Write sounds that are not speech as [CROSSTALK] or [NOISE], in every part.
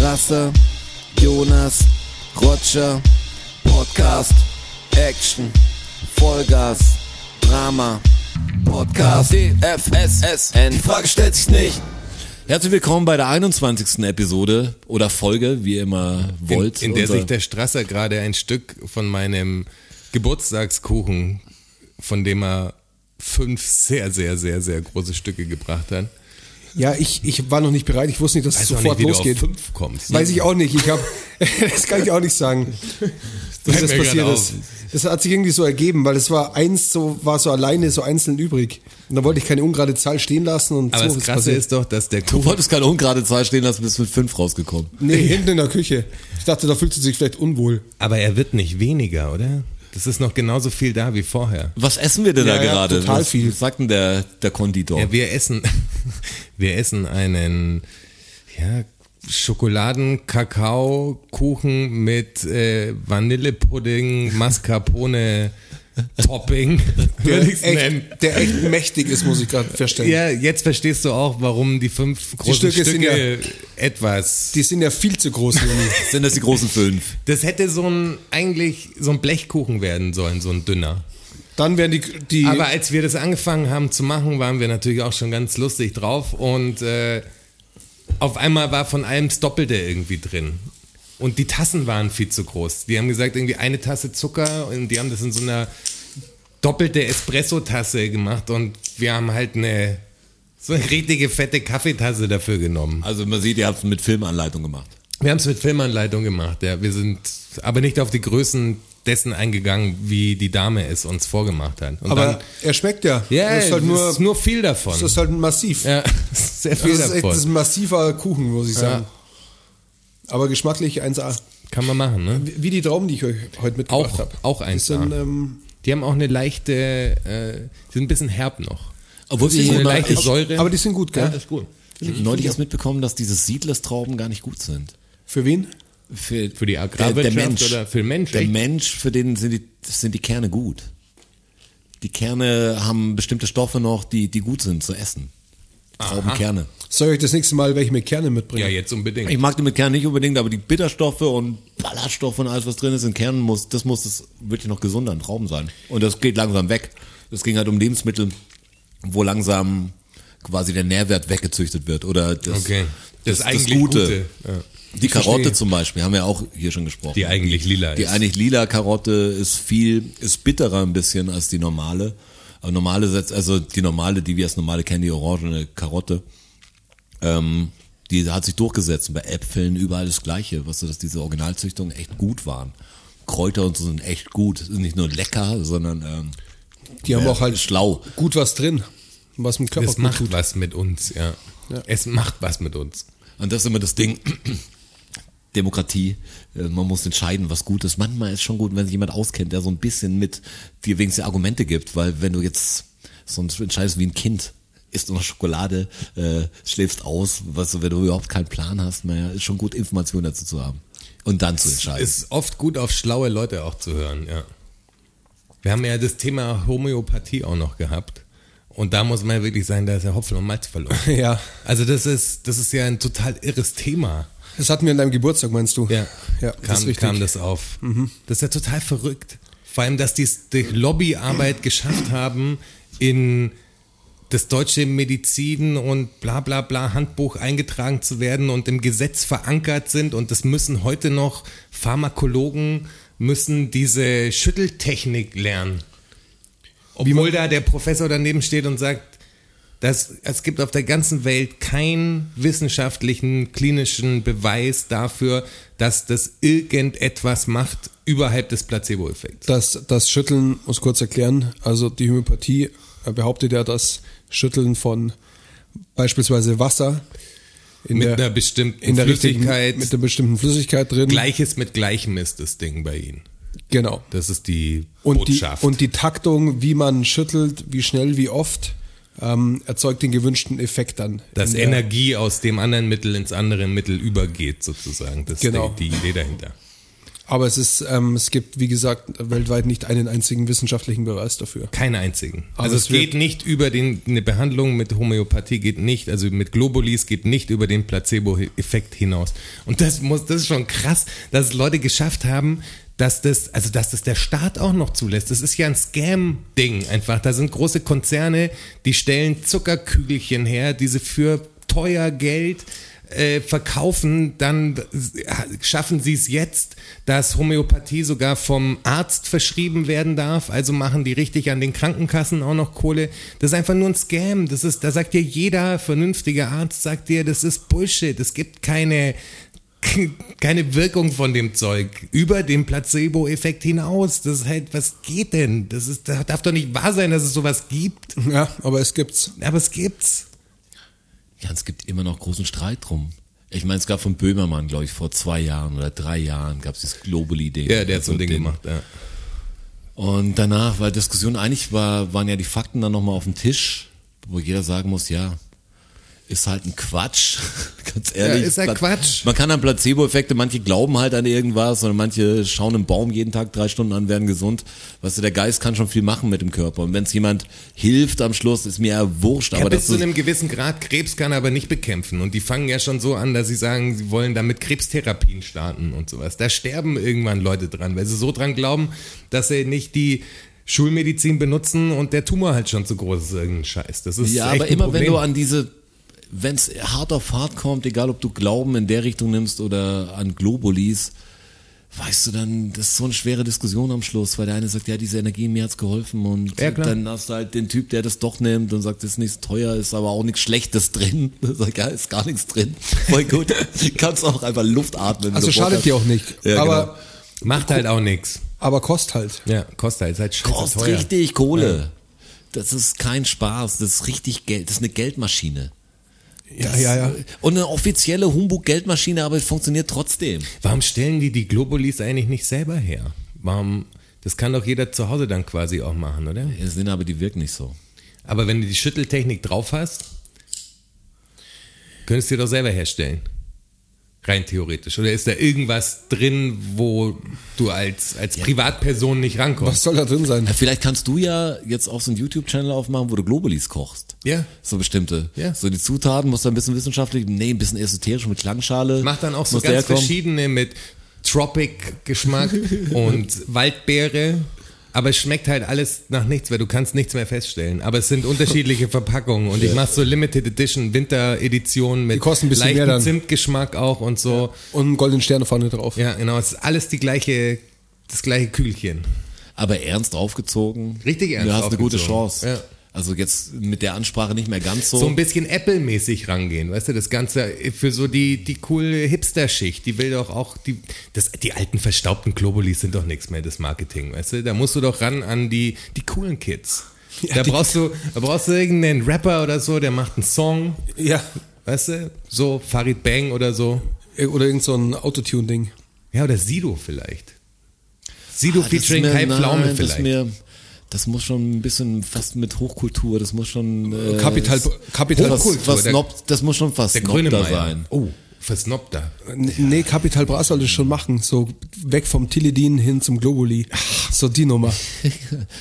Rasse, Jonas, Roger, Podcast, Action, Vollgas, Drama, Podcast, DFSSN. Die Frage stellt sich nicht. Herzlich willkommen bei der 21. Episode oder Folge, wie ihr immer wollt. in, in der Unser- sich der Strasser gerade ein Stück von meinem Geburtstagskuchen, von dem er fünf sehr, sehr, sehr, sehr große Stücke gebracht hat. Ja, ich, ich war noch nicht bereit. Ich wusste nicht, dass es Weiß auch sofort nicht, wie du auf losgeht. fünf kommst. Weiß ich auch nicht. Ich hab, [LAUGHS] das kann ich auch [LAUGHS] nicht sagen, wie fällt das mir passiert gerade ist. Das hat sich irgendwie so ergeben, weil es war eins so, war so alleine, so einzeln übrig. Und da wollte ich keine ungerade Zahl stehen lassen und Aber so das Krasse ist doch, dass der Du Kuchen, wolltest keine ungerade Zahl stehen lassen, bist mit fünf rausgekommen. [LAUGHS] Nee, hinten in der Küche. Ich dachte, da fühlt sie sich vielleicht unwohl. aber er wird nicht weniger, oder? Das ist noch genauso viel da wie vorher. Was essen wir denn Ja, da ja, gerade? total was, viel. Was sagt denn der, der Konditor? Ja, wir essen, [LAUGHS] wir essen einen, ja, Schokoladen-Kakao-Kuchen mit äh, Vanillepudding, Mascarpone-Topping, [LAUGHS] würde ich nennen. echt, der echt mächtig ist, muss ich gerade feststellen. Ja, jetzt verstehst du auch, warum die fünf großen Stücke Stücke, sind etwas. Die sind ja viel zu groß, [LAUGHS] Juni. Sind das die großen fünf? Das hätte so ein eigentlich so ein Blechkuchen werden sollen, so ein dünner. Dann werden die, die Aber als wir das angefangen haben zu machen, waren wir natürlich auch schon ganz lustig drauf und äh, auf einmal war von allem das Doppelte irgendwie drin. Und die Tassen waren viel zu groß. Die haben gesagt, irgendwie eine Tasse Zucker und die haben das in so einer doppelte Espresso-Tasse gemacht und wir haben halt eine so eine richtige fette Kaffeetasse dafür genommen. Also man sieht, ihr habt es mit Filmanleitung gemacht. Wir haben es mit Filmanleitung gemacht, ja. Wir sind aber nicht auf die Größen dessen eingegangen, wie die Dame es uns vorgemacht hat. Und aber dann, er schmeckt ja. ja, das ist halt nur, es ist nur viel davon. das ist halt massiv. ja, [LAUGHS] sehr viel Das ist echt das ist davon. ein massiver Kuchen, muss ich sagen. Aber geschmacklich 1A. Kann man machen, ne? Wie die Trauben, die ich euch heute mitgebracht Auch, habe. auch eins. Bisschen, ähm, Die haben auch eine leichte, äh, die sind ein bisschen herb noch. Obwohl Das ist wir eine immer, leichte ich, Säure. aber die sind gut, gell? ist gut. neulich erst mitbekommen, dass diese Siedlerstrauben gar nicht gut sind. Für wen? Für, Für die der, der Agrarwirtschaft Mensch. oder für den Mensch? Der echt? Mensch, für den sind die, sind die Kerne gut. Die Kerne haben bestimmte Stoffe noch, die, die gut sind zu essen. Traubenkerne. Soll ich euch das nächste Mal welche mit Kerne mitbringen? ja, jetzt unbedingt. Ich mag die mit Kernen nicht unbedingt, aber die Bitterstoffe und Ballaststoffe und alles, was drin ist in Kernen, muss, das muss das wirklich noch gesunder an Trauben sein. Und das geht langsam weg. Es ging halt um Lebensmittel, wo langsam quasi der Nährwert weggezüchtet wird. Oder das, Okay. das, Das, das, eigentlich Gute. Gute. Ja. Die Karotte verstehe. zum Beispiel, haben wir auch hier schon gesprochen. Die eigentlich lila Die ist. eigentlich lila Karotte ist viel, ist bitterer ein bisschen als die normale. Aber normale, setzt- also die normale, die wir als normale kennen, die orangene Karotte, ähm, die hat sich durchgesetzt. Und bei Äpfeln überall das Gleiche, was so, dass diese Originalzüchtungen echt gut waren. Kräuter und so sind echt gut. Sind nicht nur lecker, sondern ähm, die haben ja, auch halt schlau. gut was drin, was im Körper Das gut macht tut. was mit uns, ja. Es macht was mit uns. Und das ist immer das Ding. [CLEARS THROAT] Demokratie, äh, man muss entscheiden, was gut ist. Manchmal ist schon gut, wenn sich jemand auskennt, der so ein bisschen mit dir wenigstens Argumente gibt, weil wenn du jetzt sonst entscheidest wie ein Kind, isst nur noch Schokolade, äh, schläfst aus, was, wenn du überhaupt keinen Plan hast, naja, ist schon gut, Informationen dazu zu haben und dann zu entscheiden. Ist oft gut, auf schlaue Leute auch zu hören, ja. Wir haben ja das Thema Homöopathie auch noch gehabt. Und da muss man ja wirklich sagen, da ist ja Hopfen und Malz verloren. [LAUGHS] Ja. Also das ist, das ist ja ein total irres Thema. Das hatten wir an deinem Geburtstag, meinst du? Ja, ja kam, das ist Mhm. richtig. kam das auf. Das ist ja total verrückt. Vor allem, dass die es durch Lobbyarbeit geschafft haben, in das deutsche Medizin und bla bla bla Handbuch eingetragen zu werden und im Gesetz verankert sind und das müssen heute noch Pharmakologen müssen diese Schütteltechnik lernen. Obwohl da der Professor daneben steht und sagt, das, es gibt auf der ganzen Welt keinen wissenschaftlichen, klinischen Beweis dafür, dass das irgendetwas macht überhalb des Placebo-Effekts. Das, das Schütteln, muss kurz erklären, also die Homöopathie äh, behauptet ja, dass Schütteln von beispielsweise Wasser in Mit der, einer bestimmten in der richtigen, Flüssigkeit. mit einer bestimmten Flüssigkeit drin. Gleiches mit Gleichem ist das Ding bei ihnen. Genau. Das ist die Und die, Botschaft. und die Taktung, wie man schüttelt, wie schnell, wie oft, ähm, erzeugt den gewünschten Effekt dann. dass In der- Energie aus dem anderen Mittel ins andere Mittel übergeht, sozusagen. Das Genau. ist die, die Idee dahinter. Aber es ist, ähm, es gibt, wie gesagt, weltweit nicht einen einzigen wissenschaftlichen Beweis dafür. [LAUGHS] Keinen einzigen. Aber also es es geht wird- nicht über den, eine Behandlung mit Homöopathie geht nicht, also mit Globulis geht nicht über den Placebo-Effekt hinaus. Und das muss, das ist schon krass, dass es Leute geschafft haben, dass das, also dass das der Staat auch noch zulässt. Das ist ja ein Scam-Ding einfach. Da sind große Konzerne, die stellen Zuckerkügelchen her, diese für teuer Geld äh, verkaufen, dann äh, schaffen sie es jetzt, dass Homöopathie sogar vom Arzt verschrieben werden darf. Also machen die richtig an den Krankenkassen auch noch Kohle. Das ist einfach nur ein Scam. Das ist, da sagt dir jeder vernünftige Arzt, sagt dir, das ist Bullshit. Es gibt keine, [LAUGHS] keine Wirkung von dem Zeug über den Placebo-Effekt hinaus. Das ist halt, was geht denn? Das ist, das darf doch nicht wahr sein, dass es sowas gibt. Ja, aber es gibt's. Aber es gibt's. Ja, es gibt immer noch großen Streit drum. Ich meine, es gab von Böhmermann, glaube ich, vor zwei Jahren oder drei Jahren gab es dieses Global-Idee. Also ja. Und danach war Diskussion, eigentlich war, waren ja die Fakten dann nochmal auf dem Tisch, wo jeder sagen muss, ja, ist halt ein Quatsch. [LAUGHS] Ganz ehrlich. ist halt Pla- Quatsch. Man kann an Placebo-Effekte, manche glauben halt an irgendwas und manche schauen einen Baum jeden Tag drei Stunden an, werden gesund. Weißt du, der Geist kann schon viel machen mit dem Körper. Und wenn es jemand hilft am Schluss, ist mir ja wurscht. Ja, aber bis das zu ist, einem gewissen Grad Krebs kann er aber nicht bekämpfen. Und die fangen ja schon so an, dass sie sagen, sie wollen damit Krebstherapien starten und sowas. Da sterben irgendwann Leute dran, weil sie so dran glauben, dass sie nicht die Schulmedizin benutzen und der Tumor halt schon zu groß ist, irgendein Scheiß. Das ist Ja, echt aber ein immer wenn Problem. du an diese, wenn es hart auf hart kommt, egal ob du Glauben in der Richtung nimmst oder an Globulis, weißt du dann, das ist so eine schwere Diskussion am Schluss, weil der eine sagt, ja, diese Energie mir hat's geholfen und Ja, klar. dann hast du halt den Typ, der das doch nimmt und sagt, das ist nichts teuer, ist aber auch nichts Schlechtes drin. [LAUGHS] Sag, ja, ist gar nichts drin. Voll [LAUGHS] gut. Kannst auch einfach Luft atmen. wenn Also du Bock schadet hast. dir auch nicht. Ja, aber, genau. Macht halt auch nichts. aber kostet halt. Ja, kostet halt, ist halt scheiße Kostet teuer. genau. richtig Kohle. Das ist kein Spaß, das ist richtig Geld, das ist eine Geldmaschine. Ja, ja, ja. Und eine offizielle Humbug-Geldmaschine, aber es funktioniert trotzdem. Warum stellen die die Globulis eigentlich nicht selber her? Warum? Das kann doch jeder zu Hause dann quasi auch machen, oder? Es sind aber die wirken nicht so. Aber wenn du die Schütteltechnik drauf hast, könntest du dir doch selber herstellen. Rein theoretisch. Oder ist da irgendwas drin, wo du als, als Privatperson nicht rankommst? Was soll da drin sein? Ja, vielleicht kannst du ja jetzt auch so einen YouTube-Channel aufmachen, wo du Globulis kochst. Ja. So bestimmte. Ja. So die Zutaten, musst du ein bisschen wissenschaftlich, nee, ein bisschen esoterisch mit Klangschale. Mach dann auch so Muss ganz daherkommen. verschiedene mit Tropic-Geschmack [LAUGHS] und Waldbeere. Aber es schmeckt halt alles nach nichts, weil du kannst nichts mehr feststellen. Aber es sind [LAUGHS] unterschiedliche Verpackungen und ich mache so Limited Edition Winteredition mit Die kosten ein bisschen leichtem mehr dann. Zimtgeschmack auch und so. Und einen goldenen Stern vorne drauf. Ja, genau. Es ist alles die gleiche, das gleiche Kühlchen. Aber ernst aufgezogen. Richtig ernst Du hast eine gute aufgezogen. Chance. Ja. Also jetzt mit der Ansprache nicht mehr ganz So ein bisschen Apple-mäßig rangehen, weißt du, das Ganze für so die, die coole Hipster-Schicht, die will doch auch, die, das, die alten verstaubten Globulis sind doch nichts mehr, das Marketing, weißt du, da musst du doch ran an die, die coolen Kids. da, die- brauchst du, da brauchst du irgendeinen Rapper oder so, der macht einen Song, Ja. weißt du, so Farid Bang oder so. Oder irgend so ein Autotune-Ding. Ja, oder Sido vielleicht. Sido Ah, das ist featuring mir- Kai Pflaume nein, das ist vielleicht. Mir, das muss schon ein bisschen fast mit Hochkultur, das muss schon äh, Kapital- s- Kapital- was, Hochkultur, was der- Snob, das muss schon fast der grüne da Mann. sein. Oh, versnobter. N- Nee, Capital Bra sollte schon machen. So weg vom Tilidin hin zum Globuli. So [LAUGHS] die Nummer.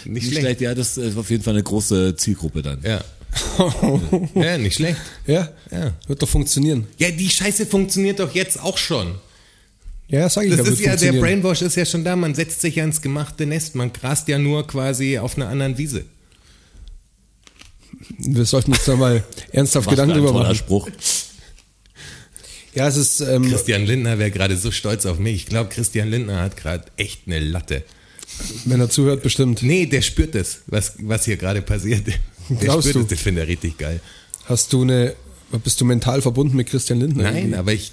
Nicht schlecht. schlecht. ja, das ist auf jeden Fall eine große Zielgruppe dann. Ja. ja, nicht schlecht. ja? Ja. Wird doch funktionieren. Ja, die Scheiße funktioniert doch jetzt auch schon. Ja, sag ich Das ja, wird ist ja, der funktionieren. Brainwash ist ja schon da. Man setzt sich ja ins gemachte Nest. Man grast ja nur quasi auf einer anderen Wiese. Wir sollten uns da mal ernsthaft Was für Gedanken ein drüber toller machen. Spruch. Ja, es ist, ähm, Christian Lindner wäre gerade so stolz auf mich. Ich glaube, Christian Lindner hat gerade echt eine Latte. wenn er zuhört, bestimmt. Nee, der spürt es, was, was hier gerade passiert. Der Glaubst spürt du? es, der findet er richtig geil. Hast du eine, bist du mental verbunden mit Christian Lindner? Nein, irgendwie? aber ich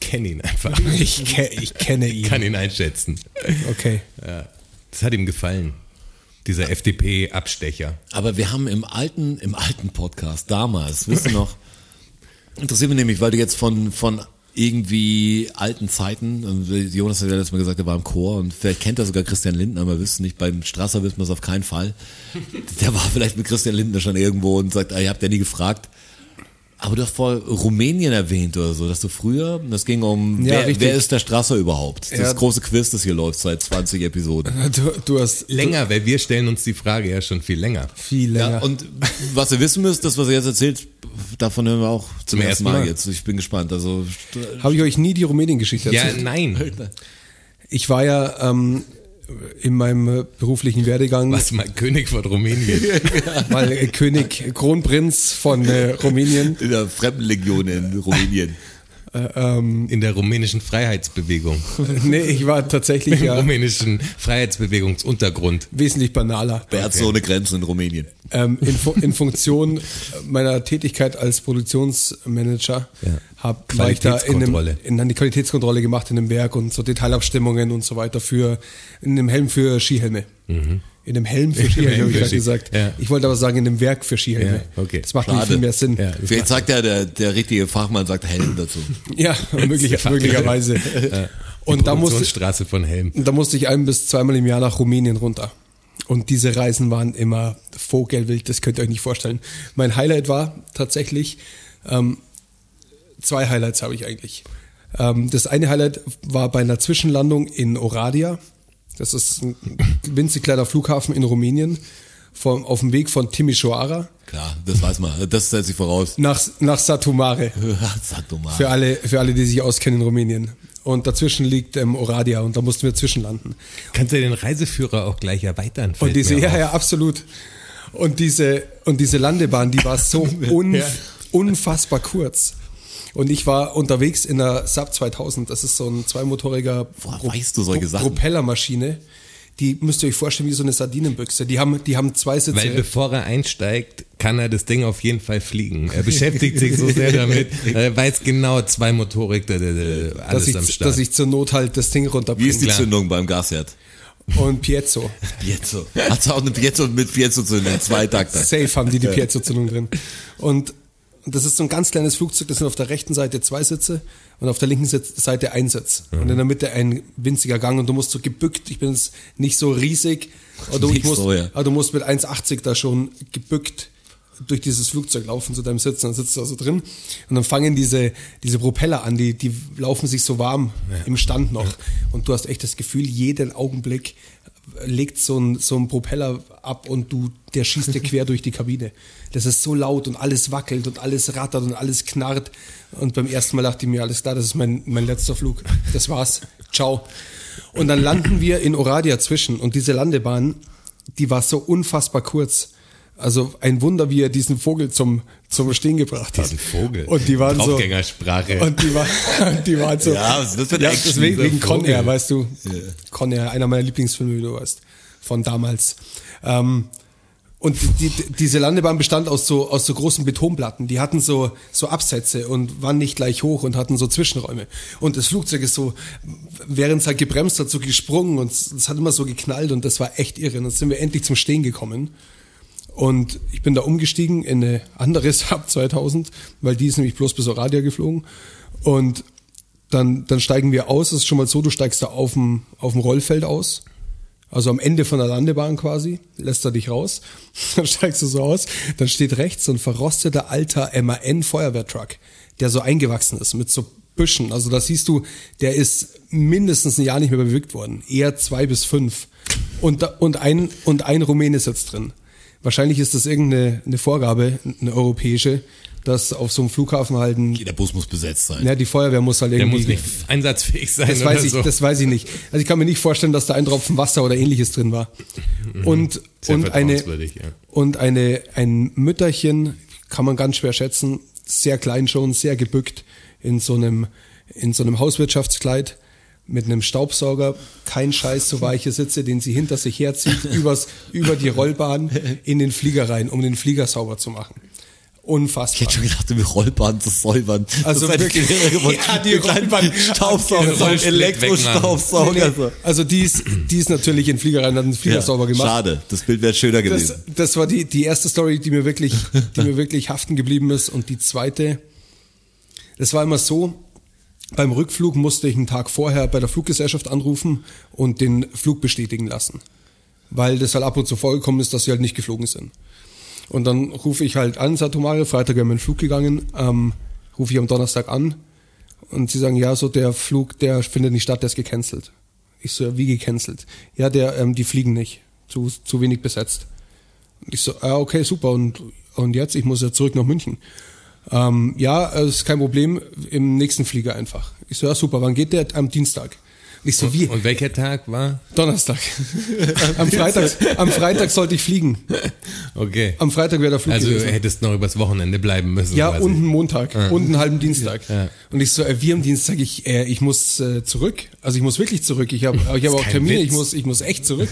kenne ihn einfach. Ich, ke ich kenne ihn. kann ihn einschätzen. Okay. Das hat ihm gefallen. Dieser FDP-Abstecher. Aber wir haben im alten, im alten Podcast damals, wisst ihr noch, interessiert mich nämlich, weil du jetzt von, von irgendwie alten Zeiten, und Jonas hat ja letztes Mal gesagt, er war im Chor und vielleicht kennt er sogar Christian Lindner, aber wir wissen nicht, beim Strasser wissen wir es auf keinen Fall. Der war vielleicht mit Christian Lindner schon irgendwo und sagt, ah, ihr habt ja nie gefragt. Aber du hast vorher Rumänien erwähnt oder so, dass du früher, das ging um, Ja, wer, richtig. wer ist der Strasser überhaupt? Das Ja. große Quiz, das hier läuft seit 20 Episoden. Du, du hast Länger, weil wir stellen uns die Frage ja schon viel länger. viel länger. Ja, und was ihr wissen müsst, das, was ihr jetzt erzählt, davon hören wir auch zum, ersten ersten Mal, Mal. jetzt. Ich bin gespannt. Also, Habe ich euch nie die Rumänien-Geschichte Ja, erzählt? [LAUGHS] nein. Ich war ja ähm, in meinem äh, beruflichen Werdegang Was mal König von Rumänien. [LAUGHS] mal äh, König, Kronprinz von äh, Rumänien. in der Fremdenlegion in [LAUGHS] Rumänien. Äh, ähm, In der rumänischen Freiheitsbewegung. nee, ich war tatsächlich Im ja rumänischen Freiheitsbewegungsuntergrund. wesentlich banaler. Wer hat so eine Grenze in Rumänien? Ähm, in, Fu- in Funktion meiner Tätigkeit als Produktionsmanager Ja. hab, war ich da in, einem, Qualitätskontrolle. in eine Qualitätskontrolle gemacht in einem Werk und so Detailabstimmungen und so weiter für in einem Helm für Skihelme. In einem Helm für Skihelme, Mhm. Helm habe ich für gerade Ski- gesagt. Ja. Ich wollte aber sagen, in einem Werk für Skihelme. Ja, okay. Das macht Schade. nicht viel mehr Sinn. Ja. Vielleicht sagt ja der, der richtige Fachmann, sagt Helm dazu. Ja, [LAUGHS] möglich, [LAUGHS] Ja. möglicherweise. Und da musste, Produktionsstraße von Helm. da musste ich ein bis zweimal im Jahr nach Rumänien runter. Und diese Reisen waren immer vogelwild, das könnt ihr euch nicht vorstellen. Mein Highlight war tatsächlich, ähm, zwei Highlights habe ich eigentlich. Ähm, das eine Highlight war bei einer Zwischenlandung in Oradia. Das ist ein winzig kleiner Flughafen in Rumänien, vom, auf dem Weg von Timisoara Klar, das weiß man. Das setzt sich voraus. [LAUGHS] nach, nach Satumare. Sag doch mal. Für alle, für alle, die sich auskennen in Rumänien. Und dazwischen liegt ähm, Oradia und da mussten wir zwischenlanden. Kannst du den Reiseführer auch gleich erweitern? fällt Und diese, mir ja, auf. ja, absolut. Und diese, und diese Landebahn, die war so un, Ja. unfassbar kurz. Und ich war unterwegs in einer Sub 2000. Das ist so ein zweimotoriger Woher weißt du solche Sachen? Propellermaschine. Die müsst ihr euch vorstellen wie so eine Sardinenbüchse. Die haben, die haben zwei Sitze. Weil bevor er einsteigt, kann er das Ding auf jeden Fall fliegen. Er beschäftigt sich so sehr damit, er weiß genau, zwei Motorik, da, da, da, alles dass ich, am Start. dass ich zur Not halt das Ding Wie ist die runterbringe. Klar. Zündung beim Gasherd? Und Piezo. Piezo. Hat sie auch eine Piezo mit Piezo Zündung? Zwei Takte. [LAUGHS] Safe haben die die Piezo-Zündung drin. Und das ist so ein ganz kleines Flugzeug, das sind auf der rechten Seite zwei Sitze und auf der linken Sitz- Seite ein Sitz. Und Mhm. in der Mitte ein winziger Gang und du musst so gebückt, ich bin jetzt nicht so riesig, aber du, Nicht ich musst, so, ja. aber du musst mit 1,80 da schon gebückt durch dieses Flugzeug laufen zu deinem Sitz, und dann sitzt du also drin und dann fangen diese, diese Propeller an, die, die laufen sich so warm im Stand noch und du hast echt das Gefühl, jeden Augenblick legt so ein, so ein Propeller ab und du, der schießt dir quer durch die Kabine. Das ist so laut und alles wackelt und alles rattert und alles knarrt. Und beim ersten Mal dachte ich mir, alles klar, das ist mein, mein letzter Flug. Das war's. Ciao. Und dann landen wir in Oradia zwischen und diese Landebahn, die war so unfassbar kurz. Also ein Wunder, wie er diesen Vogel zum, zum Stehen gebracht hat. Diesen Vogel. Und die waren so. Draufgängersprache. Und die, war, [LAUGHS] die waren so. Ja, was ist das für eine ja, Action? deswegen, wegen Dieser Vogel. Con Air, weißt du. Con Air, einer meiner Lieblingsfilme, wie du weißt, von damals. Ähm, und die, die, diese Landebahn bestand aus so, aus so großen Betonplatten. Die hatten so, so Absätze und waren nicht gleich hoch und hatten so Zwischenräume. Und das Flugzeug ist so, während es halt gebremst hat, so gesprungen und es es hat immer so geknallt und das war echt irre. Und dann sind wir endlich zum Stehen gekommen. Und ich bin da umgestiegen in eine andere [LAUGHS] Sub 2000, weil die ist nämlich bloß bis Oradia geflogen. Und dann, dann steigen wir aus. Es ist schon mal so, du steigst da auf dem, auf dem Rollfeld aus. Also am Ende von der Landebahn quasi, lässt er dich raus. [LAUGHS] Dann steigst du so aus. Dann steht rechts so ein verrosteter alter MAN-Feuerwehrtruck, der so eingewachsen ist mit so Büschen. Also da siehst du, der ist mindestens ein Jahr nicht mehr bewegt worden. Eher zwei bis fünf. Und, da, und, ein, und ein Rumäne sitzt drin. Wahrscheinlich ist das irgendeine eine Vorgabe, eine europäische, dass auf so einem Flughafen halt ein, Der Bus muss besetzt sein. ja, die Feuerwehr muss halt der irgendwie. muss nicht einsatzfähig sein [LAUGHS] das oder weiß ich, so. das weiß ich nicht. Also ich kann mir nicht vorstellen, dass da ein Tropfen Wasser oder ähnliches drin war. Und Mhm. Sehr und eine vertrauenswürdig, ja. und eine ein Mütterchen kann man ganz schwer schätzen, sehr klein schon, sehr gebückt in so einem in so einem Hauswirtschaftskleid mit einem Staubsauger, kein Scheiß, so weiche Sitze, den sie hinter sich herzieht, [LAUGHS] übers, über die Rollbahn in den Flieger rein, um den Flieger sauber zu machen. Ich Unfassbar. hätte schon gedacht, um die Rollbahn zu säubern. Also das ist wirklich- [LAUGHS] Ja, die Rollbahn- Staubsauger, so ein Rollsplit Elektrostaubsauger. Nee, nee. Also die ist, die ist natürlich in den Flieger rein, hat den Flieger Ja, sauber gemacht. Schade, das Bild wäre schöner Das, gewesen. das war die, die erste Story, die mir wirklich, die mir wirklich haften geblieben ist. Und die zweite, das war immer so, beim Rückflug musste ich einen Tag vorher bei der Fluggesellschaft anrufen und den Flug bestätigen lassen. Weil das halt ab und zu vorgekommen ist, dass sie halt nicht geflogen sind. Und dann rufe ich halt an, Satomare, Freitag wäre mein Flug gegangen, ähm, rufe ich am Donnerstag an und sie sagen, ja, so der Flug, der findet nicht statt, der ist gecancelt. Ich so, ja, wie gecancelt? Ja, der, ähm, die fliegen nicht, zu, zu wenig besetzt. Und ich so, ah, okay, super, und, und jetzt? Ich muss ja zurück nach München. Ähm, ja, äh, ist kein Problem, im nächsten Flieger einfach. Ich so, ja, super, wann geht der? Am Dienstag. Ich so, wie? Und welcher Tag war? [LAUGHS] Donnerstag. am, Freitag, am Freitag sollte ich fliegen. Okay. Am Freitag wäre der Flug Also du gewesen. hättest noch übers Wochenende bleiben müssen. Ja, quasi. und einen Montag und einen halben Dienstag. Ja. Und ich so, äh, wie am Dienstag, ich, äh, ich muss äh, zurück. Also ich muss wirklich zurück. Ich habe ich hab auch kein Termine, Witz. ich muss, ich muss [LAUGHS] echt zurück.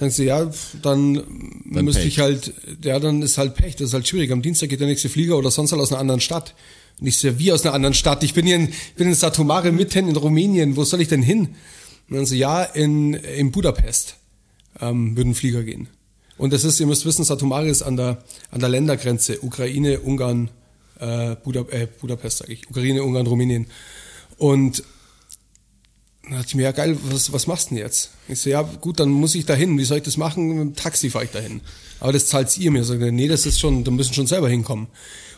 dann sie, ja, pf, dann, Dann müsste Pech. ich halt, ja, dann ist halt Pech, das ist halt schwierig. Am Dienstag geht der nächste Flieger oder sonst halt aus einer anderen Stadt. Und ich so, ja, wie aus einer anderen Stadt? Ich bin hier in, ich bin in Satomare mitten in Rumänien, wo soll ich denn hin? Und dann so, ja, in, in Budapest ähm, würden Flieger gehen. Und das ist, ihr müsst wissen, Satomare ist an der, an der Ländergrenze, Ukraine, Ungarn, äh, Buda, äh, Budapest sage ich, Ukraine, Ungarn, Rumänien. Und dann dachte ich mir, ja geil, was, was machst du denn jetzt? Ich so, ja gut, dann muss ich da hin. Wie soll ich das machen? Mit dem Taxi fahre ich da hin. Aber das zahlt ihr mir. Ich so, nee, das ist schon, da müssen schon selber hinkommen.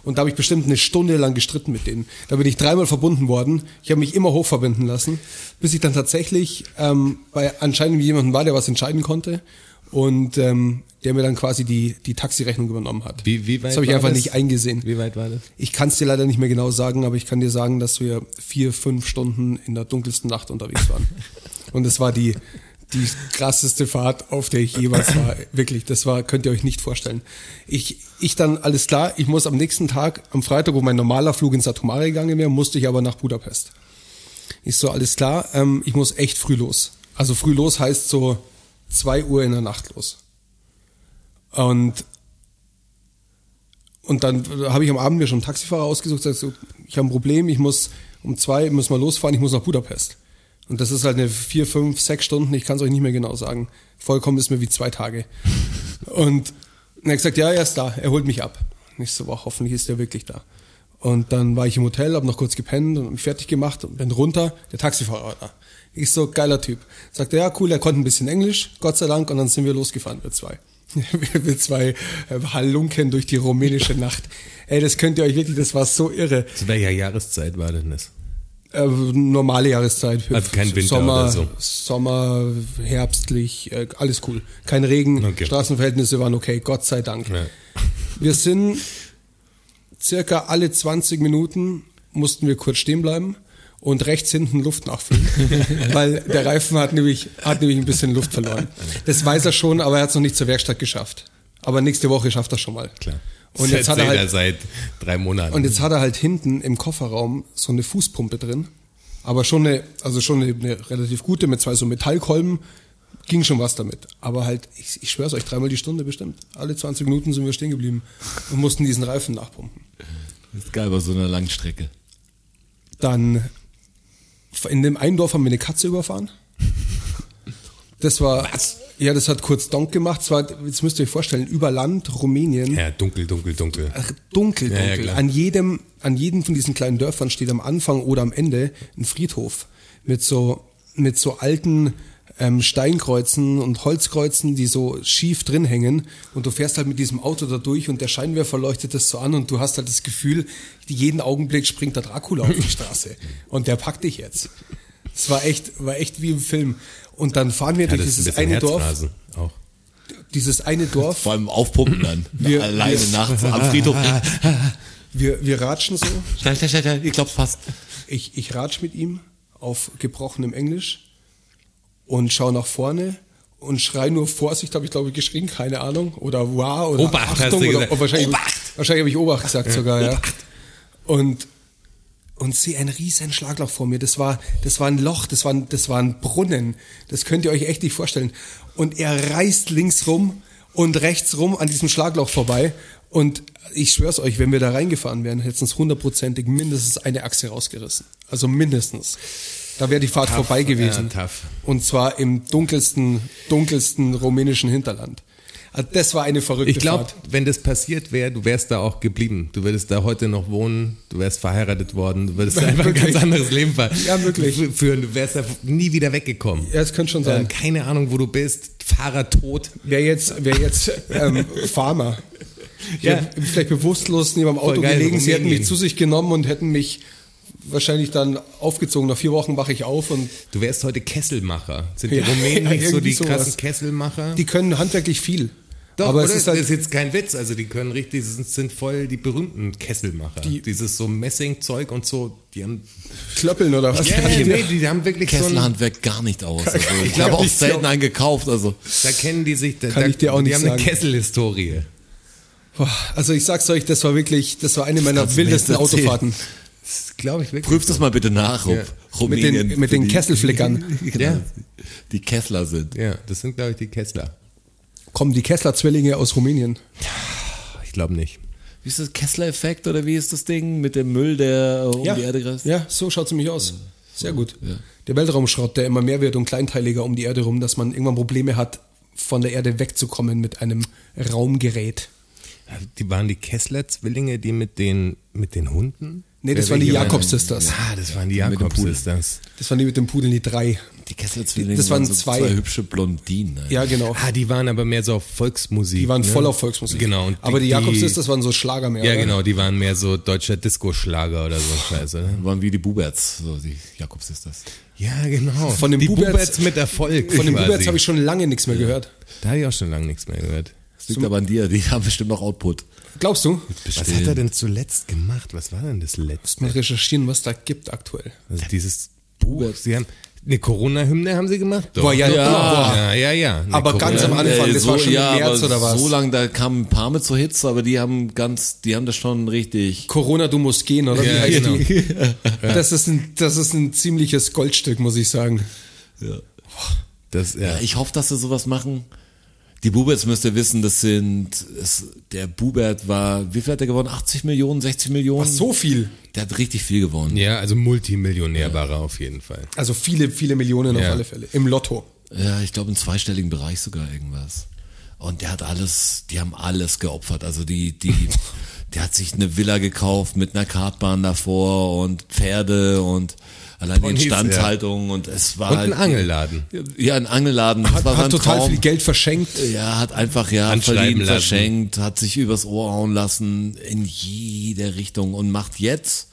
Und da habe ich bestimmt eine Stunde lang gestritten mit denen. Da bin ich dreimal verbunden worden. Ich habe mich immer hochverbinden lassen, bis ich dann tatsächlich ähm, bei anscheinend jemandem war, der was entscheiden konnte und ähm, der mir dann quasi die, die Taxirechnung übernommen hat. Wie- wie weit das habe ich war einfach das? nicht eingesehen. Wie weit war das? Ich kann es dir leider nicht mehr genau sagen, aber ich kann dir sagen, dass wir vier, fünf Stunden in der dunkelsten Nacht unterwegs waren. Und es war die, die krasseste Fahrt, auf der ich jeweils war. Wirklich, das war, könnt ihr euch nicht vorstellen. Ich, ich dann, alles klar, ich muss am nächsten Tag, am Freitag, wo mein normaler Flug in Satomare gegangen wäre, musste ich aber nach Budapest. Ich so, alles klar, ähm, ich muss echt früh los. Also früh los heißt so zwei Uhr in der Nacht los. Und und dann habe ich am Abend mir schon einen Taxifahrer ausgesucht, sag so, ich habe ein Problem, ich muss um zwei müssen wir losfahren, ich muss nach Budapest. Und das ist halt eine vier, fünf, sechs Stunden, ich kann es euch nicht mehr genau sagen. Vollkommen ist mir wie zwei Tage. Und er hat gesagt, ja, er ist da, er holt mich ab. Und ich so, wow, hoffentlich ist er wirklich da. Und dann war ich im Hotel, habe noch kurz gepennt und hab mich fertig gemacht und bin runter, der Taxifahrer war da. Ich so, geiler Typ. Sagt er, ja, cool, er konnte ein bisschen Englisch, Gott sei Dank, und dann sind wir losgefahren, wir zwei. [LAUGHS] wir wir zwei äh, Halunken durch [LAUGHS] die rumänische Nacht. Ey, das könnt ihr euch wirklich, das war so irre. Zu welcher Jahreszeit war denn das? Äh, normale Jahreszeit. Also kein Winter Sommer, oder so. Sommer, herbstlich, äh, alles cool. Kein Regen, Okay. Straßenverhältnisse waren okay, Gott sei Dank. Ja. Wir sind circa alle 20 Minuten mussten wir kurz stehen bleiben und rechts hinten Luft nachfüllen, weil der Reifen hat nämlich, hat nämlich ein bisschen Luft verloren. Das weiß er schon, aber er hat es noch nicht zur Werkstatt geschafft. Aber nächste Woche schafft er schon mal. Klar. Und jetzt hat Seit- er halt seit drei Monaten. und jetzt hat er halt hinten im Kofferraum so eine Fußpumpe drin. Aber schon eine, also schon eine, eine relativ gute mit zwei so Metallkolben. Ging schon was damit. Aber halt, ich, ich schwör's euch, dreimal die Stunde bestimmt. Alle 20 Minuten sind wir stehen geblieben und mussten diesen Reifen nachpumpen. Das ist geil bei so einer Langstrecke. Dann, in dem einen Dorf haben wir eine Katze überfahren. Das war, ja, das hat kurz Donk gemacht. Es war, jetzt müsst ihr euch vorstellen, über Land, Rumänien. ja, dunkel, dunkel, dunkel. Ach, dunkel, Ja, ja, dunkel. klar. an jedem, an jedem von diesen kleinen Dörfern steht am Anfang oder am Ende ein Friedhof mit so, mit so alten ähm, Steinkreuzen und Holzkreuzen, die so schief drin hängen. Und du fährst halt mit diesem Auto da durch und der Scheinwerfer leuchtet das so an und du hast halt das Gefühl, jeden Augenblick springt der Dracula auf die Straße und der packt dich jetzt. Es war echt, war echt wie im Film. Und dann fahren wir Ja, durch das ist ein bisschen dieses eine Dorf, Herzrasen auch. dieses eine Dorf. Vor allem aufpumpen dann. [LAUGHS] Wir- Alleine wir- nachts am [LAUGHS] Friedhof. Wir, wir ratschen so. Schnell, schnell, schnell, schnell, ich glaub's fast. Ich, ich ratsch mit ihm auf gebrochenem Englisch und schaue nach vorne und schrei nur Vorsicht, habe ich glaube ich geschrien, keine Ahnung. Oder wow oder Obacht, hast du Achtung, gesagt. oder, oh, wahrscheinlich, Obacht! wahrscheinlich habe ich Obacht gesagt sogar, ja. Und und sehe ein riesen Schlagloch vor mir. Das war, das war ein Loch, das war, ein- das war ein Brunnen. Das könnt ihr euch echt nicht vorstellen. Und er reißt links rum und rechts rum an diesem Schlagloch vorbei. Und ich schwör's euch, wenn wir da reingefahren wären, hätten uns hundertprozentig mindestens eine Achse rausgerissen. Also mindestens. Da wäre die Fahrt vorbei gewesen. ja, tough. Und zwar im dunkelsten, dunkelsten rumänischen Hinterland. Also das war eine verrückte Ich glaube, Fahrt. wenn das passiert wäre, du wärst da auch geblieben. Du würdest da heute noch wohnen, du wärst verheiratet worden, du [LAUGHS] würdest einfach ein Wirklich? ganz anderes Leben ver- Ja, wirklich. f- führen. Du wärst da nie wieder weggekommen. Ja, es könnte schon sein. Äh, keine Ahnung, wo du bist, Fahrer tot. Wer jetzt, wer jetzt ähm, Farmer, Die ja. hätten vielleicht bewusstlos neben dem Auto geil, gelegen, sie hätten Rumänien. mich zu sich genommen und hätten mich wahrscheinlich dann aufgezogen. Nach vier Wochen wache ich auf und Du wärst heute Kesselmacher. Sind die Ja, Rumänen [LAUGHS] ja, nicht so irgendwie die sowas. krassen Kesselmacher? die können handwerklich viel. Doch, aber oder? es ist halt das ist jetzt kein Witz. Also die können richtig, das sind, sind voll die berühmten Kesselmacher. Dieses so Messingzeug und so, die haben. Klöppeln oder was? Ja, ja, nee, die haben wirklich so ein, Kesselhandwerk gar nicht aus. Also, ich kann habe auch ich selten glauben. einen gekauft. Also da kennen die sich. Da, Kann da, ich dir auch die nicht haben eine sagen. Kesselhistorie. Boah, Also ich sag's euch, das war wirklich, das war eine meiner kannst du mir wildesten jetzt erzählen. Autofahrten. Das glaube ich wirklich. prüf das mal bitte nach, ob Ja. Mit Rumänien den, mit für die- den Kesselflickern. [LAUGHS] Genau, Ja. die Kessler sind. Ja, das sind, glaube ich, die Kessler. Kommen die Kessler-Zwillinge aus Rumänien. Ich glaube nicht. Wie ist das Kessler-Effekt oder wie ist das Ding mit dem Müll, der um die Erde kreist? ja, so schaut's nämlich aus. Sehr gut. Der Weltraumschrott, der immer mehr wird und kleinteiliger um die Erde rum, dass man irgendwann Probleme hat, von der Erde wegzukommen mit einem Raumgerät. Die waren die Kessler-Zwillinge, die mit den, mit den Hunden? Nee, das Wer waren die welche Jakobs-Sisters. Ah, das waren die mit dem Pudel. Jakobs-Sisters. Das waren die mit dem Pudeln, die drei. Die Kessler-Zwillinge Das waren so zwei. zwei hübsche Blondinen. Alter. Ja, genau. Ah, die waren aber mehr so auf Volksmusik. Die waren ne? voll auf Volksmusik. Genau. und Aber die Jakobs-Sisters waren so Schlager mehr. Ja, oder? genau, die waren mehr so deutscher Disco-Schlager oder so ne? ein Scheiß, oder? Waren wie die Buberts, so die Jakobs ist das. Ja, genau. Von den die Buberts- mit Erfolg. Von den Buberts habe ich schon lange nichts mehr gehört. Da habe ich auch schon lange nichts mehr gehört. Das liegt aber an dir, die haben bestimmt noch Output. Glaubst du? Was Bestimmt. hat er denn zuletzt gemacht? Was war denn das letzte? Mal recherchieren, was da gibt aktuell. Also dieses Buch. Sie haben eine Corona-Hymne haben sie gemacht? Doch. Boah, ja, Ja. boah. ja, ja, ja. Eine Aber ganz am Corona- Anfang, das war schon im März aber oder was? So lange, da kamen ein paar mit so Hits, aber die haben ganz, die haben das schon richtig. Corona, du musst gehen, oder? Ja, Wie heißt genau. die? Das, ist ein, das ist ein ziemliches Goldstück, muss ich sagen. Das, ja. Ja, ich hoffe, dass sie sowas machen. Die Buberts müsst ihr wissen, das sind, es, der Bubert war, wie viel hat er gewonnen? 80 Millionen, 60 Millionen? So viel. Der hat richtig viel gewonnen. ja, also Multimillionär war er auf jeden Fall. Also viele, viele Millionen Ja. auf alle Fälle. Im Lotto. Ja, ich glaube im zweistelligen Bereich sogar irgendwas. Und der hat alles, die haben alles geopfert. Also die, [LAUGHS] die, der hat sich eine Villa gekauft mit einer Kartbahn davor und Pferde und allein die Ponys, Instandhaltung und es war Und halt, ein Angelladen. Ja, ein Angelladen. Das Hat, war sein hat total Traum. Äh. viel Geld verschenkt. Ja, hat einfach ja Anschreiben verdient, lassen. verschenkt, hat sich übers Ohr hauen lassen in jede Richtung und macht jetzt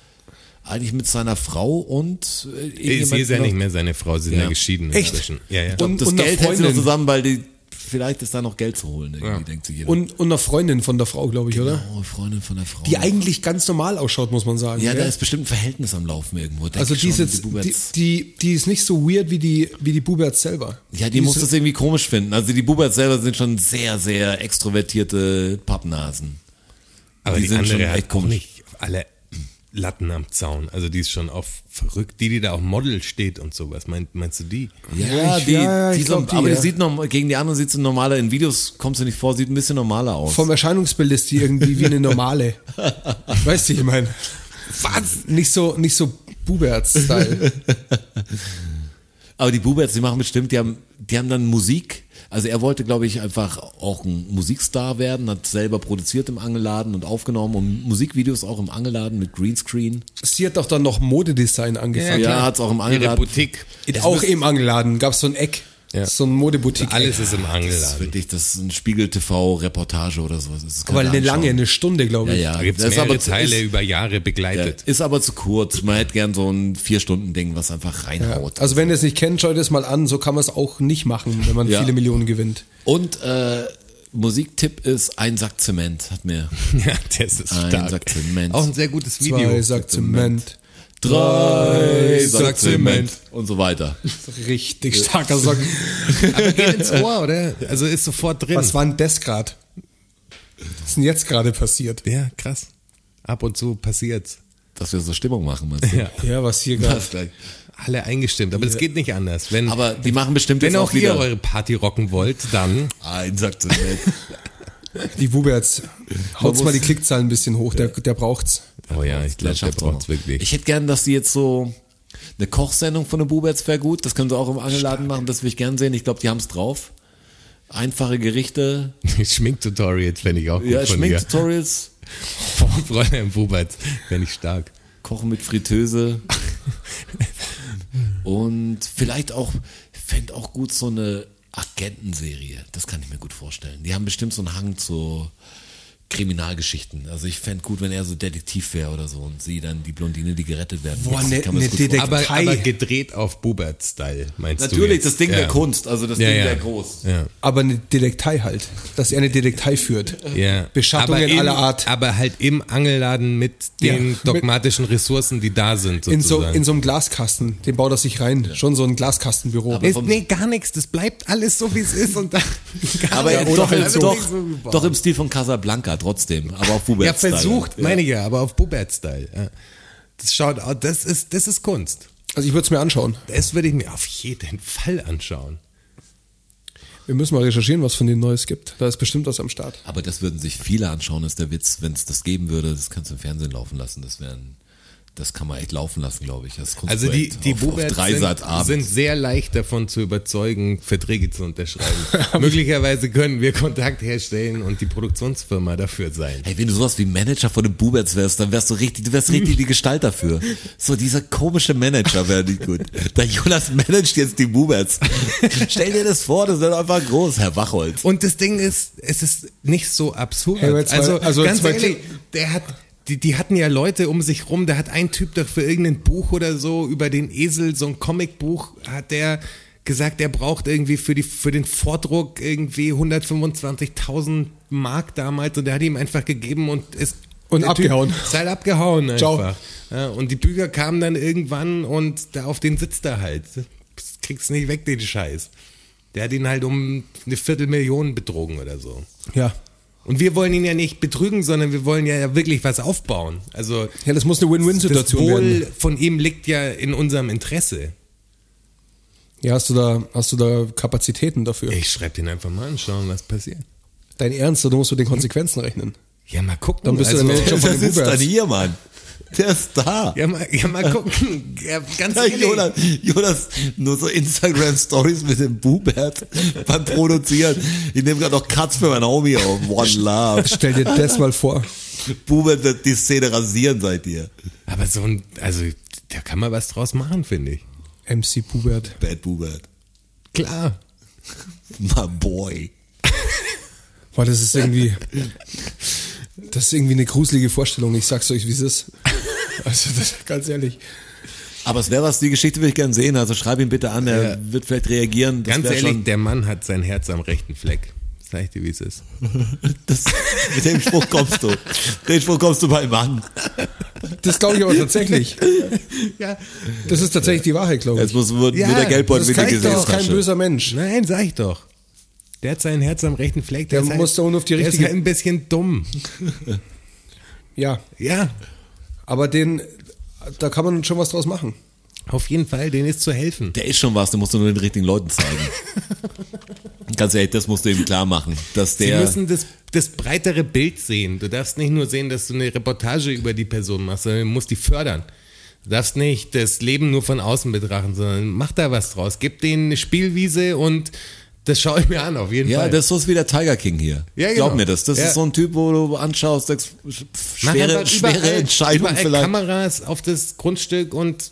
eigentlich mit seiner Frau und äh, Sie ist ja noch- nicht mehr seine Frau, sie sind Ja. ja geschieden Echt? inzwischen. Ja, ja. Ich glaub, Und- das und einer Geld hält sie noch Freundin. zusammen, weil die, vielleicht ist da noch Geld zu holen, irgendwie, denkt sich jeder. Und, und einer Freundin von der Frau, glaube ich, oder? oh, Freundin von der Frau. Die eigentlich ganz normal ausschaut, muss man sagen. ja, da gell? ist bestimmt ein Verhältnis am Laufen irgendwo. denk also ich die ist schon, jetzt, die die, Buberts. die, die ist nicht so weird wie die, wie die Buberts selber. ja, die, muss das irgendwie komisch finden. Also die Buberts selber sind schon sehr, sehr extrovertierte Pappnasen. Aber Die die, sind andere schon hat echt auch komisch. nicht alle Latten am Zaun. Also die ist schon auch verrückt. Die, die da auf Model steht und sowas. Meint, meinst du die? Ja, ich- ja, ich die so, glaub, die, aber die ja. sieht noch, gegen die anderen sieht sie normaler, in Videos kommst du nicht vor, sieht ein bisschen normaler aus. Vom Erscheinungsbild ist die irgendwie wie [LAUGHS] eine normale. weißt du, ich meine. Was? Nicht so, nicht so Buberts-Style. Aber die Buberts, die machen bestimmt, die haben, die haben dann Musik. Also er wollte, glaube ich, einfach auch ein Musikstar werden, hat selber produziert im Angeladen und aufgenommen und Musikvideos auch im Angeladen mit Greenscreen. Sie hat doch dann noch Modedesign Ja, angefangen. klar. hat's auch im Ihre Angeladen. Boutique. auch im Angeladen gab es so ein Eck. Ja. So ein Modeboutique. Alles ist im Das ist Angeladen. wirklich, das ist ein Spiegel-TV-Reportage oder sowas. Das kannst Aber du eine anschauen. lange, eine Stunde, glaube ich. Ja, ja. Da gibt Das es ist mehrere aber- Teile ist- über Jahre begleitet. Ist aber zu kurz. Man hätte gern so ein Vier-Stunden-Ding, was einfach reinhaut. Also wenn ihr es nicht kennt, schaut es mal an. So kann man es auch nicht machen, wenn man Ja. viele Millionen gewinnt. Und äh, Musiktipp ist ein Sack Zement, hat [LAUGHS] mir [LAUGHS] Ja, das ist ein stark. Sack Zement. Auch ein sehr gutes Video. Zwei Sack Zement. drei Sack Zement. und so weiter. Richtig starker Song. Aber geht ins Ohr, oder? Also ist sofort drin. Was war denn das gerade? Was ist denn jetzt gerade passiert? Ja, krass. Ab und zu passiert's. Dass wir so Stimmung machen müssen. Ja. Ja, was [LAUGHS] hier gerade. Alle eingestimmt. Aber es geht nicht anders. Wenn, Aber die machen bestimmt wenn jetzt auch, auch ihr wieder eure Party rocken wollt, dann ein Sack [LAUGHS] Zement. Die Buberts. Haut's mal die Klickzahlen ein bisschen hoch, der, der braucht's. Oh ja, ich glaube, der schafft's auch braucht's noch. wirklich. Ich hätte gern, dass sie jetzt so eine Kochsendung von den Buberts wäre gut. Das können sie auch im Angeladen machen. Das will ich gern sehen. Ich glaube, die haben's drauf. Einfache Gerichte, [LAUGHS] Schminktutorials fände ich auch gut ja, von dir. Schminktutorials, Von Freunde im Bubert fände ich stark. Kochen mit Fritteuse. Und vielleicht auch, fände auch gut so eine Agentenserie. Das kann ich mir gut vorstellen. Die haben bestimmt so einen Hang zu Kriminalgeschichten. Also ich fände gut, wenn er so Detektiv wäre oder so und sie dann die Blondine, die gerettet werden Boah, muss. ne- Kann man ne das gut Detek- vorstellen. Aber, Kai. aber gedreht auf Bubert-Style, meinst du? Natürlich, jetzt? das Ding ja. der Kunst, also das Ja, Ding ja. der Groß. Ja. Aber eine Detektei halt. Dass er eine Detektei führt. Ja. Beschattungen Aber im, aller Art. Aber halt im Angelladen mit den Ja. dogmatischen Ressourcen, die da sind. In so, Sozusagen. in so einem Glaskasten. Den baut er sich rein. Schon so ein Glaskastenbüro. Aber- Ist- nee, gar nichts. Das bleibt alles so, wie es ist. Und dann, gar Aber nichts. er- doch, also Alles doch, halt so. doch, doch im Stil von Casablanca trotzdem, aber auf Ja, Bubert-Style. versucht, meine ich ja, aber auf Bubert-Style. Ja. Das schaut au- das ist, das ist Kunst. Also ich würde es mir anschauen. Das würde ich mir auf jeden Fall anschauen. Wir müssen mal recherchieren, was von denen Neues gibt. Da ist bestimmt was am Start. Aber das würden sich viele anschauen, ist der Witz, wenn es das geben würde, das kannst du im Fernsehen laufen lassen. Das wären, das kann man echt laufen lassen, glaube ich. Das Also die, Kunstprojekt die auf, auf Buberts Dreisat sind, abends. sind sehr leicht davon zu überzeugen, Verträge zu unterschreiben. [LAUGHS] Möglicherweise können wir Kontakt herstellen und die Produktionsfirma dafür sein. Hey, wenn du sowas wie Manager von den Buberts wärst, dann wärst du richtig, du wärst richtig [LAUGHS] die Gestalt dafür. So dieser komische Manager wäre nicht gut. Der Jonas managt jetzt die [LAUGHS] Buberts. Stell dir das vor, das wird einfach groß, Herr Wachholz. Und das Ding ist, es ist nicht so absurd. Hey, aber jetzt mal- also, also ganz jetzt mal- ehrlich, der hat, die, die hatten ja Leute um sich rum, da hat ein Typ doch für irgendein Buch oder so über den Esel, so ein Comicbuch, hat der gesagt, er braucht irgendwie für, die, für den Vordruck irgendwie 125.000 Mark damals und der hat ihm einfach gegeben und ist Und der abgehauen. Typ, ist halt abgehauen einfach. Ciao. Ja, und die Bücher kamen dann irgendwann und da auf den sitzt er halt. Das Kriegst nicht weg, den Scheiß. Der hat ihn halt um eine Viertelmillion betrogen oder so. Ja. Und wir wollen ihn ja nicht betrügen, sondern wir wollen ja wirklich was aufbauen. Also Ja, das muss eine das Win-Win-Situation Wohl werden. von ihm liegt ja in unserem Interesse. Ja, hast du da, hast du da Kapazitäten dafür? Ich schreibe den einfach mal an, schauen, was passiert. Dein Ernst, oder musst du mit den Konsequenzen rechnen? Ja, mal gucken. Also, Dann bist du der Manager von Der den sitzt dann Buberts. hier, Mann. Der ist da. [LAUGHS] ja, mal, ja, mal gucken. Ja, ganz Ja, ehrlich. Jonas, Jonas, nur so Instagram-Stories mit dem Bubert beim Produzieren. Ich nehme gerade noch Katz für mein Homie auf. One Love. Stell dir das mal [LAUGHS] vor. Bubert wird die Szene rasieren seit dir. Aber so ein, also da kann man was draus machen, finde ich. MC Bubert. Bad Bubert. Klar. My boy. Boah, das ist irgendwie. Das ist irgendwie eine gruselige Vorstellung. Ich sag's euch, wie es ist. Also, das, ganz ehrlich. Aber es wäre was, die Geschichte würde ich gern sehen. Also schreib ihn bitte an, er wird vielleicht reagieren. Das Ganz wär ehrlich, der Mann hat sein Herz am rechten Fleck. Sag ich dir, wie es ist. [LAUGHS] schon, das, mit dem Spruch kommst du. Den Spruch kommst du beim Mann. Das glaube ich aber tatsächlich. Ja. Das ist tatsächlich die Wahrheit, glaube Jetzt ich. muss wird Ja, mit der Geldbeutel Das in die kann doch kein Gesäßtasche. böser Mensch. Nein, sag ich doch. Der hat sein Herz am rechten Fleck. Der ist halt- muss da unten auf die Der richtige- ist halt ein bisschen dumm. Ja. Ja, Aber den, da kann man schon was draus machen. auf jeden Fall, denen ist zu helfen. Der ist schon was, den musst du nur den richtigen Leuten zeigen. Ganz ehrlich, das musst du ihm klar machen, dass Sie der. müssen das, das breitere Bild sehen. Du darfst nicht nur sehen, dass du eine Reportage über die Person machst, sondern du musst die fördern. Du darfst nicht das Leben nur von außen betrachten, sondern mach da was draus. Gib denen eine Spielwiese und das schaue ich mir an, auf jeden ja, Fall. das ist so wie der Tiger King hier. Ja, genau. Glaub mir das. Das Ja. ist so ein Typ, wo du anschaust, sagst, sch- Mach schwere, einfach schwere Entscheidung überall vielleicht. Kameras auf das Grundstück und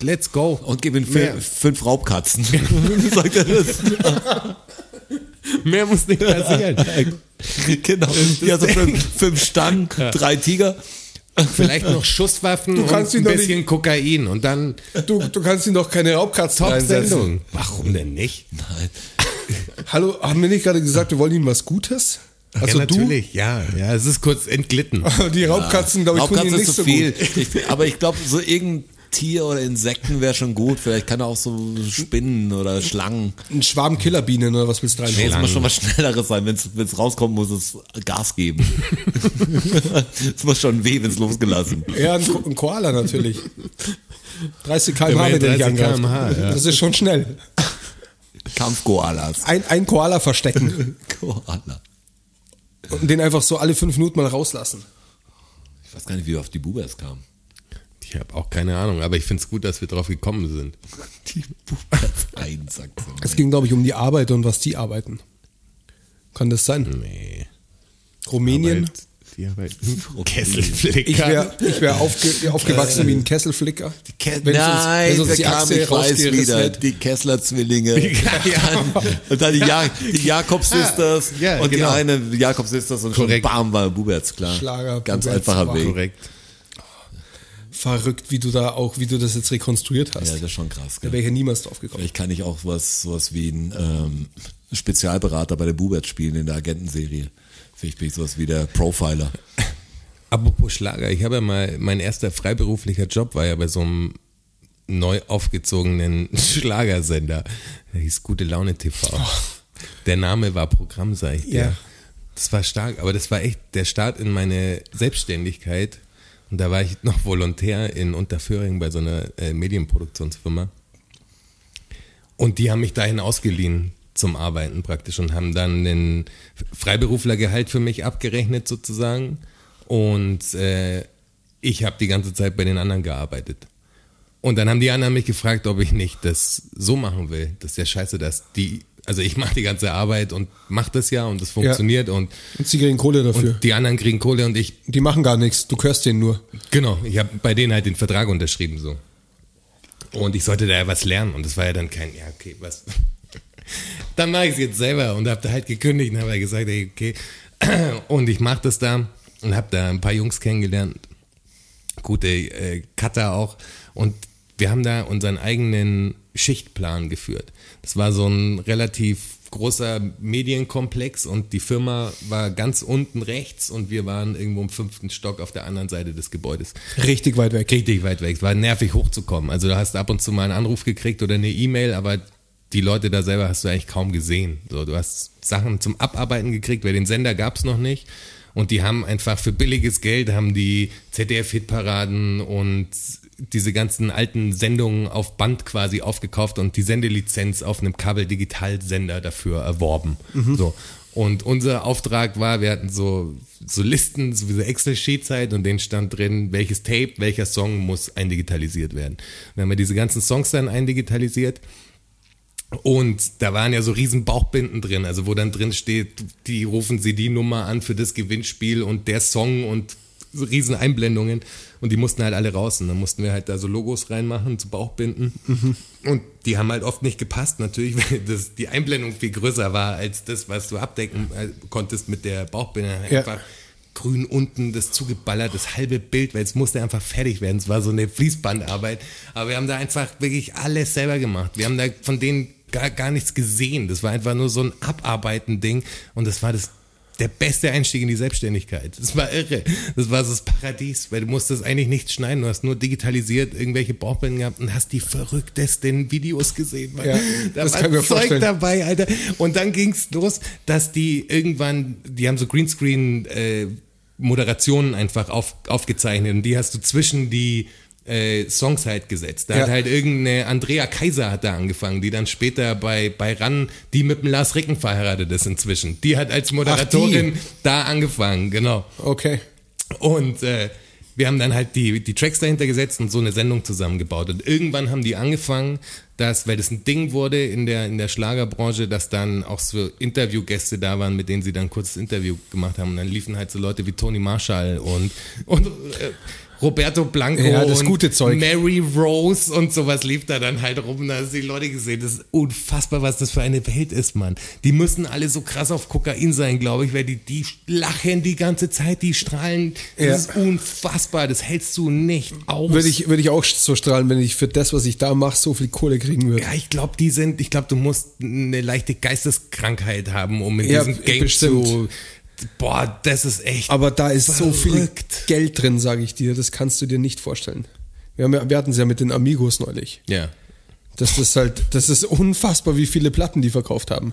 let's go. Und gib ihm mehr, fün- fünf Raubkatzen. [LAUGHS] Sagt er das? mehr muss nicht passieren. genau. Ja, so fünf, fünf Stangen, drei Tiger. Vielleicht noch Schusswaffen und kannst ein ihn doch bisschen Kokain und dann Du, du kannst ihm doch keine Raubkatzen einsetzen. Top-Sendung. Warum denn nicht? Nein. Hallo, haben wir nicht gerade gesagt, wir wollen ihm was Gutes? Also ja, du, natürlich, ja, ja, es ist kurz entglitten. [LAUGHS] die Raubkatzen, glaube ich, tun ihm Raubkatzen nicht ist so zu viel. gut. Ich, aber ich glaube, so irgendein Tier oder Insekten wäre schon gut. Vielleicht kann er auch so Spinnen oder Schlangen. Ein Schwarm Killerbienen oder was willst du Nee, reinhauen? es muss schon was Schnelleres sein. Wenn es rauskommt, muss es Gas geben. Es muss schon weh, wenn es losgelassen. Ja, ein, Ko- ein Koala natürlich. 30 km/h, Immerhin wenn der dich 30 angreift. km/h, ja. Das ist schon schnell. Kampfkoalas. Ein, ein Koala verstecken Koala. und den einfach so alle fünf Minuten mal rauslassen. Ich weiß gar nicht, wie wir auf die Bubers kamen. Ich habe auch keine Ahnung, aber ich finde es gut, dass wir drauf gekommen sind. Die Bubers. Ein Sack. Es ging, glaube ich, um die Arbeit und was die arbeiten. Kann das sein? Nee. Rumänien? Hm. Arbeit. Ich Kesselflicker. wäre ich wär aufge, aufgewachsen wie ein Kesselflicker. Wenn es uns- wenn es uns die Achse rausgerissen hätte. die Kessler-Zwillinge. [LAUGHS] Ja. Und dann die, ja die Jakob-Sisters Ja, und genau. die eine Jakob-Sisters und Korrekt. schon bam war Buberts, klar. Schlager, Ganz Buberts, einfacher wow. Weg. Korrekt. Verrückt, wie du da auch, wie du das jetzt rekonstruiert Ja, hast. das ist schon krass. da Gell? wäre ich ja niemals drauf gekommen. Vielleicht kann ich auch was, sowas wie ein ähm, Spezialberater bei der Buberts spielen in der Agentenserie. Vielleicht bin ich sowas wie der Profiler. Apropos Schlager, ich habe ja mal, mein erster freiberuflicher Job war ja bei so einem neu aufgezogenen [LAUGHS] Schlagersender. Der hieß Gute Laune TV. Der Name war Programm, sag ich dir. Ja. Das war stark, aber das war echt der Start in meine Selbstständigkeit. Und da war ich noch Volontär in Unterföhring bei so einer äh, Medienproduktionsfirma. Und die haben mich dahin ausgeliehen zum Arbeiten praktisch und haben dann den Freiberuflergehalt für mich abgerechnet sozusagen. Und äh, ich habe die ganze Zeit bei den anderen gearbeitet. Und dann haben die anderen mich gefragt, ob ich nicht das so machen will. Das ist ja scheiße, dass die, also ich mache die ganze Arbeit und mache das ja und das funktioniert und, Und sie kriegen Kohle dafür. und die anderen kriegen Kohle und ich, die machen gar nichts, du hörst denen nur. genau, ich habe bei denen halt den Vertrag unterschrieben so. Und ich sollte da ja was lernen und das war ja dann kein, ja okay, was, [LAUGHS] dann mache ich es jetzt selber und habe da halt gekündigt und habe halt gesagt, ey, okay, [CLEARS THROAT] und ich mache das da und habe da ein paar Jungs kennengelernt, gute äh, Cutter auch und wir haben da unseren eigenen Schichtplan geführt. Das war so ein relativ großer Medienkomplex und die Firma war ganz unten rechts und wir waren irgendwo im fünften Stock auf der anderen Seite des Gebäudes. Richtig weit weg. Richtig weit weg. Es war nervig hochzukommen. Also du hast ab und zu mal einen Anruf gekriegt oder eine E-Mail, aber die Leute da selber hast du eigentlich kaum gesehen. So, du hast Sachen zum Abarbeiten gekriegt, weil den Sender gab es noch nicht. Und die haben einfach für billiges Geld haben die ZDF-Hitparaden und diese ganzen alten Sendungen auf Band quasi aufgekauft und die Sendelizenz auf einem Kabel-Digital-Sender dafür erworben. So. Und unser Auftrag war, wir hatten so, so Listen, so diese Excel-Sheets halt und denen stand drin, welches Tape, welcher Song muss eindigitalisiert werden. Dann haben wir diese ganzen Songs dann eindigitalisiert und da waren ja so riesen Bauchbinden drin, also wo dann drin steht, die rufen sie die Nummer an für das Gewinnspiel und der Song und so riesen Einblendungen und die mussten halt alle raus und dann mussten wir halt da so Logos reinmachen zu Bauchbinden und die haben halt oft nicht gepasst natürlich, [LAUGHS] weil das, die Einblendung viel größer war als das, was du abdecken äh, konntest mit der Bauchbinde. Ja. Einfach grün unten, das zugeballert, das halbe Bild, weil es musste einfach fertig werden. Es war so eine Fließbandarbeit. Aber wir haben da einfach wirklich alles selber gemacht. Wir haben da von denen gar, gar nichts gesehen. Das war einfach nur so ein Abarbeiten-Ding. Und das war das, der beste Einstieg in die Selbstständigkeit. Das war irre. Das war so das Paradies, weil du musstest eigentlich nichts schneiden. Du hast nur digitalisiert irgendwelche Bauchbinden gehabt und hast die verrücktesten Videos gesehen. weil Ja, da das war kann ich mir Zeug vorstellen. dabei, Alter. Und dann ging's los, dass die irgendwann, die haben so Greenscreen äh, Moderationen einfach auf, aufgezeichnet und die hast du zwischen die äh, Songs halt gesetzt. Da Ja. hat halt irgendeine Andrea Kaiser hat da angefangen, die dann später bei, bei Ran, die mit dem Lars Ricken verheiratet ist inzwischen. Die hat als Moderatorin da angefangen, genau. Okay. Und äh, wir haben dann halt die, die Tracks dahinter gesetzt und so eine Sendung zusammengebaut. Und irgendwann haben die angefangen, dass, weil das ein Ding wurde in der, in der Schlagerbranche, dass dann auch so Interviewgäste da waren, mit denen sie dann kurz das Interview gemacht haben. Und dann liefen halt so Leute wie Tony Marshall und, und äh, Roberto Blanco Ja, das und gute Zeug. Mary Rose und sowas lief da dann halt rum. Da hast du die Leute gesehen. Das ist unfassbar, was das für eine Welt ist, Mann. Die müssen alle so krass auf Kokain sein, glaube ich, weil die, die lachen die ganze Zeit, die strahlen. Das Ja. ist unfassbar. Das hältst du nicht aus. Würde ich, würde ich auch so strahlen, wenn ich für das, was ich da mache, so viel Kohle kriegen würde. ja, ich glaube, die sind, ich glaube, du musst eine leichte Geisteskrankheit haben, um in Ja, diesem Game bestimmt. zu. Boah, das ist echt. Aber da ist so viel Verrückt. Geld drin, sage ich dir. Das kannst du dir nicht vorstellen. Wir, haben ja, wir hatten es ja mit den Amigos neulich. ja. Das ist halt, das ist unfassbar, wie viele Platten die verkauft haben.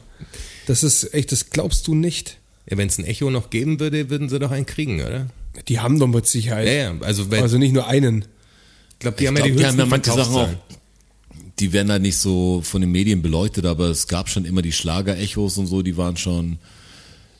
Das ist echt, das glaubst du nicht. Ja, wenn es ein Echo noch geben würde, würden sie doch einen kriegen, oder? Die haben doch mit Sicherheit. Ja, ja. Also, weil, Also nicht nur einen. ich glaube, die haben ja glaub, die die haben höchsten ja manche Sachen auch- Verkaufszahlen. Die werden halt nicht so von den Medien beleuchtet, aber es gab schon immer die Schlager-Echos und so, die waren schon,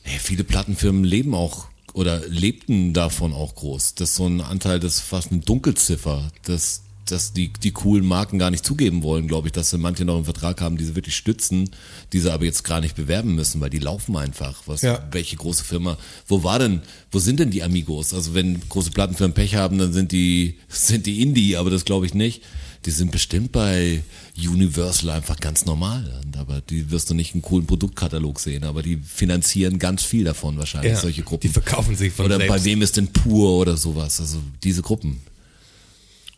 hey, viele Plattenfirmen leben auch oder lebten davon auch groß. Das ist so ein Anteil, das ist fast eine Dunkelziffer, das dass die, die coolen Marken gar nicht zugeben wollen, glaube ich, dass sie manche noch einen Vertrag haben, die sie wirklich stützen, die sie aber jetzt gar nicht bewerben müssen, weil die laufen einfach. Was, Ja. Welche große Firma, wo war denn, wo sind denn die Amigos? Also wenn große Plattenfirmen Pech haben, dann sind die, [LAUGHS] sind die Indie, aber das glaube ich nicht. Die sind bestimmt bei Universal einfach ganz normal. Und Aber die wirst du nicht einen coolen Produktkatalog sehen, aber die finanzieren ganz viel davon wahrscheinlich, Ja, solche Gruppen. Die verkaufen sich von Oder bei selbst. wem ist denn pur oder sowas? Also diese Gruppen.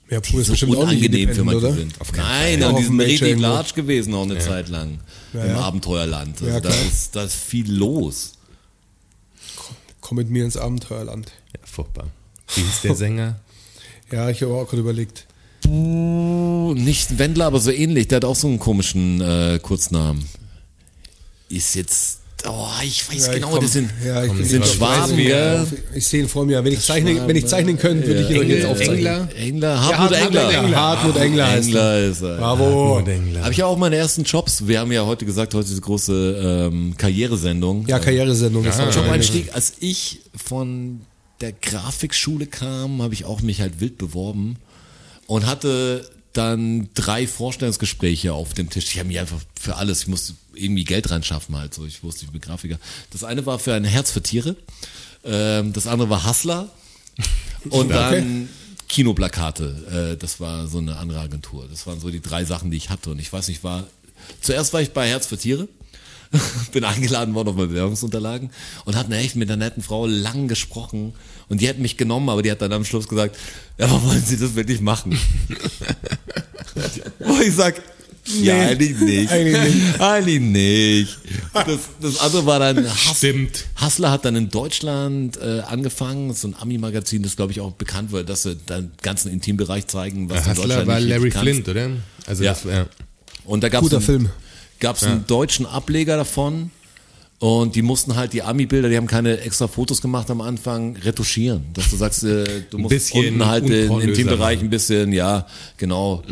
Ja, pur so unangenehm für manche sind. Nein, Fall. und die Auch auf dem sind Major richtig irgendwo. large gewesen auch eine Zeit lang. Im Abenteuerland. Also Ja, da, klar. ist, da ist viel los. Komm mit mir ins Abenteuerland. Ja, furchtbar. Wie hieß der Sänger? Ja, ich habe auch gerade überlegt. Oh, Nicht Wendler, aber so ähnlich. Der hat auch so einen komischen äh, Kurznamen. Ist jetzt. Oh, ich weiß Ja, ich genau, komm- das sind, ja, ich- das ich sind glaub, ich Schwaben, weiß, wie- gell? Ich sehe ihn vor mir. Wenn ich, zeichne, wenn ich zeichnen könnte, würde ich ihn euch jetzt aufzeichnen. Engler? Engler, Hartmut Engler. Engler. Hartmut Engler heißt Engler ist er. Bravo. Engler. Habe ich ja auch meine ersten Jobs. Wir haben ja heute gesagt, heute diese große ähm, Karrieresendung. Ja, Karrieresendung. ist auch schon eine. Jobeinstieg, als ich von der Grafikschule kam, habe ich auch mich halt wild beworben und hatte dann drei Vorstellungsgespräche auf dem Tisch. Ich habe mich einfach für alles, ich musste irgendwie Geld reinschaffen halt so. Ich wusste, ich bin Grafiker. Das eine war für ein Herz für Tiere, ähm, das andere war Hustler und dann Kinoplakate. Äh, das war so eine andere Agentur. Das waren so die drei Sachen, die ich hatte. Und ich weiß nicht, war zuerst war ich bei Herz für Tiere [LAUGHS] bin eingeladen worden auf meine Bewerbungsunterlagen und hat echt mit einer netten Frau lang gesprochen und die hat mich genommen, aber die hat dann am Schluss gesagt, ja, aber wollen Sie das wirklich machen? [LAUGHS] Wo ich sag, ja, Nee. eigentlich nicht. Eigentlich Eigentlich nicht. Das, das andere war dann Hass, Stimmt. Hassler hat dann in Deutschland äh, angefangen, so ein Ami-Magazin, das glaube ich auch bekannt war, dass sie dann ganzen Intimbereich zeigen, was in Hustler Deutschland war nicht Larry richtig kannst. Flint, oder? Also Ja. das, ja. Und da gab es Guter einen, Film. gab's einen deutschen Ableger davon. Und die mussten halt die Ami-Bilder, die haben keine extra Fotos gemacht am Anfang, retuschieren. Dass du sagst, äh, du musst bisschen unten halt den unpornöser Intimbereich machen. ein bisschen, ja, genau,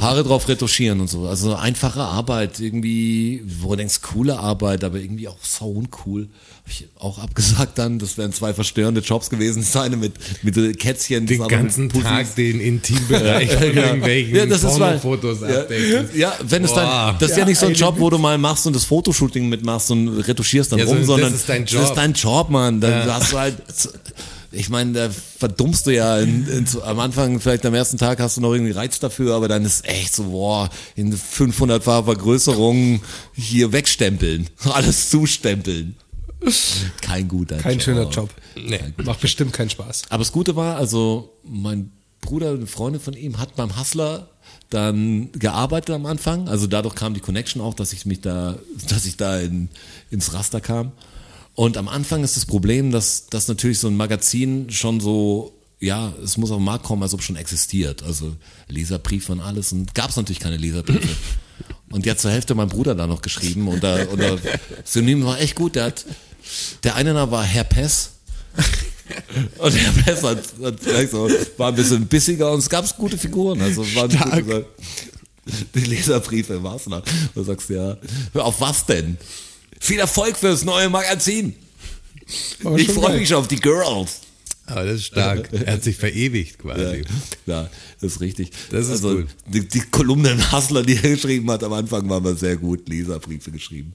Haare drauf retuschieren und so. Also einfache Arbeit, irgendwie, wo du denkst, coole Arbeit, aber irgendwie auch sau uncool. Hab ich auch abgesagt dann, das wären zwei verstörende Jobs gewesen. Das eine mit, mit Kätzchen, das andere Den mit ganzen Pussys. Tag den Intimbereich von irgendwelchen Ja, das ist mal- Pornofotos ja, abdecken. ja, wenn es Boah. dann, das ist ja, nicht so ein Job, wo du mal machst und das Fotoshooting mitmachst und retuschierst dann Ja, so, rum, das sondern ist dein das Job. ist dein Job, Mann. Dann Ja. hast du halt, ich meine, da verdummst du ja in, in, so- am Anfang, vielleicht am ersten Tag hast du noch irgendwie Reiz dafür, aber dann ist echt so, boah, in 500-facher Vergrößerung hier wegstempeln, [LAUGHS] alles zustempeln. Kein guter Kein Job. schöner Job. Nee. Macht bestimmt keinen Spaß. Aber das Gute war, also mein Bruder, eine Freundin von ihm, hat beim Hustler dann gearbeitet am Anfang. Also dadurch kam die Connection auch, dass ich mich da, [LAUGHS] dass ich da in, ins Raster kam. Und am Anfang ist das Problem, dass, dass natürlich so ein Magazin schon so, ja, es muss auf den Markt kommen, als ob es schon existiert. Also Leserbriefe und alles. Und gab es natürlich keine Leserbriefe. Und die hat zur Hälfte mein Bruder da noch geschrieben. Und da, und da Synonym war echt gut. Der hat, der eine Name war Herr Pess. Und Herr Pess hat, hat gesagt, so, war ein bisschen bissiger und es gab gute Figuren. Also waren gute Sachen. die Leserbriefe war's da. Du sagst ja, auf was denn? Viel Erfolg fürs neue Magazin. Aber ich schon freue geil. mich schon auf die Girls. Aber das ist stark. Er hat sich verewigt quasi. Ja, das ist richtig. Also, Das ist gut. Die, die Kolumnen Hassler, die er geschrieben hat, am Anfang waren wir sehr gut Leserbriefe geschrieben.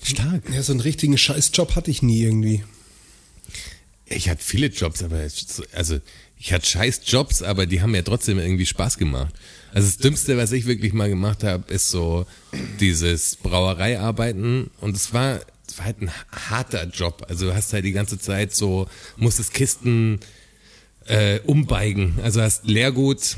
Stark. Ja, so einen richtigen Scheißjob hatte ich nie irgendwie. Ich hatte viele Jobs, aber es- also ich hatte scheiß Jobs, aber die haben mir trotzdem irgendwie Spaß gemacht. Also das Dümmste, was ich wirklich mal gemacht habe, ist so dieses Brauereiarbeiten und es war, es war halt ein harter Job. Also du hast halt die ganze Zeit so, musstest Kisten äh, umbeigen. Also hast Leergut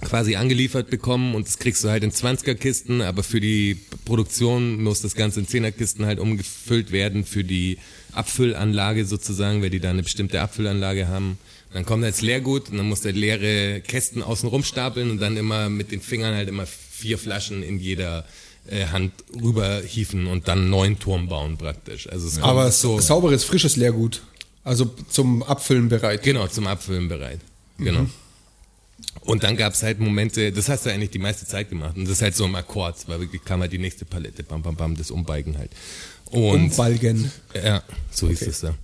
quasi angeliefert bekommen und das kriegst du halt in 20er Kisten, aber für die Produktion muss das Ganze in 10er Kisten halt umgefüllt werden für die Abfüllanlage sozusagen, weil die da eine bestimmte Abfüllanlage haben. Dann kommt jetzt Leergut und dann musst du halt leere Kästen außen rumstapeln und dann immer mit den Fingern halt immer vier Flaschen in jeder äh, Hand rüberhieven und dann einen neuen Turm bauen praktisch. Also es kommt Aber so sauberes, frisches Leergut. Also zum Abfüllen bereit. Genau, zum Abfüllen bereit. Genau. Und dann gab es halt Momente, das hast du eigentlich die meiste Zeit gemacht. Und das ist halt so im Akkord, weil wirklich kam halt die nächste Palette, bam, bam, bam, das Umbalgen halt. Und, Umbalgen. Ja, so hieß es da.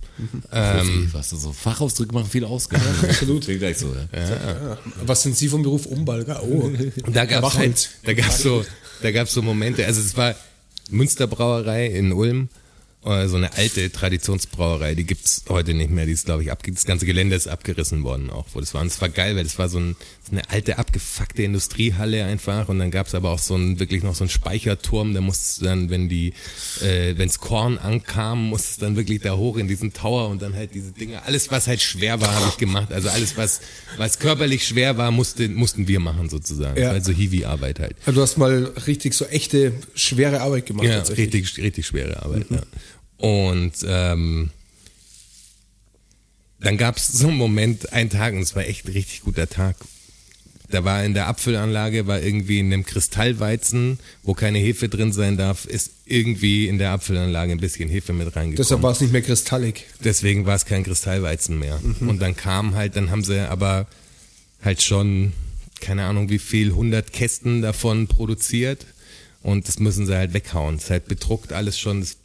Ähm, was so Fachausdrücke machen viel aus. gell? Absolut. Klingt gleich so, ja. Was sind Sie vom Beruf Umbalger? Oh. Und [LAUGHS] da gab's halt, Wachholz. da gab's so, da gab's so Momente. Also es war Münsterbrauerei in Ulm, äh, so eine alte Traditionsbrauerei. Die gibt's heute nicht mehr. Die ist, glaube ich, abge das ganze Gelände ist abgerissen worden, auch wo das war. Und es war geil, weil das war so, ein, so eine alte abgefuckte Industriehalle einfach. Und dann gab's aber auch so ein wirklich noch so einen Speicherturm. Da musst du dann, wenn die, äh, wenn's Korn ankam, musstest du dann wirklich da hoch in diesen Tower und dann halt diese Dinge. Alles, was halt schwer war, habe ich gemacht. Also alles, was, was körperlich schwer war, musste, mussten wir machen sozusagen. Ja. Also Hiwi-Arbeit halt. Also du hast mal richtig so echte, schwere Arbeit gemacht. Ja, tatsächlich. Also richtig, Mhm. richtig schwere Arbeit. Ja. Und ähm, dann gab's so einen Moment, einen Tag, und es war echt ein richtig guter Tag. Da war in der Abfüllanlage, war irgendwie in einem Kristallweizen, wo keine Hefe drin sein darf, ist irgendwie in der Abfüllanlage ein bisschen Hefe mit reingekommen. Deshalb war es nicht mehr kristallig. Deswegen war es kein Kristallweizen mehr. Und dann kam halt, dann haben sie aber halt schon, keine Ahnung wie viel, 100 Kästen davon produziert. Und das müssen sie halt weghauen. Es ist halt bedruckt alles schon, das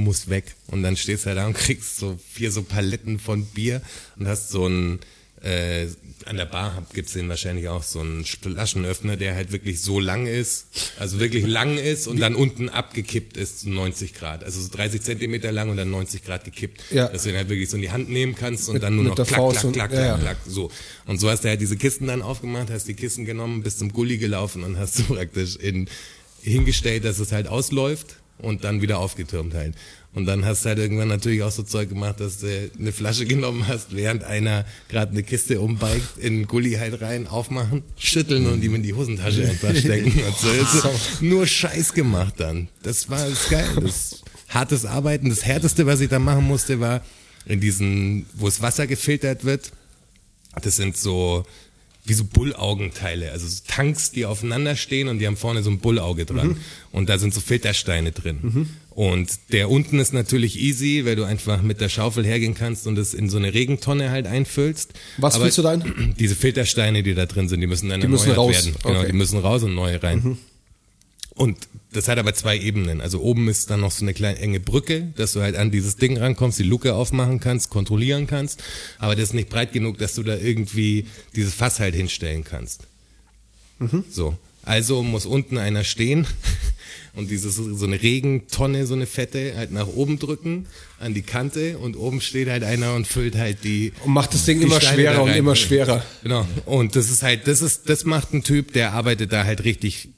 muss weg. Und dann stehst du halt da und [LAUGHS] kriegst so vier so Paletten von Bier und hast so ein, äh, an der Bar gibt's den wahrscheinlich auch so einen Flaschenöffner, der halt wirklich so lang ist, also wirklich lang ist und dann unten abgekippt ist zu 90 Grad. Also so 30 Zentimeter lang und dann 90 Grad gekippt. Ja. Dass du den halt wirklich so in die Hand nehmen kannst und Mit- dann nur mit noch der klack, Faust klack, und- klack, ja, ja. klack, klack. So. Und so hast du halt diese Kisten dann aufgemacht, hast die Kisten genommen, bist zum Gully gelaufen und hast [LAUGHS] du praktisch in, hingestellt, dass es halt ausläuft und dann wieder aufgetürmt halt. Und dann hast du halt irgendwann natürlich auch so Zeug gemacht, dass du eine Flasche [LAUGHS] genommen hast, während einer gerade eine Kiste umbeigt, in den Gully halt rein, aufmachen, schütteln und ihm in die Hosentasche einfach stecken. Und so ist es nur Scheiß gemacht dann. Das war das ist geil. Das hartes Arbeiten. Das härteste, was ich da machen musste, war in diesen, wo das Wasser gefiltert wird, das sind so wie so Bullaugenteile, also so Tanks, die aufeinander stehen und die haben vorne so ein Bullauge Mhm. dran. Und da sind so Filtersteine drin. Und der unten ist natürlich easy, weil du einfach mit der Schaufel hergehen kannst und es in so eine Regentonne halt einfüllst. Was Aber füllst du da ein? [CLEARS THROAT] Diese Filtersteine, die da drin sind, die müssen dann die müssen raus. werden. Genau, Okay. Mhm. die müssen raus und neu rein. Und das hat aber zwei Ebenen. Also oben ist dann noch so eine kleine enge Brücke, dass du halt an dieses Ding rankommst, die Luke aufmachen kannst, kontrollieren kannst. Aber das ist nicht breit genug, dass du da irgendwie dieses Fass halt hinstellen kannst. Mhm. So. Also muss unten einer stehen [LAUGHS] und dieses, so eine Regentonne, so eine fette, halt nach oben drücken, an die Kante und oben steht halt einer und füllt halt die, Und macht das Ding die immer Steine da schwerer und rein. immer schwerer. Genau. Und das ist halt, das ist, das macht ein Typ, der arbeitet da halt richtig,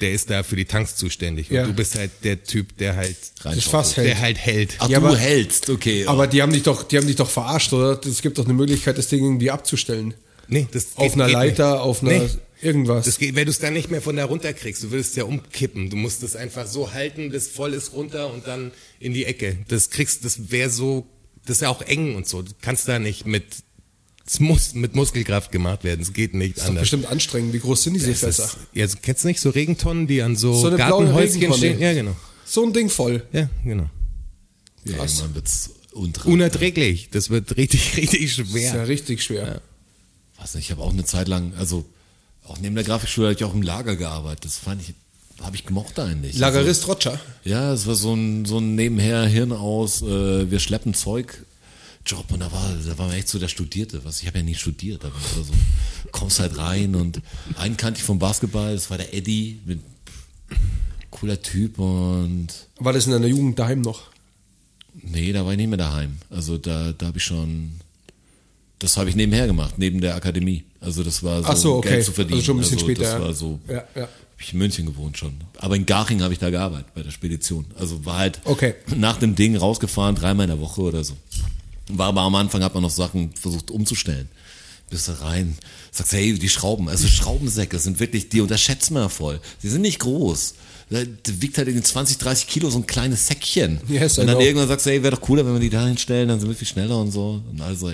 der ist da für die Tanks zuständig. Und Ja. du bist halt der Typ, der halt, Das Fass hält. der halt hält. Ach, Ja, du aber- hältst, okay. Aber die haben dich doch, die haben dich doch verarscht, oder? Es gibt doch eine Möglichkeit, das Ding irgendwie abzustellen. Nee, das Auf geht- einer geht Leiter, nicht. auf einer Nee. irgendwas. Das geht, wenn du es dann nicht mehr von da runterkriegst, du würdest ja umkippen. Du musst es einfach so halten, bis voll ist runter und dann in die Ecke. Das kriegst, das wäre so, das ist ja auch eng und so. Du kannst da nicht mit, es muss mit Muskelkraft gemacht werden. Es geht nicht ist doch anders. bestimmt anstrengend. Wie groß sind diese Das Fässer? ist, ja, so- kennst du nicht so Regentonnen, die an so, So eine blaue Gartenhäuschen Regentonne. stehen? Ja, genau. So ein Ding voll. Ja, genau. Oh, ja, irgendwann wird's untragbar. Unerträglich. Das wird richtig, [LAUGHS] richtig Ist ja schwer. richtig schwer. Weiß nicht, ich habe auch eine Zeit lang, also auch neben der Grafikschule habe ich auch im Lager gearbeitet. Das fand ich, habe ich gemocht eigentlich. Also, Lagerist Roger. Ja, es war so ein, so ein nebenher Hirn aus, äh, wir schleppen Zeug. Job und da war, da war man echt so der Studierte, was ich habe ja nie studiert, aber ich war so, kommst halt rein und einen kannte ich vom Basketball, das war der Eddie, mit, cooler Typ und War das in deiner Jugend daheim noch? nee, da war ich nicht mehr daheim. Also da, da habe ich schon, das habe ich nebenher gemacht, neben der Akademie. Also das war so, Ach so, okay. Geld zu verdienen. Also schon ein bisschen später, Das ja. war so, Ja, ja. hab ich in München gewohnt schon. Aber in Garching habe ich da gearbeitet, bei der Spedition. Also war halt Okay. nach dem Ding rausgefahren, dreimal in der Woche oder so. War aber am Anfang hat man noch Sachen versucht umzustellen. Bist da rein, sagst, hey, die Schrauben, also Schraubensäcke sind wirklich, die unterschätzt man ja voll. Die sind nicht groß. Da wiegt halt in den 20, 30 Kilo so ein kleines Säckchen. Yes, I und dann know. irgendwann sagst du, hey, wäre doch cooler, wenn wir die da hinstellen, dann sind wir viel schneller und so. Und also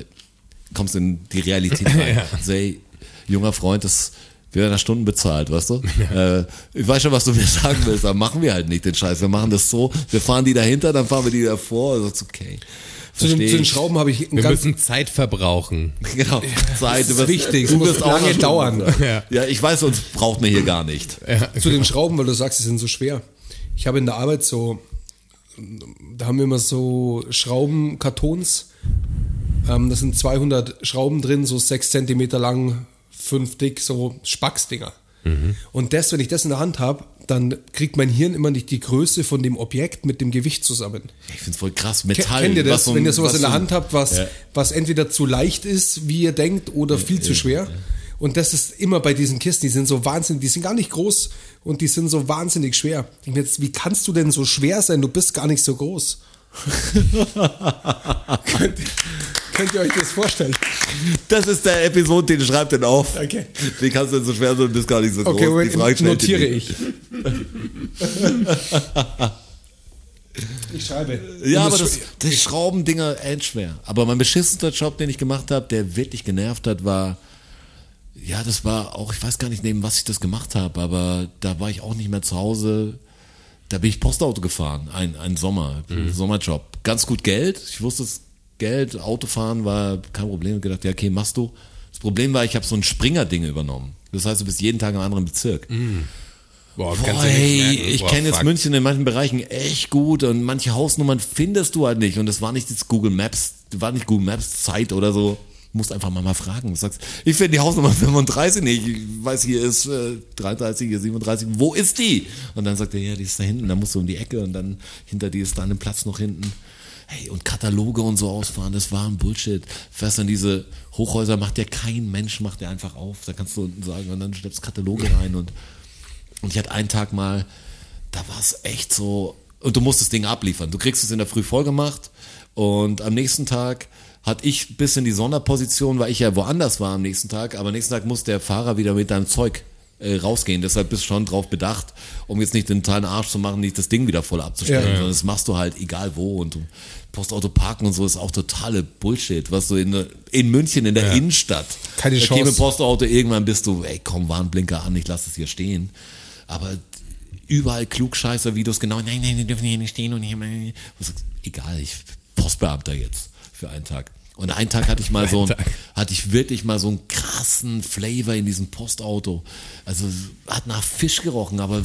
kommst in die [LAUGHS] Realität rein. So, hey, junger Freund, das wir werden nach Stunden bezahlt, weißt [LAUGHS] du? Äh, ich weiß schon, was du mir [LAUGHS] sagen willst, aber machen wir halt nicht den Scheiß. Wir machen das so, wir fahren die dahinter, dann fahren wir die davor. Also, okay. Zu den, Versteh zu den ich. Schrauben habe ich einen Wir ganz müssen Zeit verbrauchen. [LAUGHS] Genau. Zeit, du wirst, wichtig, Du es wirst muss auch lange noch- dauern. [LAUGHS] Ja. ich weiß, uns braucht man hier gar nicht. zu den Schrauben, weil du sagst, sie sind so schwer. Ich habe in der Arbeit so, da haben wir immer so Schraubenkartons. Ähm, das sind 200 Schrauben drin, so 6 cm lang, 5 dick, so Spacksdinger. Mhm. Und das, wenn ich das in der Hand habe, dann kriegt mein Hirn immer nicht die Größe von dem Objekt mit dem Gewicht zusammen. Ich find's voll krass. Ke- Metall. Kennt ihr das, was so ein- wenn ihr sowas was in der so ein- Hand habt, was, Ja. was entweder zu leicht ist, wie ihr denkt, oder viel zu schwer? Und das ist immer bei diesen Kisten, die sind so wahnsinnig, die sind gar nicht groß und die sind so wahnsinnig schwer. Ich denk mir jetzt, wie kannst du denn so schwer sein? Du bist gar nicht so groß. könnt, könnt ihr euch das vorstellen? [LAUGHS] Das ist der Episode, den schreibt denn auf. Danke. Wie kannst du denn so schwer sein, du bist gar nicht so Okay, groß. Die Frage Moment, stellt ihr notiere nicht. ich. [LAUGHS] ich schreibe. Ja, Und aber das- das, das Schraubendinger endschwer. Aber mein beschissenster Job, den ich gemacht habe, der wirklich genervt hat, war, ja, das war auch, ich weiß gar nicht neben was ich das gemacht habe, aber da war ich auch nicht mehr zu Hause. Da bin ich Postauto gefahren, ein, ein Sommer, Mhm. Sommerjob. Ganz gut Geld. Ich wusste es, Geld, Autofahren war kein Problem. Ich gedacht, ja, okay, machst du. Das Problem war, ich habe so ein Springer-Ding übernommen. Das heißt, du bist jeden Tag im anderen Bezirk. Mhm, Boah, Boah, ja nicht ey, merken. ich Boah, kenne jetzt fuck. München in manchen Bereichen echt gut und manche Hausnummern findest du halt nicht. Und das war nicht jetzt Google Maps, war nicht Google Maps Zeit oder so. Du musst einfach mal, mal fragen. Du sagst, ich finde die Hausnummer [LAUGHS] 35 nicht. Ich weiß, hier ist äh, 33, hier 37. Wo ist die? Und dann sagt er, ja, die ist da hinten. Dann musst du um die Ecke und dann hinter dir ist dann ein Platz noch hinten. Hey, und Kataloge und so ausfahren, das war ein Bullshit. Fährst dann diese Hochhäuser, macht ja kein Mensch, macht der einfach auf. Da kannst du unten sagen, und dann schleppst Kataloge rein und und ich hatte einen Tag mal, da war es echt so, und du musst das Ding abliefern. Du kriegst es in der Früh vollgemacht und am nächsten Tag hatte ich ein bisschen die Sonderposition, weil ich ja woanders war am nächsten Tag, aber am nächsten Tag muss der Fahrer wieder mit deinem Zeug äh, rausgehen. Deshalb bist du schon drauf bedacht, um jetzt nicht den totalen Arsch zu machen, nicht das Ding wieder voll abzustellen, Ja, ja. sondern das machst du halt egal wo und du Postauto parken und so ist auch totale Bullshit, was du in, in München in der Innenstadt. Keine da Chance. käme Postauto, irgendwann bist du, ey, komm, Warnblinker an, ich lasse es hier stehen. Aber überall Klugscheißer-Videos, genau, nein, nein, die dürfen hier nicht stehen und hier, und du sagst, egal, ich Postbeamter jetzt für einen Tag. Und einen Tag hatte ich mal so einen, hatte ich wirklich mal so einen krassen Flavor in diesem Postauto. Also hat nach Fisch gerochen, aber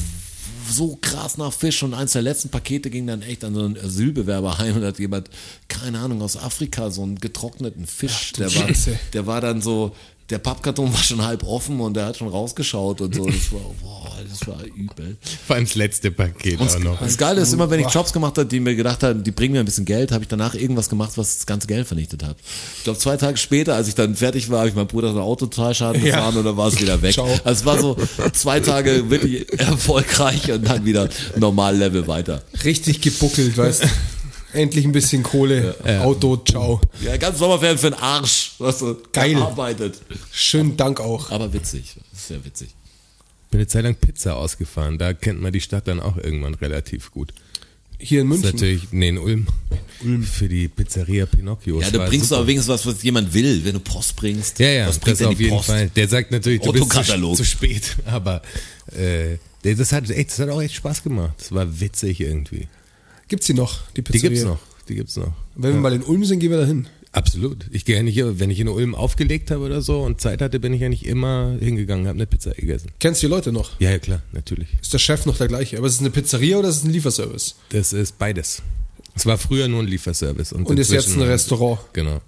so krass nach Fisch und eins der letzten Pakete ging dann echt an so einen Asylbewerber heim und hat jemand, keine Ahnung, aus Afrika so einen getrockneten Fisch, der, war, Scheiße. der war dann so, der Pappkarton war schon halb offen und der hat schon rausgeschaut und so. Das war, boah, das war übel. Vor allem das letzte Paket auch noch. Das Geile ist immer, wenn ich Jobs gemacht habe, die mir gedacht haben, die bringen mir ein bisschen Geld, habe ich danach irgendwas gemacht, was das ganze Geld vernichtet hat. Ich glaube, zwei Tage später, als ich dann fertig war, habe ich meinem Bruder so einen Autotalschaden Ja. gefahren und dann war es wieder weg. Ciao. Also es war so zwei Tage wirklich erfolgreich und dann wieder normal Level weiter. Richtig gebuckelt, [LAUGHS] weißt Endlich ein bisschen Kohle. Auto, ciao. Ja, ganz Sommerferien für den Arsch. Weißt du, Geil. Gearbeitet. Schönen Dank auch. Aber witzig. Sehr witzig. bin eine Zeit lang Pizza ausgefahren. Da kennt man die Stadt dann auch irgendwann relativ gut. Hier in Das ist München. natürlich, nee, in Ulm. Ulm. Für die Pizzeria Pinocchio. Ja, Das du war bringst super. aber wenigstens was, was jemand will, wenn du Post bringst. Ja, ja, was bringt das denn auf die jeden Post? Fall. Der sagt natürlich, du bist zu, Autokatalog. zu spät, [LAUGHS] aber äh, der- das, hat echt, das hat auch echt Spaß gemacht. Das war witzig irgendwie. Gibt's die noch, die Die Pizzeria? gibt's noch, die gibt's noch. Wenn wir mal in Ulm sind, gehen wir da hin. Absolut. Ich gehe ja nicht, wenn ich in Ulm aufgelegt habe oder so und Zeit hatte, bin ich ja nicht immer hingegangen, habe eine Pizza gegessen. Kennst du die Leute noch? Ja, ja, klar, natürlich. Ist der Chef noch der gleiche? Aber ist es eine Pizzeria oder ist es ein Lieferservice? Das ist beides. Es war früher nur ein Lieferservice. Und, Und ist jetzt inzwischen- ein Restaurant. Genau.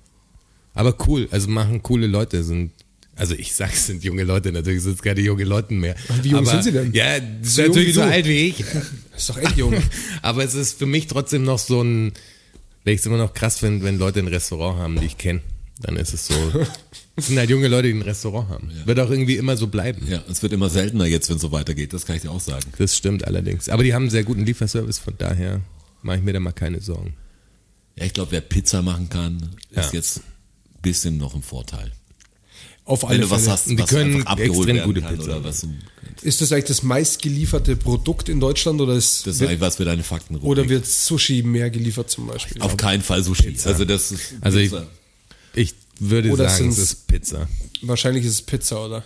Aber cool, also machen coole Leute, sind, also ich sag's, sind junge Leute, natürlich sind es keine junge Leute mehr. Wie jung aber, sind sie denn? Ja, das ist jung natürlich wie so du. alt wie ich. Ist doch echt jung. [LAUGHS] aber es ist für mich trotzdem noch so ein, weil ich es immer noch krass finde, wenn Leute ein Restaurant haben, die ich kenne. Dann ist es so. [LAUGHS] Es sind halt junge Leute, die ein Restaurant haben. Wird auch irgendwie immer so bleiben. Ja, es wird immer seltener jetzt, wenn es so weitergeht. Das kann ich dir auch sagen. Das stimmt allerdings. Aber die haben einen sehr guten Lieferservice, von daher mache ich mir da mal keine Sorgen. Ja, ich glaube, wer Pizza machen kann, ist Ja. jetzt ein bisschen noch im Vorteil. Auf Wenn alle du was Fälle. hast, Die was können einfach abgeholt extrem werden gute kann Pizza oder machen. was, du- Ist das eigentlich das meistgelieferte Produkt in Deutschland oder ist, das ist wird, eigentlich was für deine Fakten oder wird Sushi mehr geliefert zum Beispiel? Auf keinen Fall Sushi. Also das ist Also ich- Pizza. Ich würde Oder sagen, es sind's- ist Pizza. Wahrscheinlich ist es Pizza, oder?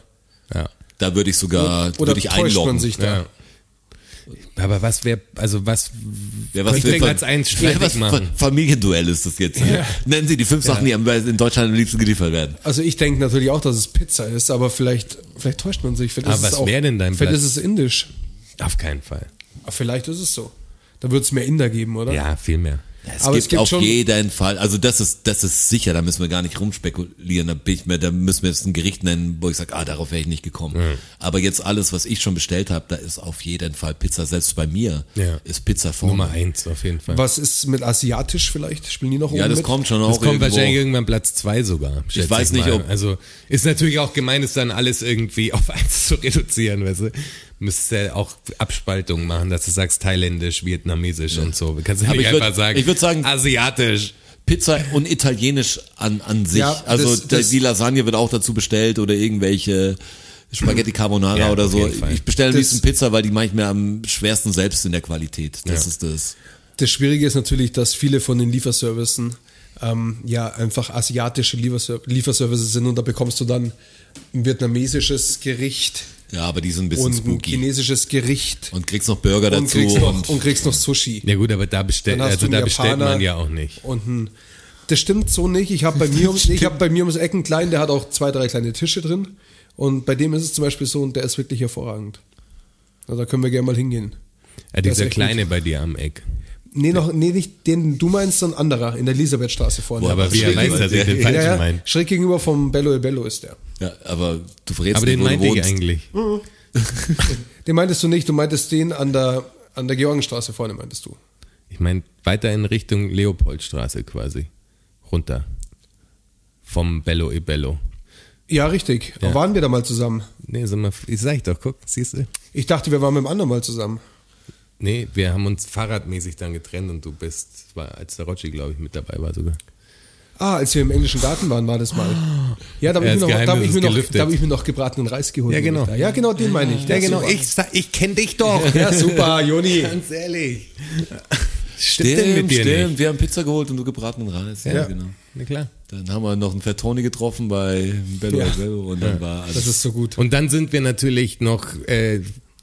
Ja. da würde ich sogar oder würde ich täuscht Halt einloggen. man sich da? Ja. Aber was wäre, also was, Wer was Könnte will, als eins streitig Wer was- machen. Familienduell ist das [LAUGHS] jetzt hier. Nennen Sie die fünf Sachen, die am- in Deutschland am liebsten geliefert werden. Also ich denke natürlich auch, dass es Pizza ist, aber vielleicht, vielleicht täuscht man sich. Vielleicht Aber ist es was auch- wär denn dein Vielleicht Platz? ist es indisch. auf keinen Fall. Aber vielleicht ist es so. Da wird es mehr Inder geben, oder? Ja, viel mehr. Es Aber gibt, es gibt auf schon- jeden Fall, also das ist, das ist sicher, da müssen wir gar nicht rumspekulieren, da bin ich mir, da müssen wir jetzt ein Gericht nennen, wo ich sage, ah, darauf wäre ich nicht gekommen. Aber jetzt alles, was ich schon bestellt habe, da ist auf jeden Fall Pizza, selbst bei mir Ja. ist Pizza vorne. Nummer eins auf jeden Fall. Was ist mit asiatisch vielleicht? Spielen die noch Ja, oben das mit? kommt schon auch Das kommt irgendwo. wahrscheinlich irgendwann Platz zwei sogar. schätze weiß nicht, mal. ob- Also ist natürlich auch gemein, es dann alles irgendwie [LAUGHS] auf eins zu reduzieren, weißt du. Müsstest ja auch Abspaltungen machen, dass du sagst thailändisch, vietnamesisch und so. Kannst du ja Aber nicht ich würd- einfach sagen, ich würd sagen- asiatisch. Pizza und Italienisch an, an sich. Ja, also das- das- die Lasagne wird auch dazu bestellt oder irgendwelche Spaghetti Carbonara Ja, oder auf so. jeden Fall. Ich bestelle am Das- liebsten Pizza, weil die mache ich mir am schwersten selbst in der Qualität. Das Ja. ist das. Das Schwierige ist natürlich, dass viele von den Lieferservicen ähm, ja einfach asiatische Lieferser Lieferservices sind und da bekommst du dann ein vietnamesisches Gericht Ja, aber die sind ein bisschen und ein spooky. chinesisches Gericht und kriegst noch Burger und, dazu. kriegst noch, und und kriegst noch Sushi. Ja gut, aber da, bestell, Dann hast also du einen da bestellt Japaner. man ja auch nicht. Und ein, das stimmt so nicht. Ich habe bei mir ums, nee, ich habe bei mir ums Ecken klein, der hat auch zwei, drei kleine Tische drin. Und bei dem ist es zum Beispiel so und der ist wirklich hervorragend. Na, da können wir gerne mal hingehen. Ja, Das ist dieser echt kleine bei dir am Eck. Nee, noch, nee, nicht den du meinst, sondern anderer in der Elisabethstraße vorne. Also Boah, Aber wie er schräg weiß, über- dass ich den Ja, falschen ja, ja, meine. schräg gegenüber vom Bello e Bello ist der. ja, aber du verrätst Aber nicht, den wo du meinte ich wohnst. eigentlich. Den meintest du nicht, du meintest den an der, an der Georgenstraße vorne, meintest du. Ich meine, weiter in Richtung Leopoldstraße quasi. Runter. Vom Bello e Bello. Ja, richtig. Ja. Waren wir da mal zusammen? Nee, sind wir, ich sag ich doch, guck, siehst du? Ich dachte, wir waren mit dem anderen mal zusammen. Nee, wir haben uns fahrradmäßig dann getrennt und du bist, war, als der Rocci, glaube ich, mit dabei war sogar. Ah, als wir im englischen Garten waren, war das mal. Ja, da habe Ja, ich, das mir noch- da hab Geheimnis ich, mir ist noch- gelüftet. da hab ich mir noch gebratenen Reis geholt. Ja, genau. nämlich da. Ja, genau, den meine ich. Der ist super. ich kenne dich doch. Ja, super, Joni. [LAUGHS] Ganz ehrlich. Stimmt, Stimmt, denn mit dir stimmt. nicht? Wir haben Pizza geholt und du gebratenen Reis. Ja, Ja. genau. Na klar. Dann haben wir noch einen Fertoni getroffen bei Bello Ja. Bello und dann war alles. Das ist so gut. Und dann sind wir natürlich noch äh,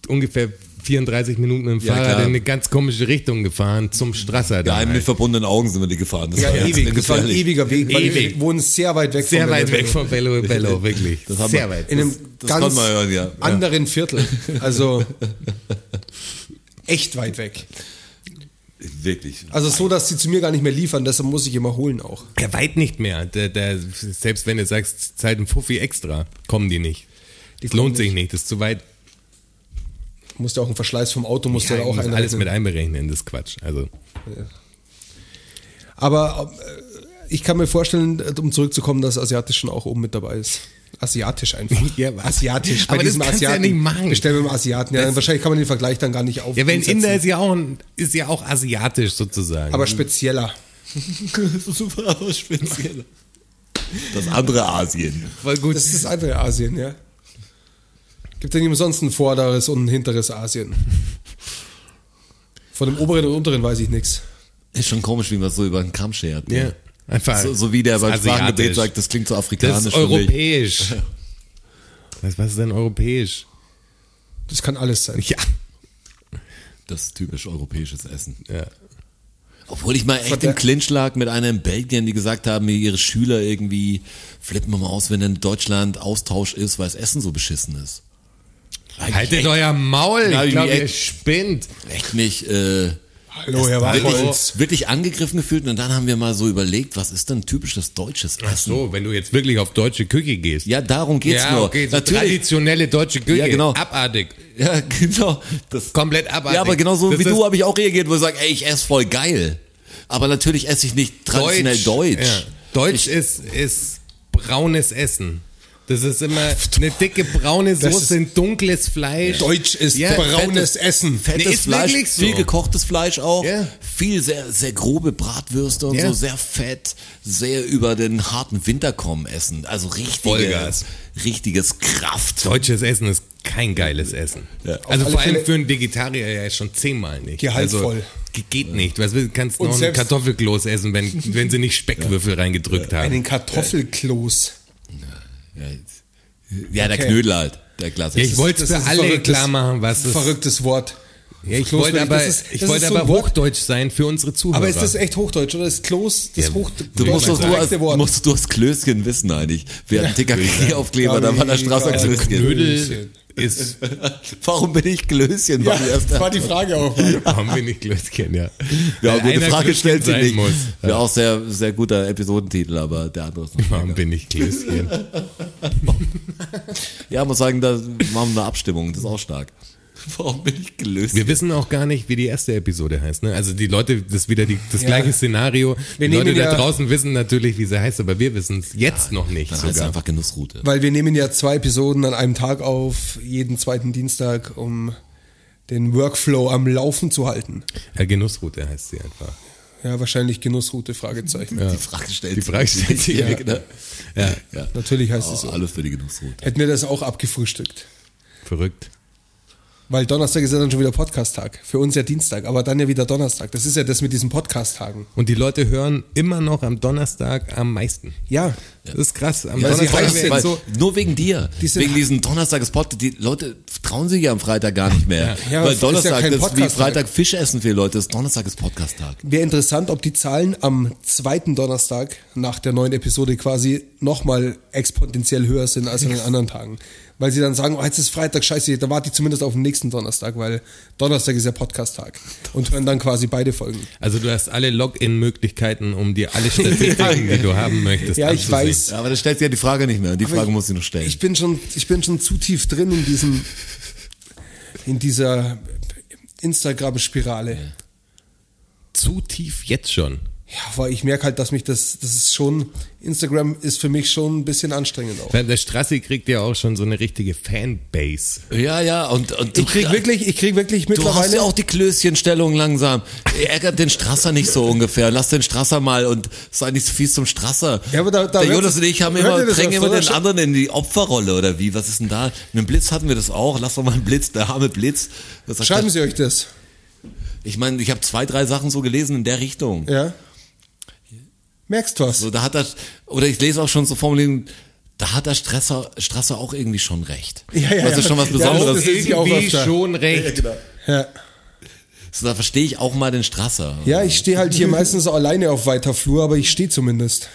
ungefähr 34 Minuten im Ja, Fahrrad klar. in eine ganz komische Richtung gefahren, zum Strasser. Ja, dann mit halt. verbundenen Augen sind wir die gefahren. Das ja, war ganz ewig. Das war ein gefährlich. ewiger Weg, weil Ewig. wir wohnen sehr weit weg Sehr von weit Bello. weg von Bello e [LAUGHS] Bello, wirklich. Das haben Sehr wir- weit. In einem das ganz konnte man hören, ja. anderen Viertel. Also echt weit weg. Wirklich. Also so, dass sie zu mir gar nicht mehr liefern, deshalb muss ich immer holen auch. Ja, weit nicht mehr. Der, der, selbst wenn du sagst, zahlt ein Fuffi extra, kommen die nicht. Das kommen lohnt sich nicht, das ist zu weit. Musst ja auch einen Verschleiß vom Auto, musst ja, Ja, ja auch muss alles einrechnen. mit einberechnen, das ist Quatsch. Also, Aber äh, ich kann mir vorstellen, äh, um zurückzukommen, dass Asiatisch schon auch oben mit dabei ist. Asiatisch einfach. [LAUGHS] Ja, Asiatisch. aber das kannst du ja nicht machen. Bestell mit dem Asiaten. Ja, Das- wahrscheinlich kann man den Vergleich dann gar nicht auf. ja, wenn umsetzen. Inder ist ja auch, ein- ist ja auch asiatisch sozusagen. Aber spezieller. Super, aber speziell. Das andere Asien. voll gut. Das ist das andere Asien, ja. Gibt denn jemand sonst ein vorderes und ein hinteres Asien? Von dem oberen und unteren weiß ich nichts. Ist schon komisch, wie man so über den Kamm schert. ne? ja, einfach. So, so wie der Das beim Sprachengebet asiatisch. sagt, das klingt so afrikanisch. Das ist für mich. [LAUGHS] europäisch. Was, was ist denn europäisch? Das kann alles sein. Ja. Das ist typisch europäisches Essen. ja. Obwohl ich mal echt Verdammt. im Clinch lag mit einer in Belgien, die gesagt haben, ihre Schüler irgendwie flippen wir mal aus, wenn in Deutschland Austausch ist, weil das Essen so beschissen ist. Da hab ich Haltet echt, euer Maul, Ja, ich glaube, wie- ihr spinnt. echt mich äh, Hallo, Herr Wachholz. wirklich, wirklich angegriffen gefühlt und dann haben wir mal so überlegt, was ist denn typisches deutsches [LAUGHS] Essen? Ach so, wenn du jetzt wirklich auf deutsche Küche gehst. Ja, darum geht's Ja, nur. okay, so Natürlich. traditionelle deutsche Küche. Ja, genau. Abartig. Ja, genau. Das Komplett abartig. Ja, aber genauso Das wie ist du habe ich auch reagiert, wo ich sage, ey, ich esse voll geil. Aber natürlich esse ich nicht traditionell deutsch. Ja. Deutsch ist, ist braunes Essen. Das ist immer eine dicke braune Das ist- Soße, ein dunkles Fleisch. Deutsch ist Ja, braunes Essen. Fettes Nee, ist Fleisch, wirklich so. viel gekochtes Fleisch auch, Ja. viel sehr, sehr grobe Bratwürste und Ja. so, sehr fett, sehr über den harten Winter kommen essen. Also richtiges, Vollgas. richtiges Kraft. Deutsches Essen ist kein geiles Essen. Ja. Also Auf vor alle allem Fälle- für einen Vegetarier ja schon zehnmal nicht. Gehaltvoll. Also, ge- geht nicht. Was willst du kannst Und noch ein selbst- Kartoffelkloß essen, [LAUGHS] wenn, wenn sie nicht Speckwürfel reingedrückt haben. Einen Kartoffelkloß. Ja, ja der Okay. Knödel halt, der Klassiker. Ja, ich wollte Das für ist ein alle verrücktes- klar machen, was es Verrücktes Wort. Ja, ich Kloß wollte wirklich, aber, das ist- ich das wollte ist so aber ein Wort- hochdeutsch sein für unsere Zuhörer. Aber ist das echt Hochdeutsch oder ist Klos das Hoch Du musst das doch nur als, korrekte Wort? musst du als Klößchen wissen eigentlich. Wir hatten TKKG-Aufkleber, da war der Straße Ja, Klößchen. Knödel ist, Warum bin ich Klößchen? War die erste- [LAUGHS] das war die Frage auch. [LAUGHS] haben wir nicht Klötzchen, ja. Ja, Weil gute einer Frage Klötzchen stellt sich sein nicht. Muss. Ja. auch sehr, sehr guter Episodentitel, aber der andere ist nicht. Warum bin ich Klößchen? Ja, muss sagen, da machen wir eine Abstimmung, das ist auch stark. [LAUGHS] Warum bin ich gelöst? Wir wissen auch gar nicht, wie die erste Episode heißt. Ne? Also die Leute, das ist wieder die, das Ja. gleiche Szenario. Wir die nehmen Leute da ja- draußen wissen natürlich, wie sie heißt, aber wir wissen es jetzt noch nicht Dann heißt es sogar. einfach Genussroute. Weil wir nehmen ja zwei Episoden an einem Tag auf, jeden zweiten Dienstag, um den Workflow am Laufen zu halten. Ja, Genussroute heißt sie einfach. Ja, wahrscheinlich Genussroute, Fragezeichen. Die Frage stellt Die Frage stellt sich, ja. ja. genau. Ja, ja. Natürlich heißt Oh, es so. alles für die Genussroute. Hätten wir das auch abgefrühstückt. verrückt. Weil Donnerstag ist ja dann schon wieder Podcast-Tag. Für uns ja Dienstag, aber dann ja wieder Donnerstag. Das ist ja das mit diesen Podcast-Tagen. Und die Leute hören immer noch am Donnerstag am meisten. Ja. Das ist krass. Am Ja, sie Donnerstag heißt werden Weil, jetzt so- nur wegen dir, Die sind- wegen diesen Donnerstagspot, die Leute trauen sich ja am Freitag gar nicht mehr. Ja, Weil aber es ist ja Donnerstag kein ist wie Podcast-Tag. Freitag Fisch essen für die Leute, ist Donnerstag ist Podcast-Tag. Wäre interessant, ob die Zahlen am zweiten Donnerstag nach der neuen Episode quasi nochmal exponentiell höher sind als an den anderen Tagen. Weil sie dann sagen, oh, jetzt ist Freitag, scheiße, da warte ich zumindest auf den nächsten Donnerstag, weil Donnerstag ist ja Podcast-Tag. Und hören dann quasi beide Folgen. Also du hast alle Login-Möglichkeiten, um dir alle [LAUGHS] Statistiken, die du haben möchtest, Ja, ich anzusehen. weiß. Ja, aber das stellt sich ja die Frage nicht mehr. Die Frage ich- muss ich noch stellen. Ich bin schon, ich bin schon zu tief drin in diesem, in dieser Instagram-Spirale. Zu tief jetzt schon. Ja, weil ich merke halt, dass mich das, das ist schon, Instagram ist für mich schon ein bisschen anstrengend auch. Weil der Strassi kriegt ja auch schon so eine richtige Fanbase. ja, ja, und, und du Ich krieg wirklich, ich krieg wirklich Du hast ja mittlerweile, auch die Klößchenstellung langsam. Ärgert den Strasser nicht so ungefähr. Lass den Strasser mal und sei nicht so fies zum Strasser. Ja, aber da- da der hört- Jonas und ich haben hört immer, ihr das drängen öfter, immer oder? den anderen in die Opferrolle oder wie? Was ist denn da? Mit dem Blitz hatten wir das auch. Lass doch mal einen Blitz, der arme Blitz. Was sagt schreiben er? Sie euch das, Ich meine, ich habe zwei, drei Sachen so gelesen in der Richtung. ja? Merkst du was? So, da hat er, oder ich lese auch schon so Formulierungen, da hat der Strasser, Strasser auch irgendwie schon recht. das ist schon was Ja, Oh, das Besonderes. lese ich auch Irgendwie öfter. schon recht. genau. Ja. so, da verstehe ich auch mal den Strasser. ja, ich stehe halt hier meistens alleine auf weiter Flur, aber ich stehe zumindest.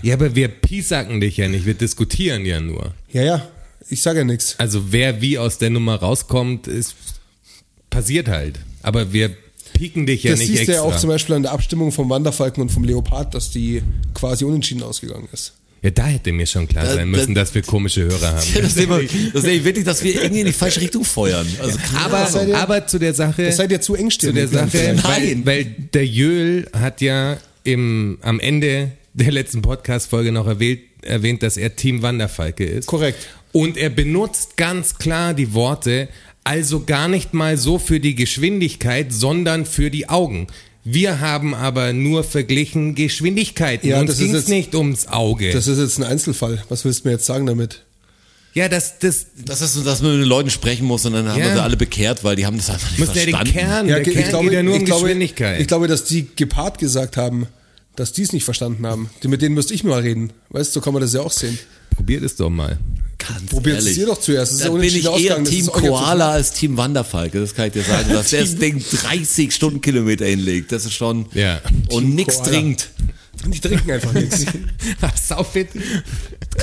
Ja, aber wir piesacken dich ja nicht, wir diskutieren ja nur. Ja, ja, ich sage ja nichts. Also wer wie aus der Nummer rauskommt, ist passiert halt. Aber wir pieken dich ja das nicht siehst du extra. ja auch zum Beispiel an der Abstimmung vom Wanderfalken und vom Leopard, dass die quasi unentschieden ausgegangen ist. ja, da hätte mir schon klar Da- sein müssen, da- dass wir komische Hörer haben. Ja, [LAUGHS] das sehen wir, das sehe ich wirklich, dass wir irgendwie in die falsche Richtung feuern. Also, keine Aber, Ahnung. aber zu der Sache. Das seid ihr zu zu der engstirnig. Sache, Nein. weil, weil der Jöhl hat ja im, am Ende der letzten Podcast-Folge noch erwähnt, erwähnt, dass er Team Wanderfalke ist. Korrekt. Und er benutzt ganz klar die Worte, also gar nicht mal so für die Geschwindigkeit, sondern für die Augen. Wir haben aber nur verglichen Geschwindigkeiten. Ja, Uns das ist ging es jetzt- nicht ums Auge. Das ist jetzt ein Einzelfall. Was willst du mir jetzt sagen damit? ja, das, das das ist so, dass man mit den Leuten sprechen muss und dann haben Ja. wir sie alle bekehrt, weil die haben das einfach nicht muss ja den verstanden. Kern, der ge- Kern geht ja nur um Geschwindigkeit. Ich glaube, dass die gepaart gesagt haben, dass die es nicht verstanden haben. Die, mit denen müsste ich mal reden. Weißt du, so kann man das ja auch sehen. Probiert es doch mal. Ganz Probiert es ehrlich. dir doch zuerst. Das ist Da ja bin ich eher unentschieden ausgegangen. Das Team ist euch jetzt- Koala als Team Wanderfalke, das kann ich dir sagen. Dass der das Ding 30 Stundenkilometer hinlegt, das ist schon... Ja. [LAUGHS] Und nichts Koala. trinkt. [LAUGHS] Die trinken [LAUGHS] einfach nichts. [LAUGHS] Saufit. Kann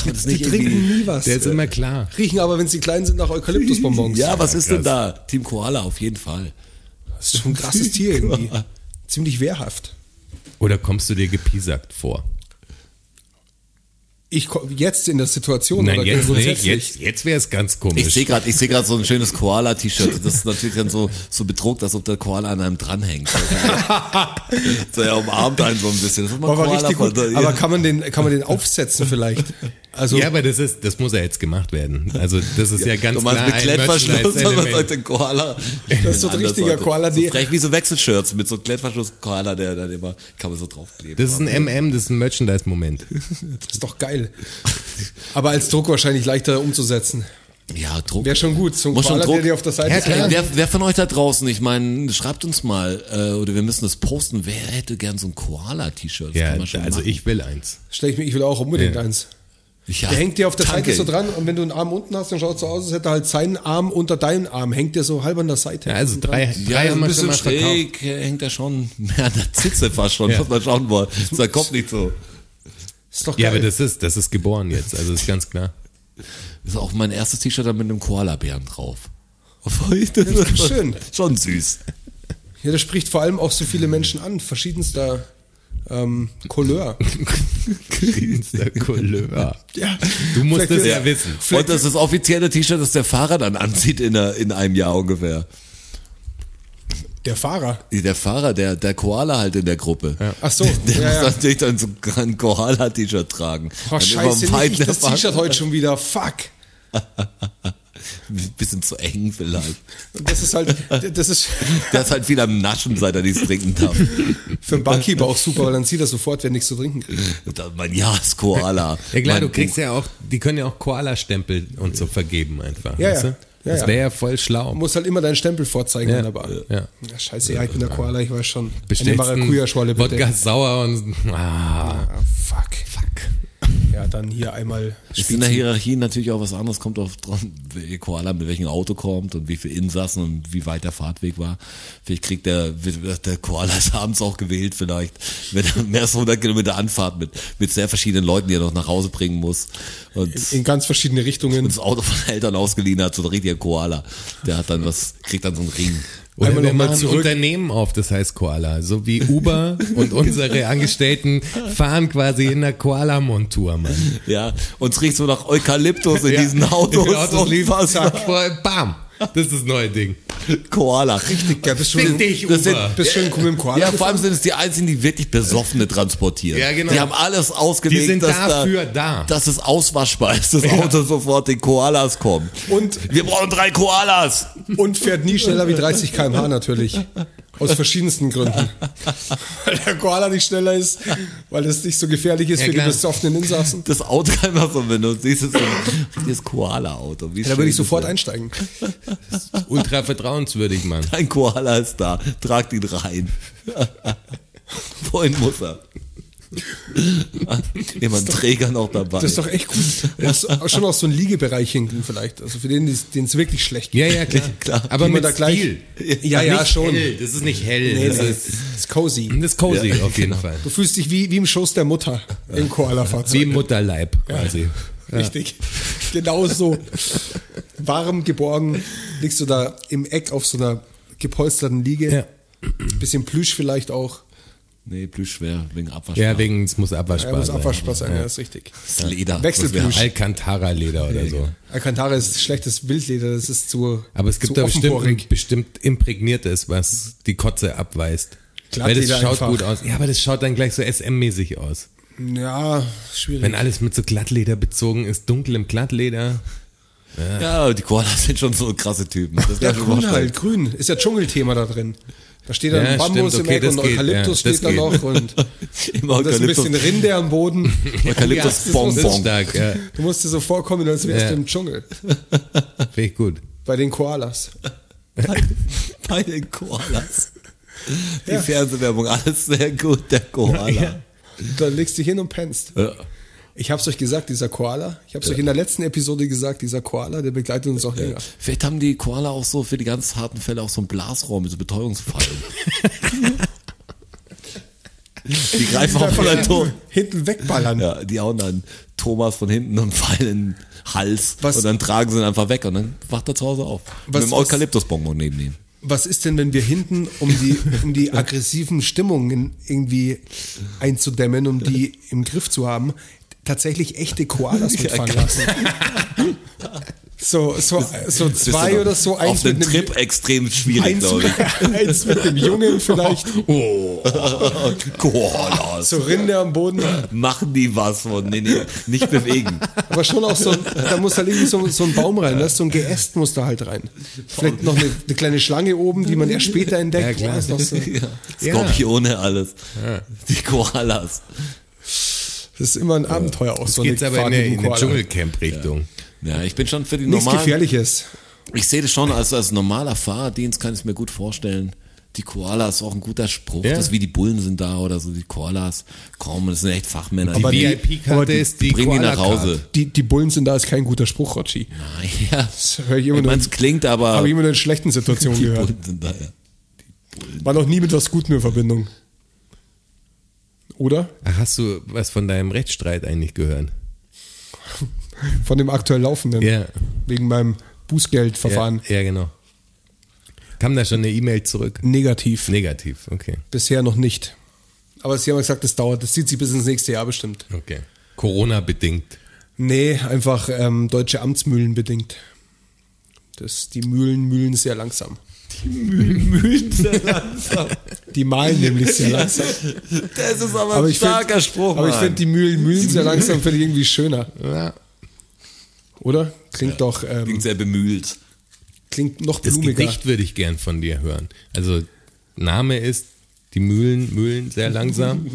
man das Die nicht trinken irgendwie... nie was. Der ist immer klar. Riechen aber, wenn sie klein sind, nach Eukalyptusbonbons. Ja, was ist krass. denn da? Team Koala auf jeden Fall. Das ist schon ein krasses [LAUGHS] Tier irgendwie. Ziemlich wehrhaft. Oder kommst du dir gepiesackt vor? Ich ko- jetzt in der Situation Nein, oder jetzt nicht. Oh, grundsätzlich? Jetzt, jetzt wäre es ganz komisch. Ich sehe gerade seh grad so ein schönes Koala-T-Shirt. Das ist natürlich dann so, so bedruckt, als ob der Koala an einem [LAUGHS] dranhängt. so, er umarmt einen so ein bisschen. Das ist mal Aber, Koala richtig gut. von der- aber kann man den, kann [LAUGHS] man den aufsetzen vielleicht? Also ja, aber das ist, das muss ja jetzt gemacht werden. Also das ist ja, ganz Du meinst klar mit Klettverschluss, aber man sagt Merchandise-Element. den Koala. Das ist so ein anders richtiger sollte. Koala, So die- frech wie so Wechselshirts mit so einem Klettverschluss-Koala, der dann immer, kann man so draufkleben. Das ist ein MM, das ist ein Merchandise-Moment. ist doch geil. Aber als Druck wahrscheinlich leichter umzusetzen. ja, Druck. Wäre schon gut. So ein Muss schon Koala, Druck. der dir auf der Seite Ja, ist. klar. Ey, wer, wer von euch da draußen, ich meine, schreibt uns mal, äh, oder wir müssen das posten, wer hätte gern so ein Koala-T-Shirt? Das Ja, kann man schon also machen. ich will eins. Stell ich mir, ich will auch unbedingt Ja. eins. Ja, der hängt dir auf der danke. Seite so dran und wenn du einen Arm unten hast, dann schaut es so aus, als hätte er halt seinen Arm unter deinen Arm, hängt dir so halb an der Seite. Ja, also drei, drei Ja, haben ein wir bisschen schon mal verkauft. schräg äh, hängt er schon mehr an der Zitze fast schon, Ja. was man schauen wollte. Sein Kopf nicht so. Ist doch Ja, aber geil. das ist, das ist geboren jetzt, also ist ganz klar. Das ist auch mein erstes T-Shirt da mit einem Koalabären drauf. [LAUGHS] Das ist schön. Schon süß. Ja, das spricht vor allem auch so viele Menschen an, verschiedenster ähm, Couleur. Friedensder [LAUGHS] Couleur. Ja. Du musst Vielleicht- es ja Ja. wissen. Und das ist das offizielle T-Shirt, das der Fahrer dann anzieht in, einer, in einem Jahr ungefähr. Der Fahrer. Der Fahrer, der, der Koala halt in der Gruppe. Ach so, Der ja, ja. muss natürlich dann so ein Koala-T-Shirt tragen. Oh, Dann scheiße, immer nicht ich das weiter- T-Shirt heute schon wieder. Fuck. Bisschen zu eng vielleicht. Und Das ist halt, das ist Der ist halt viel am Naschen, seit er nichts trinken darf. [LAUGHS] für einen [LAUGHS] Barkeeper auch super, weil dann sieht er sofort, wer nichts zu trinken kriegt. Da- Mein Jahreskoala. Ja klar, mein du kriegst ja auch, die können ja auch Koala-Stempel und so vergeben einfach. Ja, weißt ja. Du? Ja, Das ja. wäre ja voll schlau. Du musst halt immer deinen Stempel vorzeigen Ja. an der Bar. Ja. Ja, scheiße, ja, ich bin der Koala, ich weiß schon. Bestellst Eine Maracuja-Schorle einen Wodka bitte. sauer und ah, Ah, fuck. Fuck. Ja, dann hier einmal Ist in der Hierarchie natürlich auch was anderes, kommt auch dran, welche Koala mit welchem Auto kommt und wie viel Insassen und wie weit der Fahrtweg war. Vielleicht kriegt der, wird- wird der Koala ist abends auch gewählt, vielleicht, wenn er mehr als 100 Kilometer Anfahrt mit, mit sehr verschiedenen Leuten, die er noch nach Hause bringen muss. Und in ganz verschiedene Richtungen. das Auto von Eltern ausgeliehen hat, so ein richtiger Koala. Der hat dann was, kriegt dann so einen Ring. Oder Einmal wir noch mal machen ein zurück. Unternehmen auf, das heißt Koala. So wie [LAUGHS] Uber und unsere Angestellten fahren quasi in der Koala-Montur, Mann. Ja, und es riecht so nach Eukalyptus in diesen Autos. Die Autos liegen, [LAUGHS] Unfassbar. zack, voll, bam. Das ist das neue Ding. Koala. Richtig Ja, bist Fick schon, dich, das Uber. sind- bist schon mit dem Koala Ja, vor allem gefahren? sind es die Einzigen, die wirklich Besoffene transportieren. Ja, genau. Die haben alles ausgelegt, Die sind dass, dafür da, da. dass es auswaschbar ist, das Auto sofort den Koalas kommen. Und- wir brauchen drei Koalas. Und fährt nie schneller wie 30 km/h natürlich. Aus verschiedensten Gründen. Weil der Koala nicht schneller ist, weil es nicht so gefährlich ist Ja, für klar. die besoffenen Insassen. Das Auto kann man so, wenn du siehst, es ist so ein- dieses Koala-Auto. Wie Da schön würde ich ist sofort das? einsteigen. Ultra vertrauenswürdig, Mann. Ein Koala ist da. Tragt ihn rein. [LAUGHS] Wohin muss [LAUGHS] er? Immer einen Träger noch dabei. Das ist doch echt gut. Das ist auch schon auch so ein Liegebereich hinten vielleicht. Also für den, denen es wirklich schlecht geht. Ja, ja, [LAUGHS] klar. Klar. Aber Die man mit da gleich- Stil. Ja, ja, nicht schon. Hell. Das ist nicht hell. Nee, das, nee. Ist, Das ist cozy. das ist cozy Ja, auf jeden genau. Fall. Du fühlst dich wie, wie im Schoß der Mutter im Wie Koala-Fahrzeug. im Mutterleib quasi. Richtig. Genau so. Warm, geborgen. Liegst du da im Eck auf so einer gepolsterten Liege. Ja. Bisschen Plüsch vielleicht auch. nee, Plüschschwer, wegen Abwasch. Ja, wegen, es muss Ja, abwaschbar muss sein. abwaschbar sein, ja, ist richtig. das Leder. Also, Wechselplüsch. halt- Das wär- Alcantara-Leder oder so. Alcantara ist schlechtes Wildleder, das ist zu. Aber es gibt zu da bestimmt, offenporig. ein- bestimmt imprägniertes, was die Kotze abweist. Glatt Weil das jeder schaut einfach. gut aus. Ja, aber das schaut dann gleich so SM-mäßig aus. Ja, schwierig. Wenn alles mit so Glattleder bezogen ist, dunklem Glattleder. Ja, die Koalas sind schon so krasse Typen. Das Ja, darf ich mir grün vorstellen. halt, grün. Ist ja Dschungelthema da drin. Da steht dann Ja, Bambus stimmt, okay, im Eck und das geht, Eukalyptus ja, das steht da noch geht. und, und Im [LAUGHS] da ist ein Eukalyptus, bisschen Rinde am Boden. Eukalyptus Ja, das Das ist Bonbon. stark, ja. Du musst dir so vorkommen, als wärst Ja. du im Dschungel. Finde ich gut. Bei den Koalas. Bei den Koalas. Die Ja. Fernsehwerbung, alles sehr gut, der Koala. Ja. Da legst du dich hin und pennst. Ja. Ich hab's euch gesagt, dieser Koala. Ich hab's euch in der letzten Episode gesagt, dieser Koala, der begleitet uns auch länger. Vielleicht haben die Koala auch so für die ganz harten Fälle auch so ein Blasrohr mit so Betäubungspfeilen. [LAUGHS] die greifen auch mal tot. hinten wegballern. Ja, die hauen dann Thomas von hinten und Pfeil in den Hals Was- und dann tragen sie ihn einfach weg und dann wacht er zu Hause auf. Was- mit dem was- Eukalyptusbonbon neben ihm. Was ist denn, wenn wir hinten, um die, um die aggressiven Stimmungen irgendwie einzudämmen, um die im Griff zu haben, tatsächlich echte Koalas mitfahren lassen? So, so, so zwei oder so, Auf eins mit dem einem, Trip extrem schwierig, eins, glaube ich. [LAUGHS] eins mit dem Jungen vielleicht, Oh, [LAUGHS] Koalas. so Rinde am Boden, Machen die was von? Nee, nee, nicht bewegen. aber schon auch so, ein- da muss halt irgendwie so, so ein Baum rein, ne? so ein Geäst muss da halt rein. Vielleicht noch eine, eine kleine Schlange oben, die man erst später entdeckt. Ja, klar. ist noch so, [LAUGHS] Ja. Skorpione, alles. Die Koalas. das ist immer ein Abenteuer auch, so Geht's aber eine in Fahrt der, mit in dem der Koala. Dschungelcamp-Richtung. Ja, ich bin schon für die Nichts normalen. Gefährliches. Ich sehe das schon als, als normaler Fahrdienst, kann ich es mir gut vorstellen, die Koalas, auch ein guter Spruch, das wie die Bullen sind da oder so, die Koalas, komm, das sind echt Fachmänner. Die Aber die- aber VIP-Karte die- ist die bringen die nach Koala-Card. Hause. Die, die Bullen sind da ist kein guter Spruch, Rotschi. Nein, [LAUGHS] ja. Das höre ich immer Ich nur. meine, es klingt aber, Habe ich immer nur in schlechten Situationen die gehört. Bullen sind da, ja. War noch nie mit was Gutem in Verbindung. Oder? Ach, Ah, Hast du was von deinem Rechtsstreit eigentlich gehört? Von dem aktuell laufenden. Ja. Wegen meinem Bußgeldverfahren. Ja, ja genau. Kam da schon eine E-Mail zurück? Negativ. Negativ, okay. Bisher noch nicht. Aber sie haben gesagt, das dauert. Das zieht sich bis ins nächste Jahr bestimmt. Okay. Corona-bedingt. Nee, einfach ähm, deutsche Amtsmühlen bedingt. Das, die Mühlen mühlen sehr langsam. Die mahlen nämlich sehr langsam. Das ist aber, Aber ein ich find- starker Spruch, Aber ich Mann. finde die Mühlen mühlen sehr langsam, finde ich irgendwie schöner. Ja. Oder? Klingt doch, ähm, Klingt sehr bemühlt. klingt noch Das blumiger. Gedicht würde ich gern von dir hören. Also, Name ist Die Mühlen, Mühlen sehr [LAUGHS] langsam.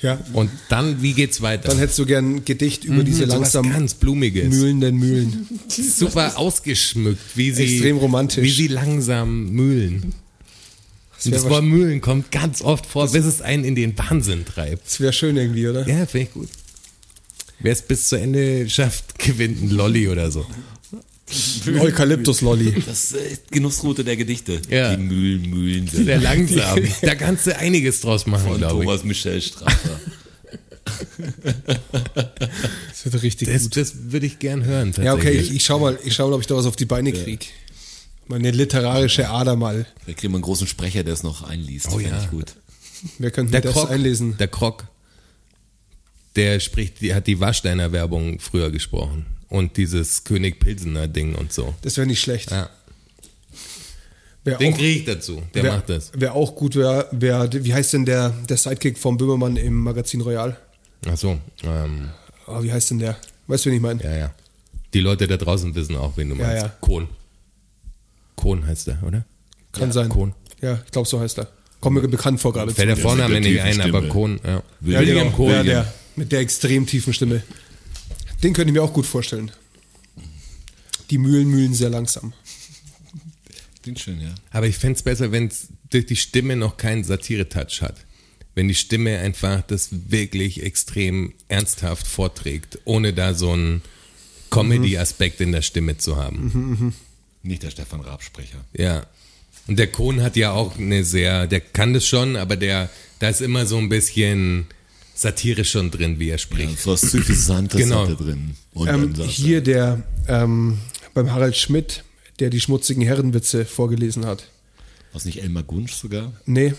Ja. Und dann, wie geht's weiter? Dann hättest du gern ein Gedicht über diese So was langsam ganz Blumiges. mühlenden Mühlen. Super ausgeschmückt, wie sie. Extrem romantisch. Wie sie langsam mühlen. Das, wär das Wort Mühlen kommt ganz oft vor, bis es einen in den Wahnsinn treibt. Das wäre schön irgendwie, oder? Ja, finde ich gut. Wer es bis zu Ende schafft, gewinnt einen Lolli oder so. Ein Eukalyptus-Lolli. Das ist Genussroute der Gedichte. Ja. Die Mühlen, Mühlen [LAUGHS] sind Sehr langsam. Da kannst du einiges draus machen, von glaube ich. Thomas Michel Strasser. Das wird richtig Das, gut. das würde ich gern hören. Ja, okay, tatsächlich. ich, ich schau mal, ich schau mal, ob ich da was auf die Beine krieg. Meine literarische Ader mal. da kriegen wir einen großen Sprecher, der es noch einliest. Oh Fänd ja. Ich gut. Wer könnte Der mir das Krog, einlesen? der Krog, der spricht, die hat die Warsteiner Werbung früher gesprochen. Und dieses König Pilsener Ding und so. Das wäre nicht schlecht. Ja. Wer Den auch, kriege ich dazu. Der wer, macht das. wer auch gut wäre, wär, wie heißt denn der, der Sidekick vom Böhmermann im Magazin Royal? Ach so. Ähm, Oh, wie heißt denn der? Weißt du, wen ich meine? ja, ja. Die Leute da draußen wissen auch, wen du meinst. ja. Kohn. Kohn heißt der, oder? Kann sein. Kohn. Ja, ich glaube, so heißt er. Kommt mir bekannt vor gerade. Fällt der Vorname nicht tiefen ein, Stimme. aber Kohn. Ja. Ja, William genau. ja, Kohn. der, mit der extrem tiefen Stimme. Den könnte ich mir auch gut vorstellen. Die Mühlen mühlen sehr langsam. Klingt schön, ja. Aber ich fänd's besser, wenn's durch die Stimme noch keinen Satire-Touch hat. Wenn die Stimme einfach das wirklich extrem ernsthaft vorträgt, ohne da so einen Comedy-Aspekt in der Stimme zu haben. Nicht der Stefan Raab-Sprecher. Ja. Und der Kohn hat ja auch eine sehr, der kann das schon, aber der, da ist immer so ein bisschen Satire schon drin, wie er Ja, spricht. so was Suffisantes Genau. hat er drin. Und Ähm, dann sagt er, hier der ähm, beim Harald Schmidt, der die schmutzigen Herrenwitze vorgelesen hat. Was nicht Elmar Gunsch sogar? Nee.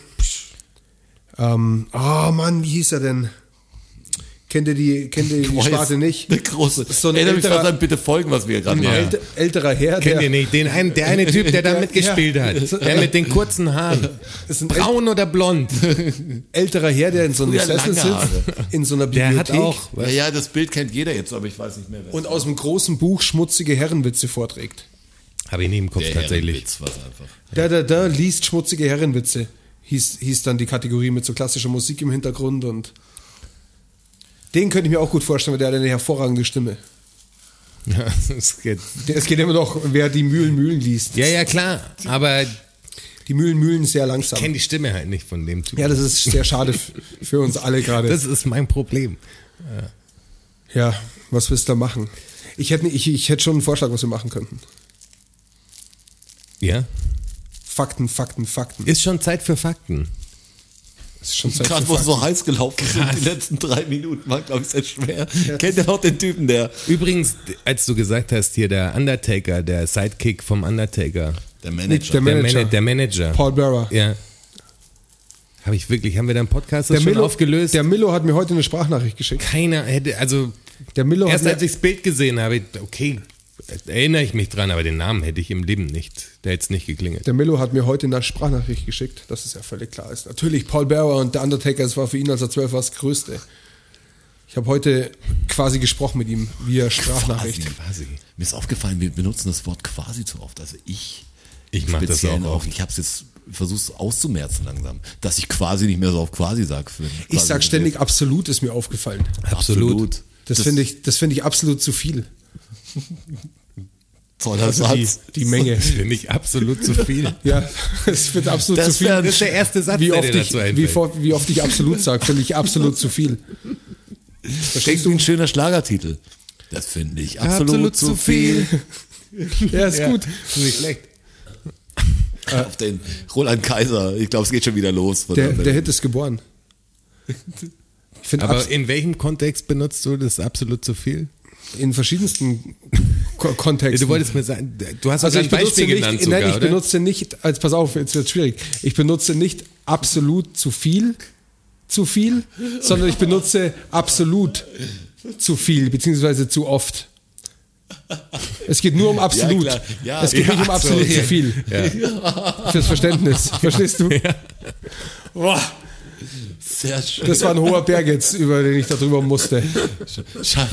Ähm, oh Mann, wie hieß er denn? Kennt ihr die, kennt [LAUGHS] ihr die Boah, Sparte jetzt nicht? Eine große. So ein Erinnere mich älterer- daran, bitte folgen, was wir gerade Ein machen. älte- älterer Herr, Kennt der ihr nicht? Den einen, der eine Typ, der da Ja, mitgespielt ja. hat. Der mit den kurzen Haaren. ist ein Braun oder blond? älterer Herr, der in so einem Früher Sessel lange Haare. sitzt, in so einer Der Bibliothek hat auch. Ja, ja, das Bild kennt jeder jetzt, aber ich weiß nicht mehr, wer und aus dem großen Buch schmutzige Herrenwitze vorträgt. Habe ich nie im Kopf der tatsächlich. [LAUGHS] Witz war einfach. Da, da, da liest schmutzige Herrenwitze. Hieß, hieß dann die Kategorie mit so klassischer Musik im Hintergrund und den könnte ich mir auch gut vorstellen, weil der hat eine hervorragende Stimme. Ja, es geht- Der- Es geht immer noch, wer die Mühlen Mühlen liest. ja, ja, klar. Aber ich Die Mühlen Mühlen sehr langsam. kenne die Stimme halt nicht von dem Typ. Ja, das ist sehr schade f- für uns alle gerade. Das ist mein Problem. Ja, was willst du da machen? Ich hätte, ich, ich hätte schon einen Vorschlag, was wir machen könnten. Ja? Fakten, Fakten, Fakten. Ist schon Zeit für Fakten. Es ist schon Zeit Gerade für wo es Fakten. so heiß gelaufen ist, die letzten drei Minuten war, glaube ich, sehr schwer. Kennt ihr noch den Typen, der. Übrigens, als du gesagt hast, hier der Undertaker, der Sidekick vom Undertaker, Der Nicht Manager. der, der Mana Manager. der Manager. Paul Bearer. Ja. Habe ich wirklich, haben wir da einen Podcast das Der schon Milo, aufgelöst? der Milo hat mir heute eine Sprachnachricht geschickt. Keiner hätte, also Der Milo erst hat als mir, ich das Bild gesehen habe, ich- okay, erinnere ich mich dran, aber den Namen hätte ich im Leben nicht, der hätte es nicht geklingelt. der Milo hat mir heute eine Sprachnachricht geschickt, dass es ja völlig klar ist. Natürlich, Paul Bearer und der Undertaker, es war für ihn, als er zwölf war, das Größte. Ich habe heute quasi gesprochen mit ihm via Sprachnachricht. Quasi. Mir ist aufgefallen, wir benutzen das Wort quasi zu oft. Also ich. Ich mach das speziell auch oft. Ich habe es jetzt versucht auszumerzen langsam, dass ich quasi nicht mehr so auf quasi sag. Für Ich sag ständig, absolut ist mir aufgefallen. Absolut. Das, finde ich, das finde ich absolut zu viel. Zollersatz. Also die, die Menge. Das [LAUGHS] finde ich absolut zu viel. Ja, [LAUGHS] es wird absolut Das zu viel. wär- Das ist der erste Satz, Wie der oft, dir ich, dazu wie, einfällt. vor- wie oft ich absolut sage, finde ich absolut zu [LAUGHS] viel. Denkst du ein schöner Schlagertitel? Das finde ich absolut, zu viel. Ja, ist Ja, gut. ist nicht schlecht. Auf den Roland Kaiser. Ich glaube, es geht schon wieder los. von Äh. Der, der- der Hit ist geboren. Ich finde Aber in welchem Kontext benutzt du das absolut zu viel? in verschiedensten Ko Kontexten. Du wolltest mir sagen, du hast also uns ich benutze Beispiel nicht, genannt nein, sogar, ich oder? benutze nicht, als pass auf, jetzt wird schwierig. Ich benutze nicht absolut zu viel, zu viel, sondern ich benutze absolut zu viel beziehungsweise zu oft. Es geht nur um absolut. klar. Ja, es geht ja, nicht um absolut sorry. zu viel. Fürs Verständnis, verstehst [LAUGHS] du? Boah, Sehr schön. das war ein hoher Berg jetzt, über den ich da drüber musste. Schau,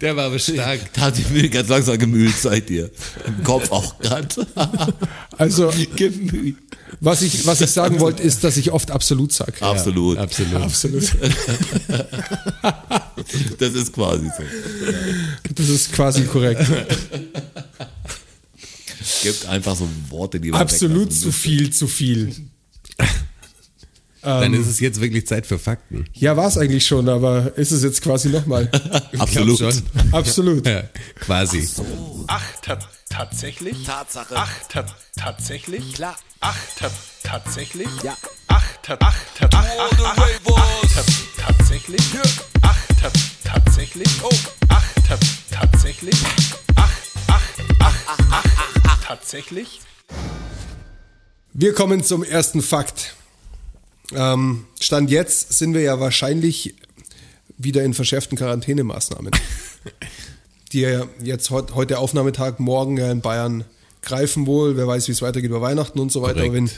Der war aber stark. da hat die Mühle ganz langsam gemühlt, seid ihr. Im Kopf auch [LAUGHS] gerade. Also, gemüht. was ich, was ich sagen wollte, ist, dass ich oft absolut sage. Absolut. Absolut. Absolut. Das ist quasi so. Das ist quasi korrekt. Es gibt einfach so Worte, die man Absolut weglassen zu viel, zu viel. Ähm. Dann ist es jetzt wirklich Zeit für Fakten. Ja, war es eigentlich schon, aber ist es jetzt quasi nochmal. müsste. Absolut. Ich glaub [LAUGHS] Absolut. Ja, quasi. Ach, ta tatsächlich? Tatsache. Ach, ta tatsächlich? Klar. Ach, ta tatsächlich? Ja. Ach, ta ach, ta ach, ach, ach, ach, ta tatsächlich? Ach, ta tatsächlich? Oh. Ach, ta tatsächlich? Ach, ach, ach, ach, ach, ach, tatsächlich? Wir kommen zum ersten Fakt. Ähm, Stand jetzt sind wir ja wahrscheinlich wieder in verschärften Quarantänemaßnahmen, die ja jetzt heut, heute Aufnahmetag, morgen ja in Bayern greifen wohl. Wer weiß, wie es weitergeht über Weihnachten und so weiter. Korrekt. Aber Wenn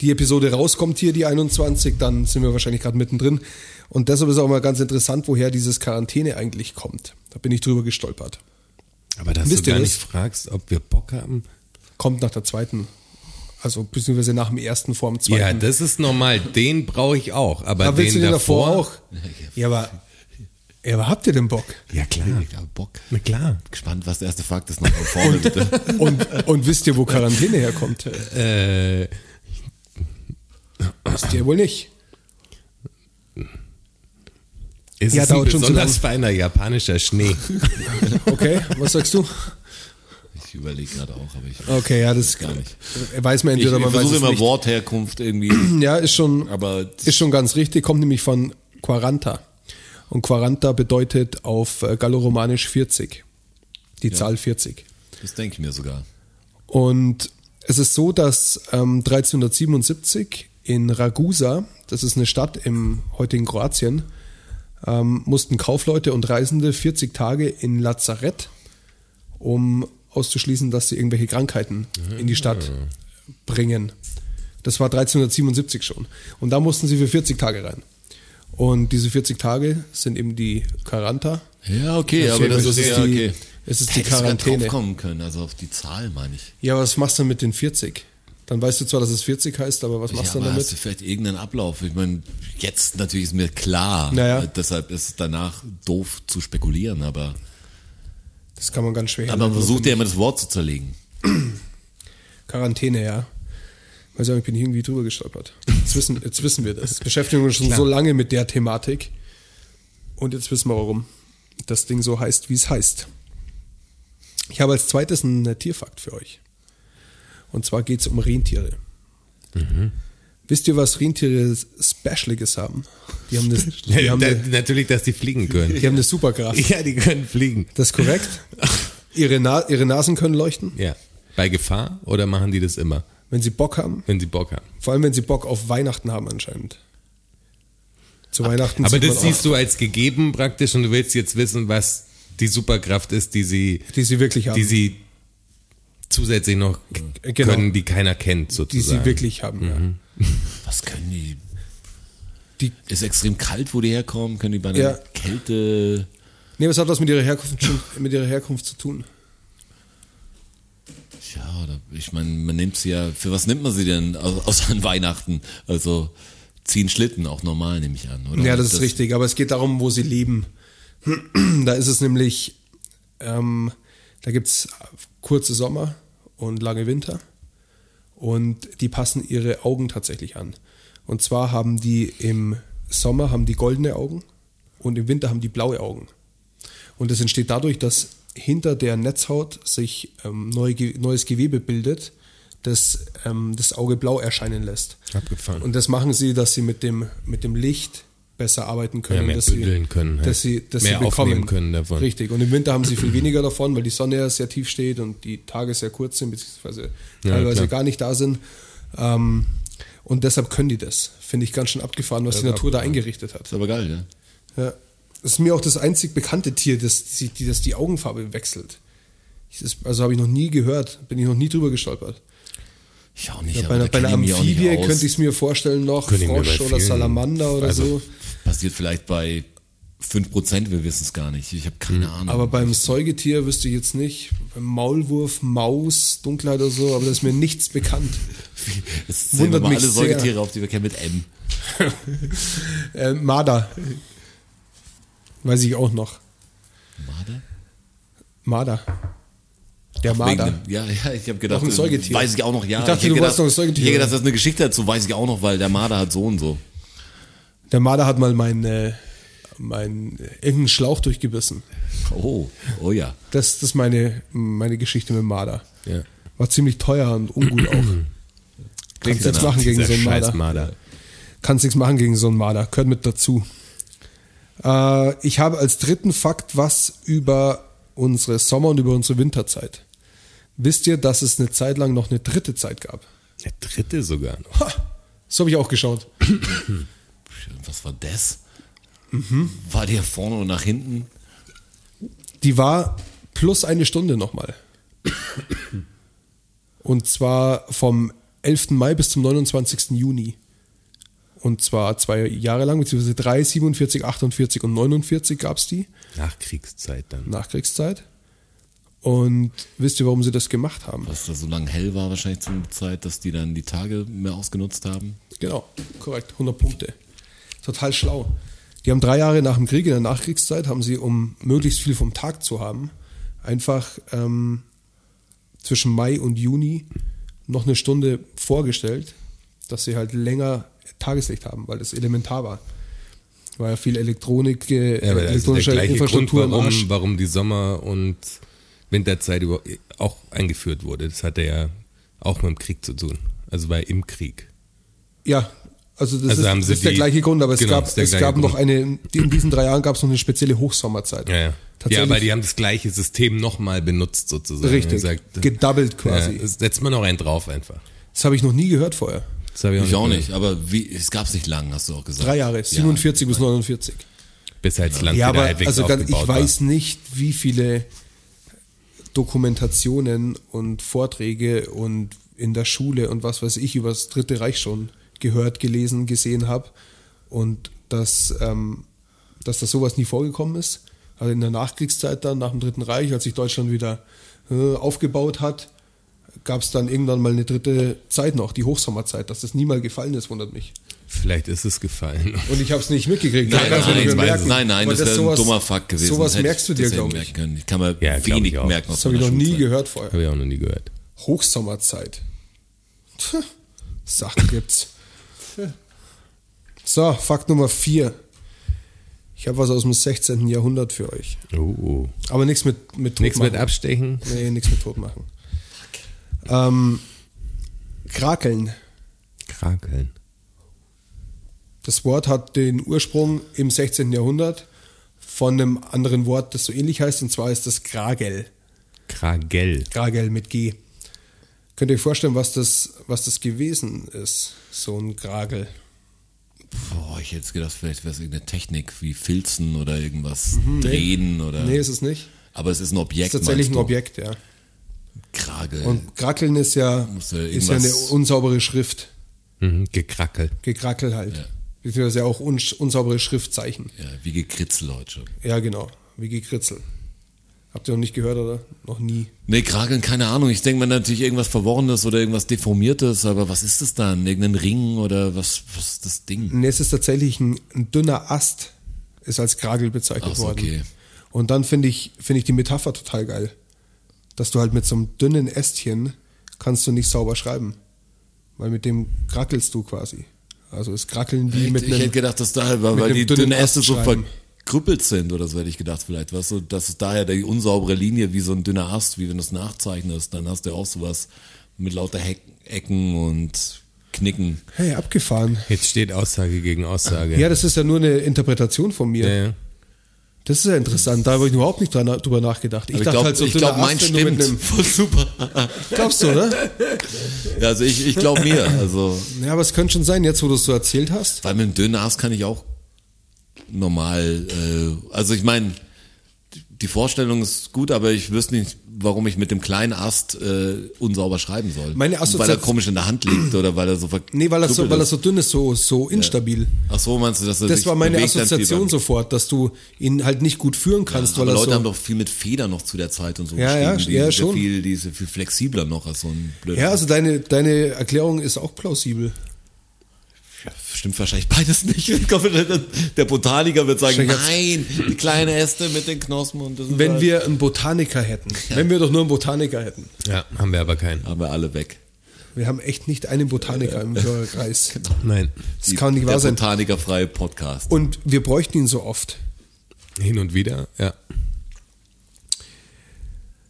die Episode rauskommt hier, die 21, dann sind wir wahrscheinlich gerade mittendrin. Und deshalb ist auch mal ganz interessant, woher dieses Quarantäne eigentlich kommt. Da bin ich drüber gestolpert. Aber dass Wisst du ihr gar das? nicht fragst, ob wir Bock haben. Kommt nach der zweiten. Also beziehungsweise nach dem ersten vor dem zweiten. Ja, das ist normal. Den brauche ich auch. Aber Aber willst du den den davor, davor auch? Ja, aber, ja, aber habt ihr den Bock? Ja, klar. Ich hab Bock. Na klar. Gespannt, was der erste Fakt ist. Noch mal vorne, bitte. Und, und wisst ihr, wo Quarantäne herkommt? Äh, Wisst ihr wohl nicht. es Ja, ist ein dauert schon zu besonders feiner japanischer Schnee. Okay, was sagst du? Ich überlege gerade auch, aber ich Okay, ja, das gar nicht. weiß man Ich, ich entweder, man weiß versuche es immer nicht. Wortherkunft irgendwie, [CLEARS THROAT] Ja, ist schon, aber ist schon ganz richtig, kommt nämlich von Quaranta. Und Quaranta bedeutet auf äh, Galloromanisch 40. Die Zahl 40. das denke ich mir sogar. Und es ist so, dass ähm, 1377 in Ragusa, das ist eine Stadt im heutigen Kroatien, ähm, mussten Kaufleute und Reisende 40 Tage in Lazarett, um auszuschließen, dass sie irgendwelche Krankheiten in die Stadt Mhm. bringen. Das war 1377 schon. Und da mussten sie für 40 Tage rein. Und diese 40 Tage sind eben die Quaranta. Ja, okay, aber das ist es ja die, okay. Es ist die Hättest du grad Quarantäne. drauf kommen können, also auf die Zahl meine ich. Ja, aber was machst du denn mit den 40? Dann weißt du zwar, dass es 40 heißt, aber was machst ja, du aber dann hast du damit? vielleicht irgendeinen Ablauf? Ich meine, jetzt natürlich ist mir klar, Naja. äh, deshalb ist es danach doof zu spekulieren, aber, Das kann man ganz schwer aber man hinbekommen. versucht ja immer das Wort zu zerlegen. Quarantäne, ja. Weiß ich auch, ich bin irgendwie drüber gestolpert. Jetzt wissen, jetzt wissen wir das. Jetzt Beschäftigen wir uns schon so lange mit der Thematik. Und jetzt wissen wir, warum das Ding so heißt, wie es heißt. Ich habe als zweites einen äh, Tierfakt für euch. Und zwar geht es um Rentiere. Mhm. Wisst ihr, was Rentiere Specialiges haben? Die haben, das, die, haben Da, [LAUGHS] eine, natürlich, dass die fliegen die [LAUGHS] können. haben eine Superkraft. Ja, die können fliegen. Das ist korrekt. Ihre, Na ihre Nasen können leuchten, Ja. Bei Gefahr oder machen die das immer, wenn sie Bock haben. wenn sie Bock haben? Vor allem, wenn sie Bock auf Weihnachten haben anscheinend. Zu Weihnachten Aber sieht das man siehst auch, du als gegeben praktisch und du willst jetzt wissen, was die Superkraft ist, die sie, die sie wirklich haben. die sie zusätzlich noch Ja, genau. können, die keiner kennt die sozusagen. sie wirklich haben. Mhm. Was können die? Die- ist extrem kalt, wo die herkommen, können die bei einer Ja. Kälte. Ja. Nee, was hat das mit ihrer Herkunft, schon, mit ihrer Herkunft zu tun? Ja, oder, ich meine, man nimmt sie ja. Für was nimmt man sie denn au- außer an Weihnachten? Also ziehen Schlitten auch normal, nehme ich an, oder? Ja, das ist richtig, [CLEARS THROAT] aber es geht darum, wo sie leben. da ist es nämlich, ähm, Da gibt es kurze Sommer und lange Winter. Und die passen ihre Augen tatsächlich an. Und zwar haben die im Sommer haben die goldene Augen und im Winter haben die blaue Augen. Und das entsteht dadurch, dass hinter der Netzhaut sich ähm, neu, neues Gewebe bildet, das ähm, das Auge blau erscheinen lässt. Abgefahren. Und das machen sie, dass sie mit dem, mit dem Licht besser arbeiten können, Ja, mehr dass, sie, bündeln können halt. dass sie dass Mehr sie bekommen. aufnehmen können davon. Richtig. Und im Winter haben sie viel weniger davon, weil die Sonne ja sehr tief steht und die Tage sehr kurz sind, beziehungsweise Ja, teilweise klar. gar nicht da sind. Ähm, und deshalb können die das. Finde ich ganz schön abgefahren, was die Natur da eingerichtet hat. Ist aber geil, ja. Ja. Das ist mir auch das einzig bekannte Tier, das, die- die, das die Augenfarbe wechselt. Ich- Das, also habe ich noch nie gehört, bin ich noch nie drüber gestolpert. Ich auch nicht. Ja, aber bei, einer, bei da einer kenn ich mich auch nicht Amphibie aus. könnte ich es mir vorstellen noch, Könnte ich mir Frosch bei oder vielen- Salamander oder also- so. Passiert vielleicht bei 5%, wir wissen es gar nicht. Ich habe keine Ahnung. Aber beim Säugetier wüsste ich jetzt nicht. Beim Maulwurf, Maus, Dunkelheit oder so, aber das ist mir nichts bekannt. es sind wundert immer mich alle sehr. Säugetiere, auf die wir kennen, mit M. Äh, Marder. Weiß ich auch noch. Marder? Marder. Der Wegen Marder. dem- Ja, ja, ich habe gedacht, Noch ein Säugetier. weiß ich auch noch, ja. Ich dachte, hätt du gedacht, wolltest noch ein Säugetier Ich hätte haben. gedacht, das ist eine Geschichte dazu, weiß ich auch noch, weil der Marder hat so und so. Der Marder hat mal mein, äh, mein, äh, irgendeinen Schlauch durchgebissen. Oh, oh ja. Das, das ist meine, meine Geschichte mit dem Marder. Ja. War ziemlich teuer und ungut [CLEARS THROAT] auch. Kannst nichts danach. machen gegen Dieser so einen scheiß Marder. Kannst nichts machen gegen so einen Marder. Gehört mit dazu. Äh, ich habe als dritten Fakt was über unsere Sommer- und über unsere Winterzeit. Wisst ihr, dass es eine Zeit lang noch eine dritte Zeit gab? Der dritte sogar noch. So habe ich auch geschaut. Was war das? Mhm. War der vorne und nach hinten? Die war plus eine Stunde nochmal. Und zwar vom 11. Mai bis zum 29. Juni. Und zwar zwei Jahre lang, beziehungsweise 3, 47, 48 und 49 gab es die. Nachkriegszeit dann. Nachkriegszeit. Und wisst ihr, warum sie das gemacht haben? Was da so lange hell war wahrscheinlich zur Zeit, dass die dann die Tage mehr ausgenutzt haben. Genau, korrekt, 100 Punkte. Total schlau. Die haben drei Jahre nach dem Krieg, in der Nachkriegszeit, haben sie, um möglichst viel vom Tag zu haben, einfach ähm, zwischen Mai und Juni noch eine Stunde vorgestellt, dass sie halt länger Tageslicht haben, weil das elementar war. War ja viel Elektronik, äh, Ja, aber das ist der elektronische gleiche Grund, Infrastruktur im Arsch. warum, warum die Sommer- und Winterzeit über- auch eingeführt wurde. Das hatte ja auch mit dem Krieg zu tun. Also war im Krieg. Ja, also das Also ist, haben sie ist der die- gleiche Grund, aber es genau, gab, ist der es gleiche gab noch Grund. eine, in diesen drei Jahren gab es noch eine spezielle Hochsommerzeit. Ja, ja. ja Tatsächlich. aber die haben das gleiche System nochmal benutzt sozusagen. Richtig, Und gesagt, gedoubled ja, quasi. setzt man noch einen drauf einfach. Das habe ich noch nie gehört vorher. Das hab Ich auch nicht, aber wie, es gab es nicht lang, hast du auch gesagt. Drei Jahre, 47 bis 49. Bis halt das Land Ja, wieder aber halbwegs also ganz, ich aufgebaut war. weiß nicht, wie viele Dokumentationen und Vorträge und in der Schule und was weiß ich über das Dritte Reich schon gehört, gelesen, gesehen habe und dass, ähm, dass das sowas nie vorgekommen ist. Also in der Nachkriegszeit dann, nach dem Dritten Reich, als sich Deutschland wieder äh, aufgebaut hat, gab es dann irgendwann mal eine dritte Zeit noch, die Hochsommerzeit. Dass das nie mal gefallen ist, wundert mich. Vielleicht ist es gefallen. [LAUGHS] Und ich habe es nicht mitgekriegt. Nein, Ich kann's mir nein, nicht mehr nein, merken. nein, nein, Aber das, wäre ein sowas- dummer Fuck gewesen. Sowas Das hätte merkst du dir, das hätte glaube merken ich. können. Ich kann mir Ja, glaub wenig ich auch. merken. aus Das habe ich noch meiner nie Schulzeit. gehört vorher. Habe ich auch noch nie gehört. Hochsommerzeit. Tch, Sachen gibt's. So, Fakt Nummer 4. Ich habe was aus dem 16. Jahrhundert für euch. Oh, oh. Aber nichts mit, mit Nichts mit Totmachen. Abstechen. Nee, nichts mit tot machen. Ähm, Krakeln. Krakeln. Das Wort hat den Ursprung im 16. Jahrhundert von einem anderen Wort, das so ähnlich heißt, und zwar ist das Kragel. Kragel. Kragel mit G. Könnt ihr euch vorstellen, was das, was das gewesen ist? So ein Kragel. Boah, ich hätte jetzt gedacht, vielleicht wäre es irgendeine Technik wie Filzen oder irgendwas drehen oder. Mhm. Nee, ist es nicht. aber es ist ein Objekt. ist tatsächlich ein meinst du? Objekt, ja. Kragel. Und Krackeln ist ja, Muss ja ist ja eine irgendwas- unsaubere Schrift. Mhm, gekrackelt. Gekrackel halt. Ja. Beziehungsweise ja auch uns, unsaubere Schriftzeichen. ja, wie gekritzelt heute schon. Ja, genau. Wie gekritzel. Habt ihr noch nicht gehört, oder? Noch nie. Nee, Krageln, keine Ahnung. Ich denke mir natürlich irgendwas Verworrenes oder irgendwas Deformiertes, aber was ist das dann? Irgendein Ring oder was, was ist das Ding? Nee, es ist tatsächlich ein, ein dünner Ast, ist als Kragel bezeichnet Ach so, worden. okay. Und dann finde ich, finde ich die Metapher total geil. dass du halt mit so einem dünnen Ästchen kannst du nicht sauber schreiben. Weil mit dem krackelst du quasi. Also es krackeln wie Ich, mit ich hätte einem, gedacht, dass daher, weil, weil einem die dünnen dünnen Äste Ast so schreiben. verkrüppelt sind oder so hätte ich gedacht vielleicht, weißt du, dass es daher die unsaubere Linie wie so ein dünner Ast, wie wenn du es nachzeichnest, dann hast du ja auch sowas mit lauter Heck, Ecken und Knicken. hey, abgefahren. Jetzt steht Aussage gegen Aussage. Ja, das ist ja nur eine Interpretation von mir. Ja, ja. Das ist ja interessant. Da habe ich überhaupt nicht dran, drüber nachgedacht. Ich Aber ich dachte glaube, halt so, dünner glaub, mein Ast, wenn du mit stimmt. [LAUGHS] einem- Voll super. Glaubst du, [LAUGHS] oder? Ja, also ich, ich glaube mir. Also, Ja, aber es könnte schon sein, jetzt wo du es so erzählt hast. weil mit dem dünnen Ast kann ich auch normal, äh, also ich meine, die Vorstellung ist gut, aber ich wüsste nicht, warum ich mit dem kleinen Ast äh, unsauber schreiben soll. Meine Assozi- weil er komisch in der Hand liegt oder weil er so Nee, weil das so, verkrüppelt weil ist. das so dünn ist, so, so instabil. Ach so, meinst du, dass er Das sich war meine bewegt Also dann viel Assoziation beim- sofort, dass du ihn halt nicht gut führen kannst, Aber weil er Leute so. haben doch viel mit Feder noch zu der Zeit und so Ja, ja, geschrieben. Die ja, sind schon. Viel, die ist ja viel flexibler noch als so ein blöder. ja, also deine, deine Erklärung ist auch plausibel. Stimmt wahrscheinlich beides nicht. [LAUGHS] Ich glaube, der- Der Botaniker wird sagen, Schenker- nein, die kleinen Äste mit den Knospen und das ist Wenn halt- wir einen [LAUGHS] Botaniker hätten. Wenn wir doch nur einen Botaniker hätten. ja, haben wir aber keinen. haben wir alle weg. Wir haben echt nicht einen Botaniker im [LAUGHS] Hörerkreis. Nein. Das kann nicht Genau. wahr der sein. Botanikerfreie Podcast. Und wir bräuchten ihn so oft. Hin und wieder, ja.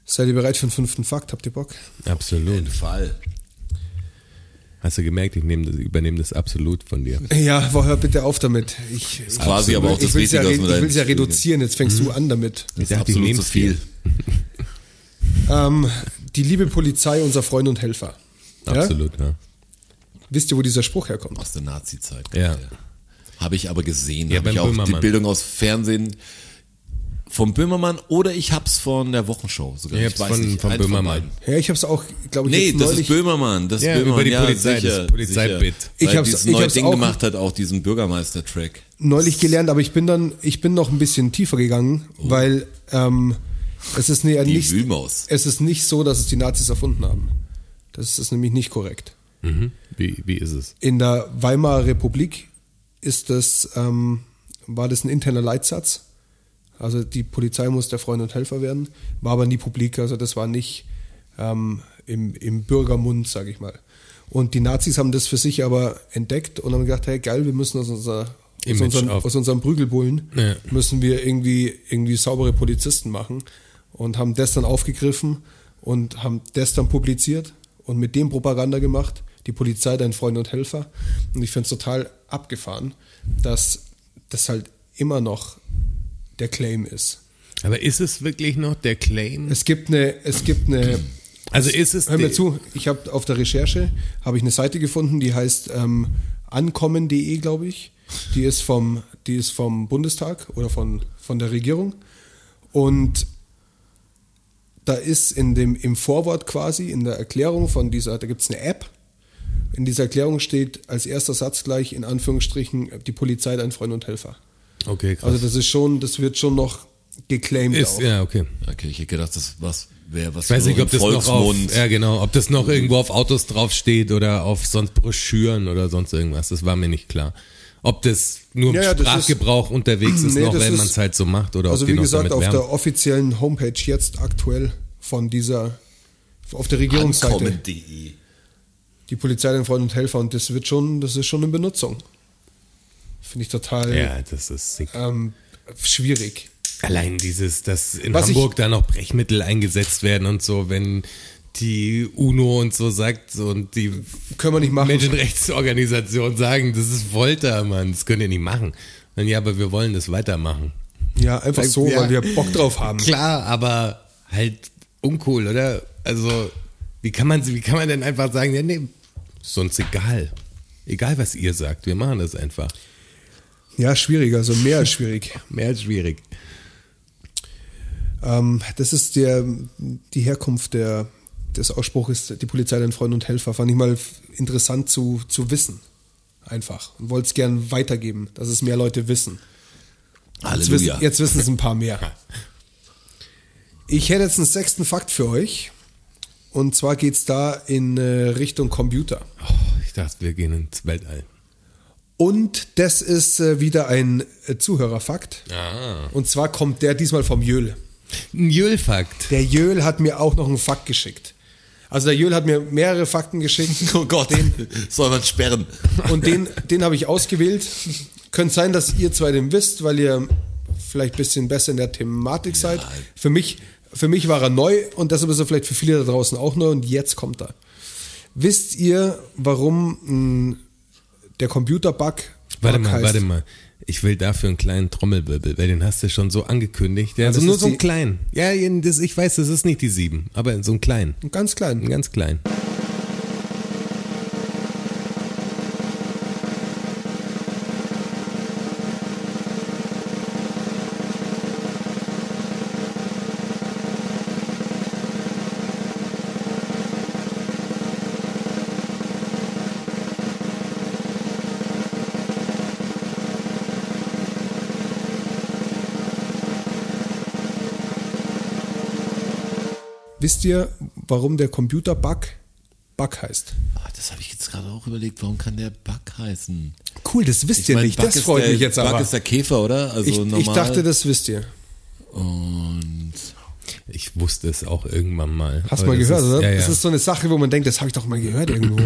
Seid ihr bereit für den fünften Fakt? Habt ihr Bock? Absolut. Fall. Hast du gemerkt, ich nehme das, übernehme das absolut von dir. Ja, wo- hör bitte auf damit. Ich, ich Quasi aber auch das will's ja, Wichtige, was man re- da ich will's ja hinzufügen. Mhm. reduzieren, jetzt fängst du an damit. Das ist dachte, ich absolut zu nehm's viel. dir. Ähm, die liebe Polizei, unser Freund und Helfer. Ja? Absolut, ja. Wisst ihr, wo dieser Spruch herkommt? Aus der Nazi-Zeit. Ja. Habe ich aber gesehen. Ja, habe beim ich auch die Böhmermann. Bildung aus Fernsehen vom Böhmermann oder ich hab's von der Wochenschau sogar. Ich Ich, hab's weiß von- nicht. vom einen von Böhmermann. beiden. Ja, ich habe es auch, glaube ich, Nee, jetzt das neulich. ist Böhmermann. Das ist Ja, über Böhmermann. die ja, Polizei, sicher, das Polizeibit. sicher. Ich Weil hab's- dieses ich neue hab's Ding auch- gemacht hat, auch diesen Bürgermeister-Track. neulich gelernt, aber ich bin dann, ich bin noch ein bisschen tiefer gegangen, weil ähm, es ist ne, Oh. Die nicht, Wühlmaus. es ist nicht so, dass es die Nazis erfunden haben. Das ist nämlich nicht korrekt. Mhm. Wie, wie ist es? In der Weimarer Republik ist das, ähm, war das ein interner Leitsatz. Also die Polizei muss der Freund und Helfer werden, war aber nie publik, also das war nicht ähm, im, im Bürgermund, sage ich mal. Und die Nazis haben das für sich aber entdeckt und haben gedacht, hey geil, wir müssen aus, unserer, aus, Image unseren, auf- aus unseren Prügelbullen, Ja. müssen wir irgendwie, irgendwie saubere Polizisten machen und haben das dann aufgegriffen und haben das dann publiziert und mit dem Propaganda gemacht, die Polizei, dein Freund und Helfer. Und ich finde es total abgefahren, dass das halt immer noch der Claim ist. Aber ist es wirklich noch der Claim? Es gibt eine, es gibt eine. Also ist es Hör mir die- zu, ich habe auf der Recherche habe ich eine Seite gefunden, die heißt ähm, ankommen.de, glaube ich. Die ist vom, die ist vom Bundestag oder von, von der Regierung. Und da ist in dem, im Vorwort quasi, in der Erklärung von dieser, da gibt es eine App. In dieser Erklärung steht als erster Satz gleich in Anführungsstrichen die Polizei, dein Freund und Helfer. Okay, krass. Also das ist schon, das wird schon noch geclaimed ist, auch. ja, okay. Okay, ich hätte gedacht, das was wäre was Ich Also weiß für nicht, ob einen das noch Volksmund. auf, ja genau, ob das noch irgendwo auf Autos draufsteht oder auf sonst Broschüren oder sonst irgendwas. Das war mir nicht klar. Ob das nur im Ja, ja, das Sprachgebrauch unterwegs ist, Nee, noch, das wenn ist- man es halt so macht oder Also ob die wie noch gesagt, damit auf werben. der offiziellen Homepage jetzt aktuell von dieser, auf der Regierungsseite, Ankommen.de. die Polizei, den Freund und Helfer und das wird schon, das ist schon in Benutzung. Finde ich total Ja, das ist sick. ähm, schwierig. Allein dieses, dass in Was ich- Hamburg da noch Brechmittel eingesetzt werden und so, wenn die UNO und so sagt und die Können wir nicht machen. Menschenrechtsorganisationen sagen, das ist Folter, Mann, das könnt ihr nicht machen. Dann ja, aber wir wollen das weitermachen. Ja, einfach so, Ja. weil wir Bock drauf haben. Klar, aber halt uncool, oder? Also, wie kann man, wie kann man denn einfach sagen, ja, nee, ist uns egal. Egal, was ihr sagt, wir machen das einfach. Ja, schwierig, also mehr als schwierig. Mehr als schwierig. Ähm, das ist der, die Herkunft der, des Ausspruches, die Polizei, dein Freund und Helfer, fand ich mal f- interessant zu, zu wissen. Einfach. Und wollte es gern weitergeben, dass es mehr Leute wissen. Jetzt wissen, Halleluja. jetzt wissen es ein paar mehr. Ich hätte jetzt einen sechsten Fakt für euch. Und zwar geht es da in äh, Richtung Computer. Oh, ich dachte, wir gehen ins Weltall. Und das ist äh, wieder ein äh, Zuhörerfakt. Ah. Und zwar kommt der diesmal vom Jöl. Ein Jölfakt. Der Jöl hat mir auch noch einen Fakt geschickt. Also der Jöl hat mir mehrere Fakten [LAUGHS] geschickt Oh Gott, [LAUGHS] soll man sperren. und den, den habe ich ausgewählt. Könnte sein, dass ihr zwei den wisst, weil ihr vielleicht ein bisschen besser in der Thematik seid. Für mich, für mich war er neu und deshalb ist er vielleicht für viele da draußen auch neu und jetzt kommt er. Wisst ihr, warum mh, der Computerbug Warte Bug mal, heißt? warte mal. Ich will dafür einen kleinen Trommelwirbel, weil den hast du schon so angekündigt. Ja, also das nur ist so einen die- kleinen. Ja, jeden- das, ich weiß, das ist nicht die sieben, aber so einen kleinen. Ganz Einen klein. ganz kleinen. Wisst ihr, warum der Computerbug Bug heißt? Ah, das habe ich jetzt gerade auch überlegt, warum kann der Bug heißen? Cool, das wisst ihr mein, nicht. Bug das ist freut der, mich jetzt Bug aber. ist der Käfer, oder? Also ich, normal. ich dachte, das wisst ihr. Und Ich wusste es auch irgendwann mal. Hast Aber mal das gehört, ist, oder? Ja, ja. Das ist so eine Sache, wo man denkt, das habe ich doch mal [CLEARS THROAT] gehört irgendwo.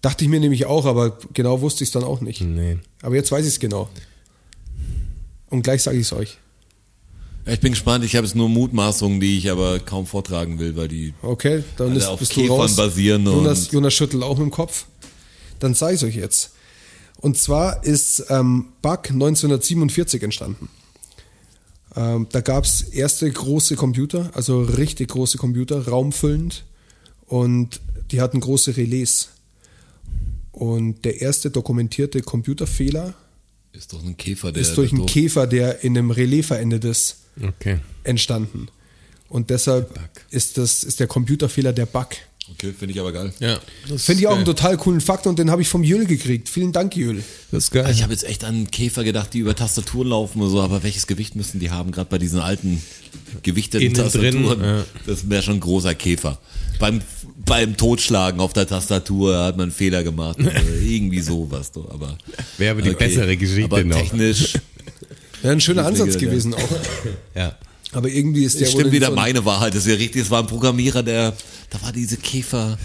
Dachte ich mir nämlich auch, aber genau wusste ich es dann auch nicht. nee. Aber jetzt weiß ich es genau. Und gleich sage ich es euch. Ja, ich bin gespannt, ich habe jetzt nur Mutmaßungen, die ich aber kaum vortragen will, weil die. Okay, dann Alle ist, auf bist du Käfern raus. basieren und- Jonas, Jonas schüttelt auch mit dem Kopf. Dann sage ich es euch jetzt. Und zwar ist ähm, Bug 1947 entstanden. Ähm, da gab es erste große Computer, also richtig große Computer, raumfüllend. Und die hatten große Relais. Und der erste dokumentierte Computerfehler Ist doch ein Käfer, der. ist durch der einen doof- Käfer, der in einem Relais verendet ist Okay. entstanden. Und deshalb ist, das, ist der Computerfehler der Bug. Okay, finde ich aber geil. Ja. Finde ich auch einen total coolen Fakt und den habe ich vom Jöl gekriegt. Vielen Dank, Jöl. Das ist geil. Ich habe jetzt echt an Käfer gedacht, die über Tastaturen laufen oder so, aber welches Gewicht müssen die haben, gerade bei diesen alten gewichteten Innen drin, Tastaturen? ja. Das wäre schon ein großer Käfer. Beim, beim Totschlagen auf der Tastatur hat man einen Fehler gemacht. Oder irgendwie [LAUGHS] sowas. Du, aber, Wäre aber die bessere Geschichte aber noch. technisch Ja, ein schöner Ansatz Digga, gewesen auch. ja. Aber irgendwie ist der wohl stimmt in wieder so ein- meine Wahrheit. Das ist ja richtig. Es war ein Programmierer, der, da war diese Käfer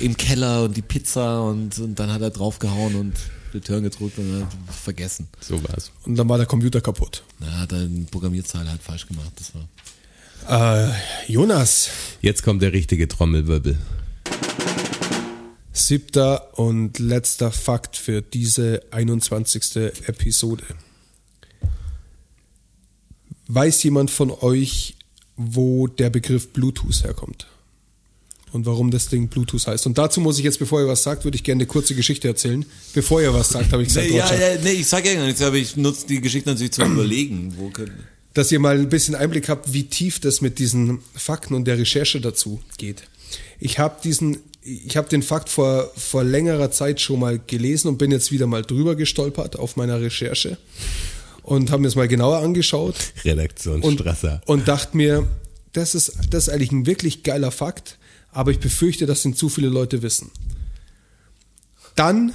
im Keller und die Pizza und, und dann hat er draufgehauen und Return gedrückt und hat vergessen. So war's. Und dann war der Computer kaputt. Na, hat er einen Programmierzeile halt falsch gemacht. Das war. Äh, Jonas, Jetzt kommt der richtige Trommelwirbel. siebter und letzter Fakt für diese 21. Episode. Weiß jemand von euch, wo der Begriff Bluetooth herkommt? Und warum das Ding Bluetooth heißt? Und dazu muss ich jetzt, bevor ihr was sagt, würde ich gerne eine kurze Geschichte erzählen. Bevor ihr was sagt, habe ich gesagt, Nee, ja, Roger. ja, nee, ich sag ja gar nichts, aber ich nutze die Geschichte natürlich zum Überlegen. Wo können, dass ihr mal ein bisschen Einblick habt, wie tief das mit diesen Fakten und der Recherche dazu geht. Ich habe diesen, ich habe den Fakt vor, vor längerer Zeit schon mal gelesen und bin jetzt wieder mal drüber gestolpert auf meiner Recherche und habe mir das mal genauer angeschaut Redaktion und, Strasser. und dachte mir, das ist, das ist eigentlich ein wirklich geiler Fakt, aber ich befürchte, dass ihn zu viele Leute wissen. Dann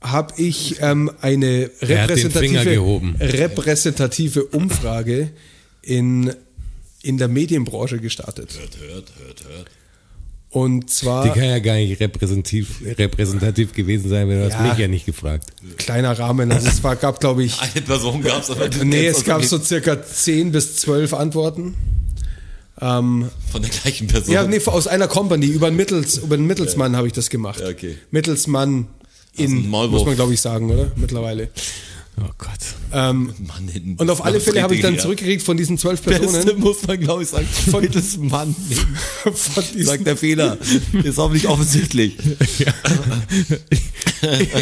habe ich ähm, eine Er hat den Finger repräsentative, gehoben. repräsentative Umfrage in, in der Medienbranche gestartet. Und Die zwar kann ja gar nicht repräsentativ, repräsentativ gewesen sein, wenn du hast Ja. mich ja nicht gefragt. kleiner Rahmen, also es war, gab glaube ich eine Person gab es aber die- Nee, es aus- gab so circa 10 bis 12 Antworten. Ähm, von der gleichen Person. Ja, nee, aus einer Company, über einen, Mittels, über einen Mittelsmann habe ich das gemacht. Ja, okay. Mittelsmann Also in, ein Maulwurf. muss man glaube ich sagen, oder? Mittlerweile. Oh Gott. Ähm, Mann, hinten. und auf alle Fälle habe ich dann [LAUGHS] zurückgekriegt von diesen zwölf Personen. muss man, glaube ich, [LAUGHS] sagen. Von diesem Mann. Von diesen- Sagt der [LAUGHS] Fehler. Ist hoffentlich offensichtlich. [LAUGHS]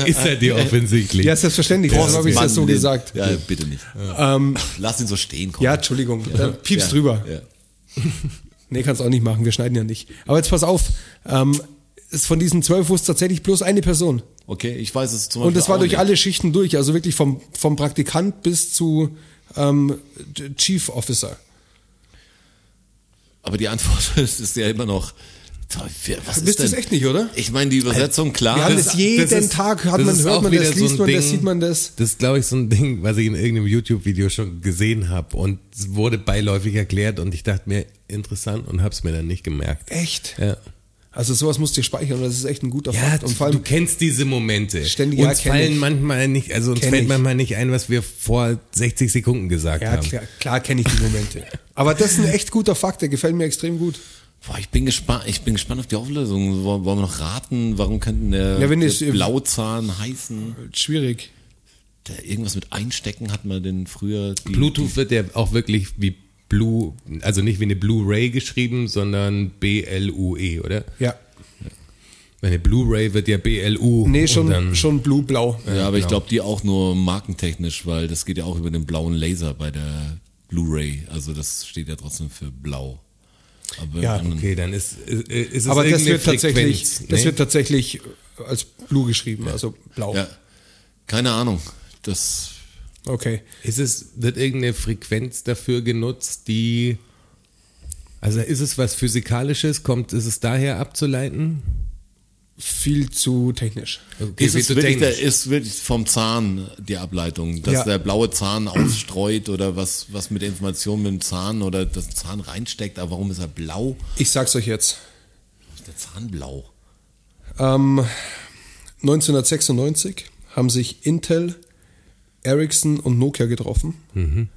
ist ja dir offensichtlich. Ja, selbstverständlich, deshalb habe ich das so Mann, den- gesagt. ne? Ja, bitte nicht. Lass ihn so stehen, komm. Ja, Entschuldigung, dann piepst Ja, drüber. Ja. Nee, kannst auch nicht machen, wir schneiden ja nicht. Aber jetzt pass auf, ähm, es- von diesen zwölf wusste tatsächlich bloß eine Person. Okay, ich weiß es zum Und das Beispiel war auch durch nicht. alle Schichten durch, also wirklich vom, vom Praktikant bis zu ähm, Chief Officer. [LAUGHS] Aber die Antwort ist, ist ja immer noch Was ist Wisst ihr denn? es echt nicht, oder? Ich meine, die Übersetzung, klar. Wir haben das, das- jeden das ist- Tag, hat das man, ist hört auch man wieder das, so ein liest man das, Ding. sieht man das. Das ist, glaube ich, so ein Ding, was ich in irgendeinem YouTube-Video schon gesehen habe und es wurde beiläufig erklärt und ich dachte mir, interessant und habe es mir dann nicht gemerkt. Echt? Ja. Also sowas musst du speichern, das ist echt ein guter Ja, Fakt. Und vor allem, du kennst diese Momente. Ständig- ja, uns kenn fallen ich. manchmal nicht, also uns Kenn fällt ich. manchmal nicht ein, was wir vor 60 Sekunden gesagt ja, haben. klar, klar kenne ich die Momente. Aber das ist ein echt guter Fakt, der gefällt mir extrem gut. Boah, ich bin gespannt, ich bin gespannt auf die Auflösung. Wollen wollen wir noch raten? Warum könnten der, Ja, wenn der ich- Blauzahn heißen? Schwierig. Der irgendwas mit einstecken hat man denn früher die, Bluetooth wird ja auch wirklich wie Blue, also nicht wie eine Blu-ray geschrieben, sondern B-L-U-E, E, oder? Ja. Eine Blu-ray wird ja B-L-U. Nee, und schon, dann- schon blue-blau. Ja, aber ich glaube, die auch nur markentechnisch, weil das geht ja auch über den blauen Laser bei der Blu-ray. Also das steht ja trotzdem für blau. Aber Ja, dann- Okay, dann ist, ist, ist es Aber das irgendeine wird, tatsächlich, Frequenz, das ne? wird tatsächlich äh, als blue geschrieben, also blau. ja. Keine Ahnung. Das Okay. Ist es, wird irgendeine Frequenz dafür genutzt, die. Also ist es was Physikalisches? Kommt, ist es daher abzuleiten? Viel zu technisch. Okay, ist, wie es du wirklich der, denkst. ist wirklich vom Zahn die Ableitung, dass Ja. der blaue Zahn [CLEARS THROAT] ausstreut oder was, was mit der Information mit dem Zahn oder das Zahn reinsteckt. Aber warum ist er blau? Ich sag's euch jetzt. Ist der Zahn blau? Ähm, 1996 haben sich Intel, Ericsson und Nokia getroffen.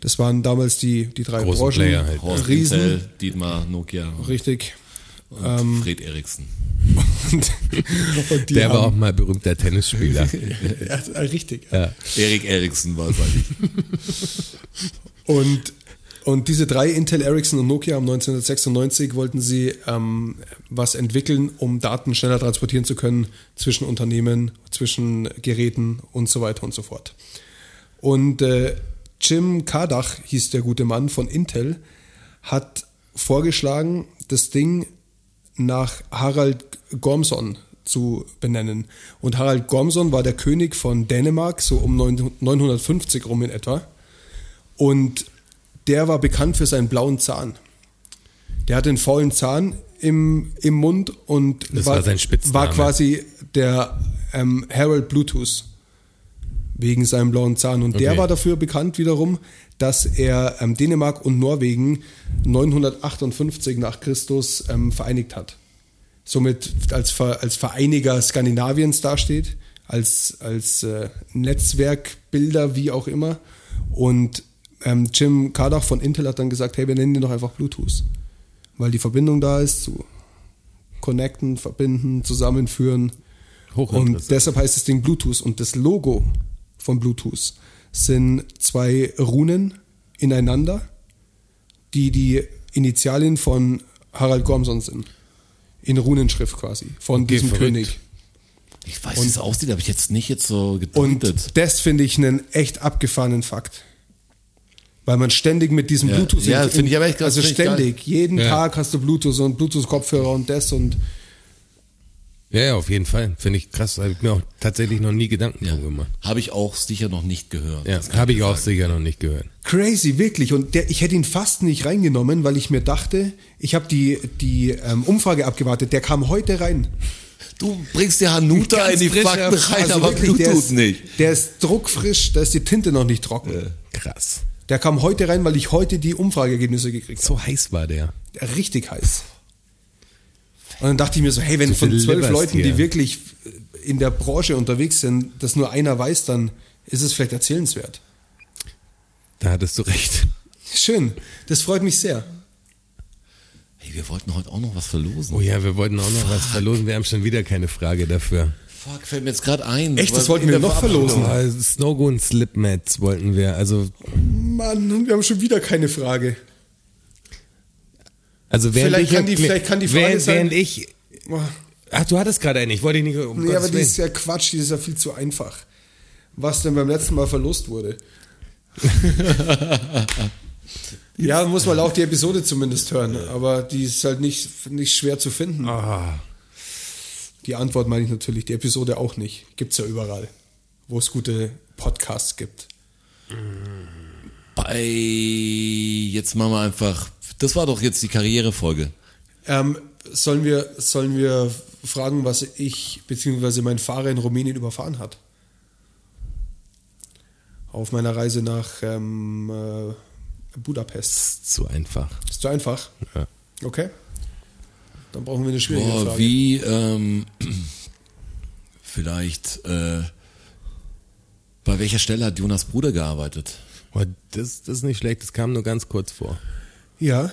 Das waren damals die, die drei Mhm. Großen Branchen. Player halt. Horst Riesen. Intel, Dietmar, Nokia und Richtig. Mhm. Fred Eriksen. Und, [LAUGHS] und die Der war auch haben, mal berühmter [LAUGHS] Tennisspieler. ja, äh, richtig. Erik Eriksen war es eigentlich. Und, und diese drei, Intel, Ericsson und Nokia, haben 1996 wollten sie ähm, was entwickeln, um Daten schneller transportieren zu können zwischen Unternehmen, zwischen Geräten und so weiter und so fort. Und äh, Jim Kardach hieß der gute Mann von Intel, hat vorgeschlagen, das Ding nach Harald Gormson zu benennen. Und Harald Gormson war der König von Dänemark, so um 9 950 rum in etwa. Und der war bekannt für seinen blauen Zahn. Der hatte einen faulen Zahn im, im Mund und Das war sein Spitzname. war quasi der ähm, Harold Bluetooth wegen seinem blauen Zahn. Und der Okay. war dafür bekannt wiederum, dass er ähm, Dänemark und Norwegen 958 nach Christus ähm, vereinigt hat. Somit als, Ver, als Vereiniger Skandinaviens dasteht, als, als äh, Netzwerkbilder, wie auch immer. Und ähm, Jim Kardach von Intel hat dann gesagt, hey, wir nennen den doch einfach Bluetooth. Weil die Verbindung da ist, zu connecten, verbinden, zusammenführen. Hochinteressant. Und deshalb heißt das Ding Bluetooth. Und das Logo von Bluetooth sind zwei Runen ineinander, die die Initialien von Harald Gormson sind. In Runenschrift quasi. Von diesem verrückt. König. Ich weiß, wie es aussieht, aber ich jetzt nicht jetzt so Und gedeutet. das finde ich einen echt abgefahrenen Fakt. Weil man ständig mit diesem Ja, Bluetooth. ja, in- finde ich aber echt- Also finde ich geil. ständig. Jeden Ja. Tag hast du Bluetooth und Bluetooth-Kopfhörer und das und. ja, ja, auf jeden Fall. Finde ich krass. Habe ich mir auch tatsächlich noch nie Gedanken Ja. drum gemacht. Habe ich auch sicher noch nicht gehört. Ja, habe ich auch sicher noch nicht gehört. Crazy, wirklich. Und der, ich hätte ihn fast nicht reingenommen, weil ich mir dachte, ich habe die, die ähm, Umfrage abgewartet. Der kam heute rein. Du bringst dir Hanuta in die Fakten rein, aber Also wirklich, der Bluetooth ist, nicht. Der ist druckfrisch, da ist die Tinte noch nicht trocken. Krass. Der kam heute rein, weil ich heute die Umfrageergebnisse gekriegt So heiß war der. habe. Richtig heiß. Und dann dachte ich mir so, hey, wenn So von viel zwölf Libbers Leuten, hier. die wirklich äh, in der Branche unterwegs sind, das nur einer weiß, dann ist es vielleicht erzählenswert. Da hattest du recht. Schön, das freut mich sehr. Hey, wir wollten heute auch noch was verlosen. Oh ja, wir wollten auch noch was verlosen. Wir haben schon wieder keine Frage dafür. Fuck, fällt mir jetzt gerade ein. Echt, das Was- wollten in wir der noch Verabschiedung. verlosen. Oh, Snowgoon Slipmats wollten wir. Also, Mann, wir haben schon wieder keine Frage. also während Vielleicht ich kann die- erklär- vielleicht kann die Frage während, sein- während ich Oh, um Ach, du hattest gerade eine. Ich wollte dich nicht. Um Nee, Gottes aber die Willen. ist ja Quatsch, die ist ja viel zu einfach. Was denn beim letzten Mal verlost [LAUGHS] wurde. ja, muss man auch die Episode zumindest hören, aber die ist halt nicht, nicht schwer zu finden. Ah. Die Antwort meine ich natürlich, die Episode auch nicht. Gibt's ja überall, wo es gute Podcasts gibt. Bei, jetzt machen wir einfach, das war doch jetzt die Karrierefolge. Ähm, Sollen wir, sollen wir fragen, was ich bzw. mein Fahrer in Rumänien überfahren hat? Auf meiner Reise nach ähm, äh, Budapest. Zu einfach. Ist zu einfach. Ja. Okay. Dann brauchen wir eine schwierige Boah, Frage. Oh, wie ähm, [CLEARS THROAT] vielleicht äh, bei welcher Stelle hat Jonas Bruder gearbeitet? Boah, Das, das ist nicht schlecht, das kam nur ganz kurz vor. Ja.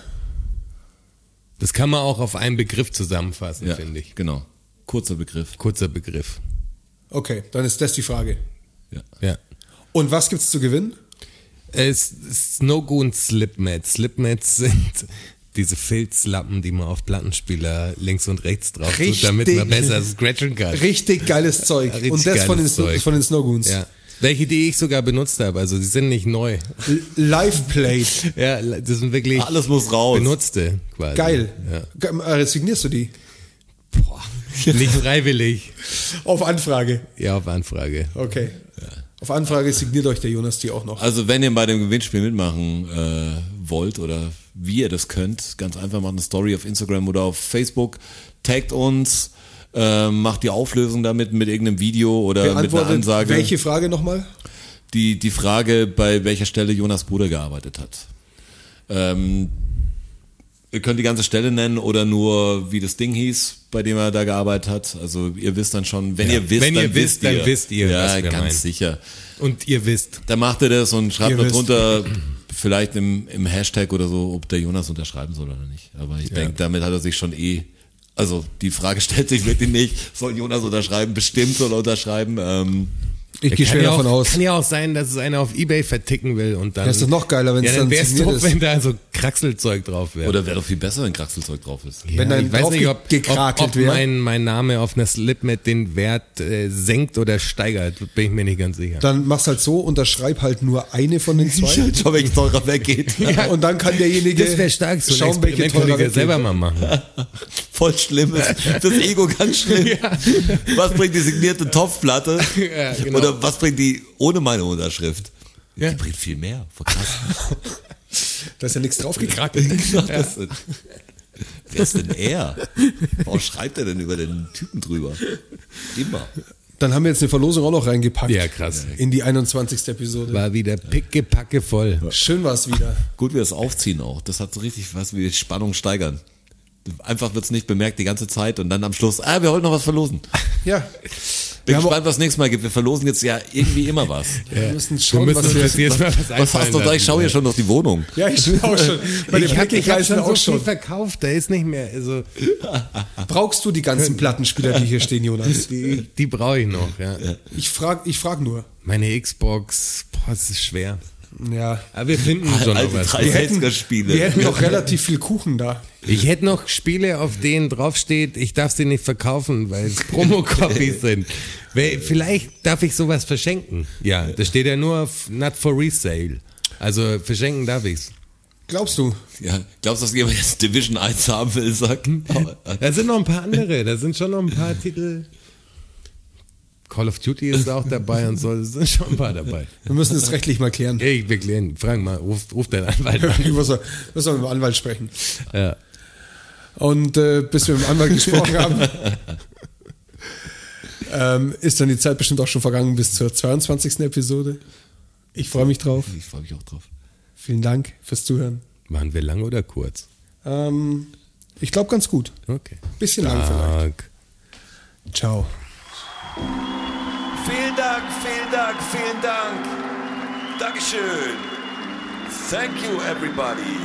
Das kann man auch auf einen Begriff zusammenfassen, finde ich. Genau. Kurzer Begriff. Kurzer Begriff. Okay, dann ist das die Frage. Ja. Ja. Und was gibt's zu gewinnen? Es ist Snowgo und Slipmats. Slipmats sind diese Filzlappen, die man auf Plattenspieler links und rechts drauf tut, damit man Richtig. besser scratchen kann. [LAUGHS] Richtig geiles Zeug. Richtig Und das von den, geiles Sno- Zeug. von den Snowgoons. Ja. Welche, die ich sogar benutzt habe, also die sind nicht neu. [LAUGHS] L- Live played. Ja, das sind wirklich Alles muss raus. benutzte quasi. Geil. Ja. Ge- äh, Resignierst du die? [LAUGHS] Nicht freiwillig. Auf Anfrage. Ja, auf Anfrage. Okay. Auf Anfrage signiert euch der Jonas die auch noch. Also wenn ihr bei dem Gewinnspiel mitmachen äh, wollt oder wie ihr das könnt, ganz einfach macht eine Story auf Instagram oder auf Facebook, taggt uns, äh, macht die Auflösung damit mit irgendeinem Video oder mit einer Beantwortet Ansage. welche Frage nochmal? die, die Frage, bei welcher Stelle Jonas Bruder gearbeitet hat. Ähm, ihr könnt die ganze Stelle nennen oder nur, wie das Ding hieß, bei dem er da gearbeitet hat. Also ihr wisst dann schon, wenn ihr wisst, Wenn dann ihr wisst, dann wisst ihr, Ja, was wir ganz meinen. sicher. Und ihr wisst, Dann macht ihr das und schreibt Ihr noch wisst. drunter, vielleicht im, im Hashtag oder so, ob der Jonas unterschreiben soll oder nicht. Aber ich denke, damit hat er sich schon eh. Also die Frage [LAUGHS] stellt sich wirklich nicht, soll Jonas unterschreiben, bestimmt soll er unterschreiben. Ähm, Ich kann ja auch, Kann ja auch sein, dass es einer auf Ebay verticken will und dann. Das ist doch noch geiler, wenn ja, es dann dann wär's signiert doch, ist. wenn da so Kraxelzeug drauf wäre. oder wäre doch viel besser, wenn Kraxelzeug drauf ist. ja, wenn dann ich weiß nicht, ob, ob, draufgekrakelt ob wär. mein, mein Name auf einer Slipmat den Wert äh, senkt oder steigert, bin ich mir nicht ganz sicher. Dann mach's halt so, unterschreib halt nur eine von den [LAUGHS] [LAUGHS] zwei. Schau, welches teurer weggeht. Und dann kann derjenige das wäre stark, so ein schauen, welche Experiment könnte ich teurer ja weggeht. selber mal machen. Voll schlimm. Fürs Ego ganz schlimm. Was bringt die signierte Topfplatte? Ja, genau. Oder was bringt die ohne meine Unterschrift? Ja. Die bringt viel mehr. Voll krass. Da ist ja nichts draufgekrakelt. Genau, das sind- Wer ist denn er? Warum schreibt er denn über den Typen drüber? Immer. Dann haben wir jetzt eine Verlosung auch noch reingepackt. Ja, krass. In die 21. Episode. War wieder pickepacke voll. Schön war's wieder. Gut, wir das aufziehen auch. Das hat so richtig was, wie Spannung steigern. Einfach wird's nicht bemerkt die ganze Zeit und dann am Schluss, ah, wir wollten noch was verlosen. Ja. Bin Wir haben- gespannt, was nächstes Mal gibt. Wir verlosen jetzt ja irgendwie immer was. Wir müssen schauen, müssen was uns wir jetzt jedes Mal was Was hast einfallen du da? Ich lassen. schaue hier schon noch die Wohnung. Ja, ich bin auch schon. Bei den Ich hab, ich hab Packelkreisen schon auch so viel schon. verkauft, da ist nicht mehr. Also, Brauchst du die ganzen Plattenspieler, die hier [LAUGHS] stehen, Jonas? die die brauche ich noch. Ja. Ich frag, ich frag nur. Meine Xbox, boah, es ist schwer. Ja. Aber Ah, wir finden schon noch Alte was. 360er-Spiele. Wir hätten auch relativ viel Kuchen da. Ich hätte noch Spiele, auf denen draufsteht, ich darf sie nicht verkaufen, weil es Promocopies sind. Wer- Vielleicht darf ich sowas verschenken. Ja, das steht ja nur auf not for resale. Also verschenken darf ich's. Glaubst du? Ja, glaubst du, dass jemand jetzt Division 1 haben will, sagt? äh, Da sind noch ein paar andere, da sind schon noch ein paar Titel. Call of Duty ist auch dabei und so, da sind schon ein paar dabei. Wir müssen das rechtlich mal [LAUGHS] klären. Ey, wir klären, Frank mal, ruf, ruf deinen Anwalt an. Ich muss, mal- muss mal mit dem Anwalt sprechen. Ja. Und äh, bis wir mit dem Anwalt gesprochen haben, ähm, ist dann die Zeit bestimmt auch schon vergangen bis zur 22. Episode. Ich freue mich drauf. Ich freue mich auch drauf. Vielen Dank fürs Zuhören. Waren wir lang oder kurz? Ähm, ich glaube ganz gut. Okay. Bisschen Ah. lang vielleicht. Stark. Ciao. Vielen Dank, vielen Dank, vielen Dank. Dankeschön. Thank you, everybody.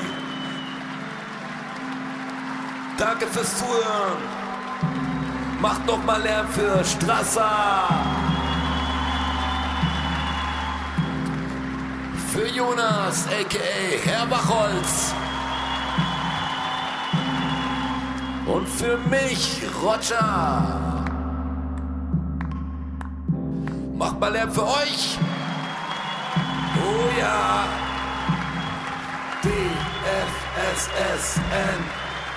Danke fürs Zuhören. Macht noch mal Lärm für Strasser. Für Jonas, a.k.a. Herr Wachholz. Und für mich, Roger. Macht mal Lärm für euch. Oh ja. DFSSN.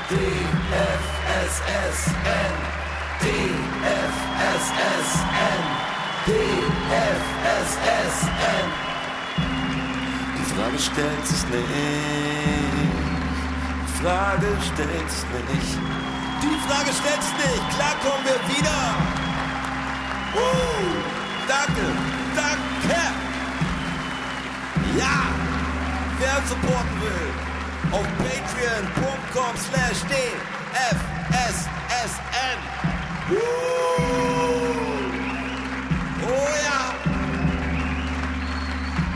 DFSSN. DFSSN. DFSSN. Die Frage stellt sich nicht. Die Frage stellt sich nicht. Die Frage stellt sich nicht. Klar kommen wir wieder. Uh, danke, danke. Ja, wer uns supporten will, auf patreon.com slash dfssn. Uh, oh ja.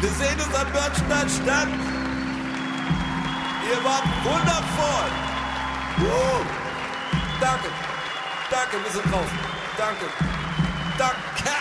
Wir sehen uns am Börnstein statt. Ihr wart wundervoll. Oh. Uh, danke. Danke, wir sind draußen. Danke. Danke.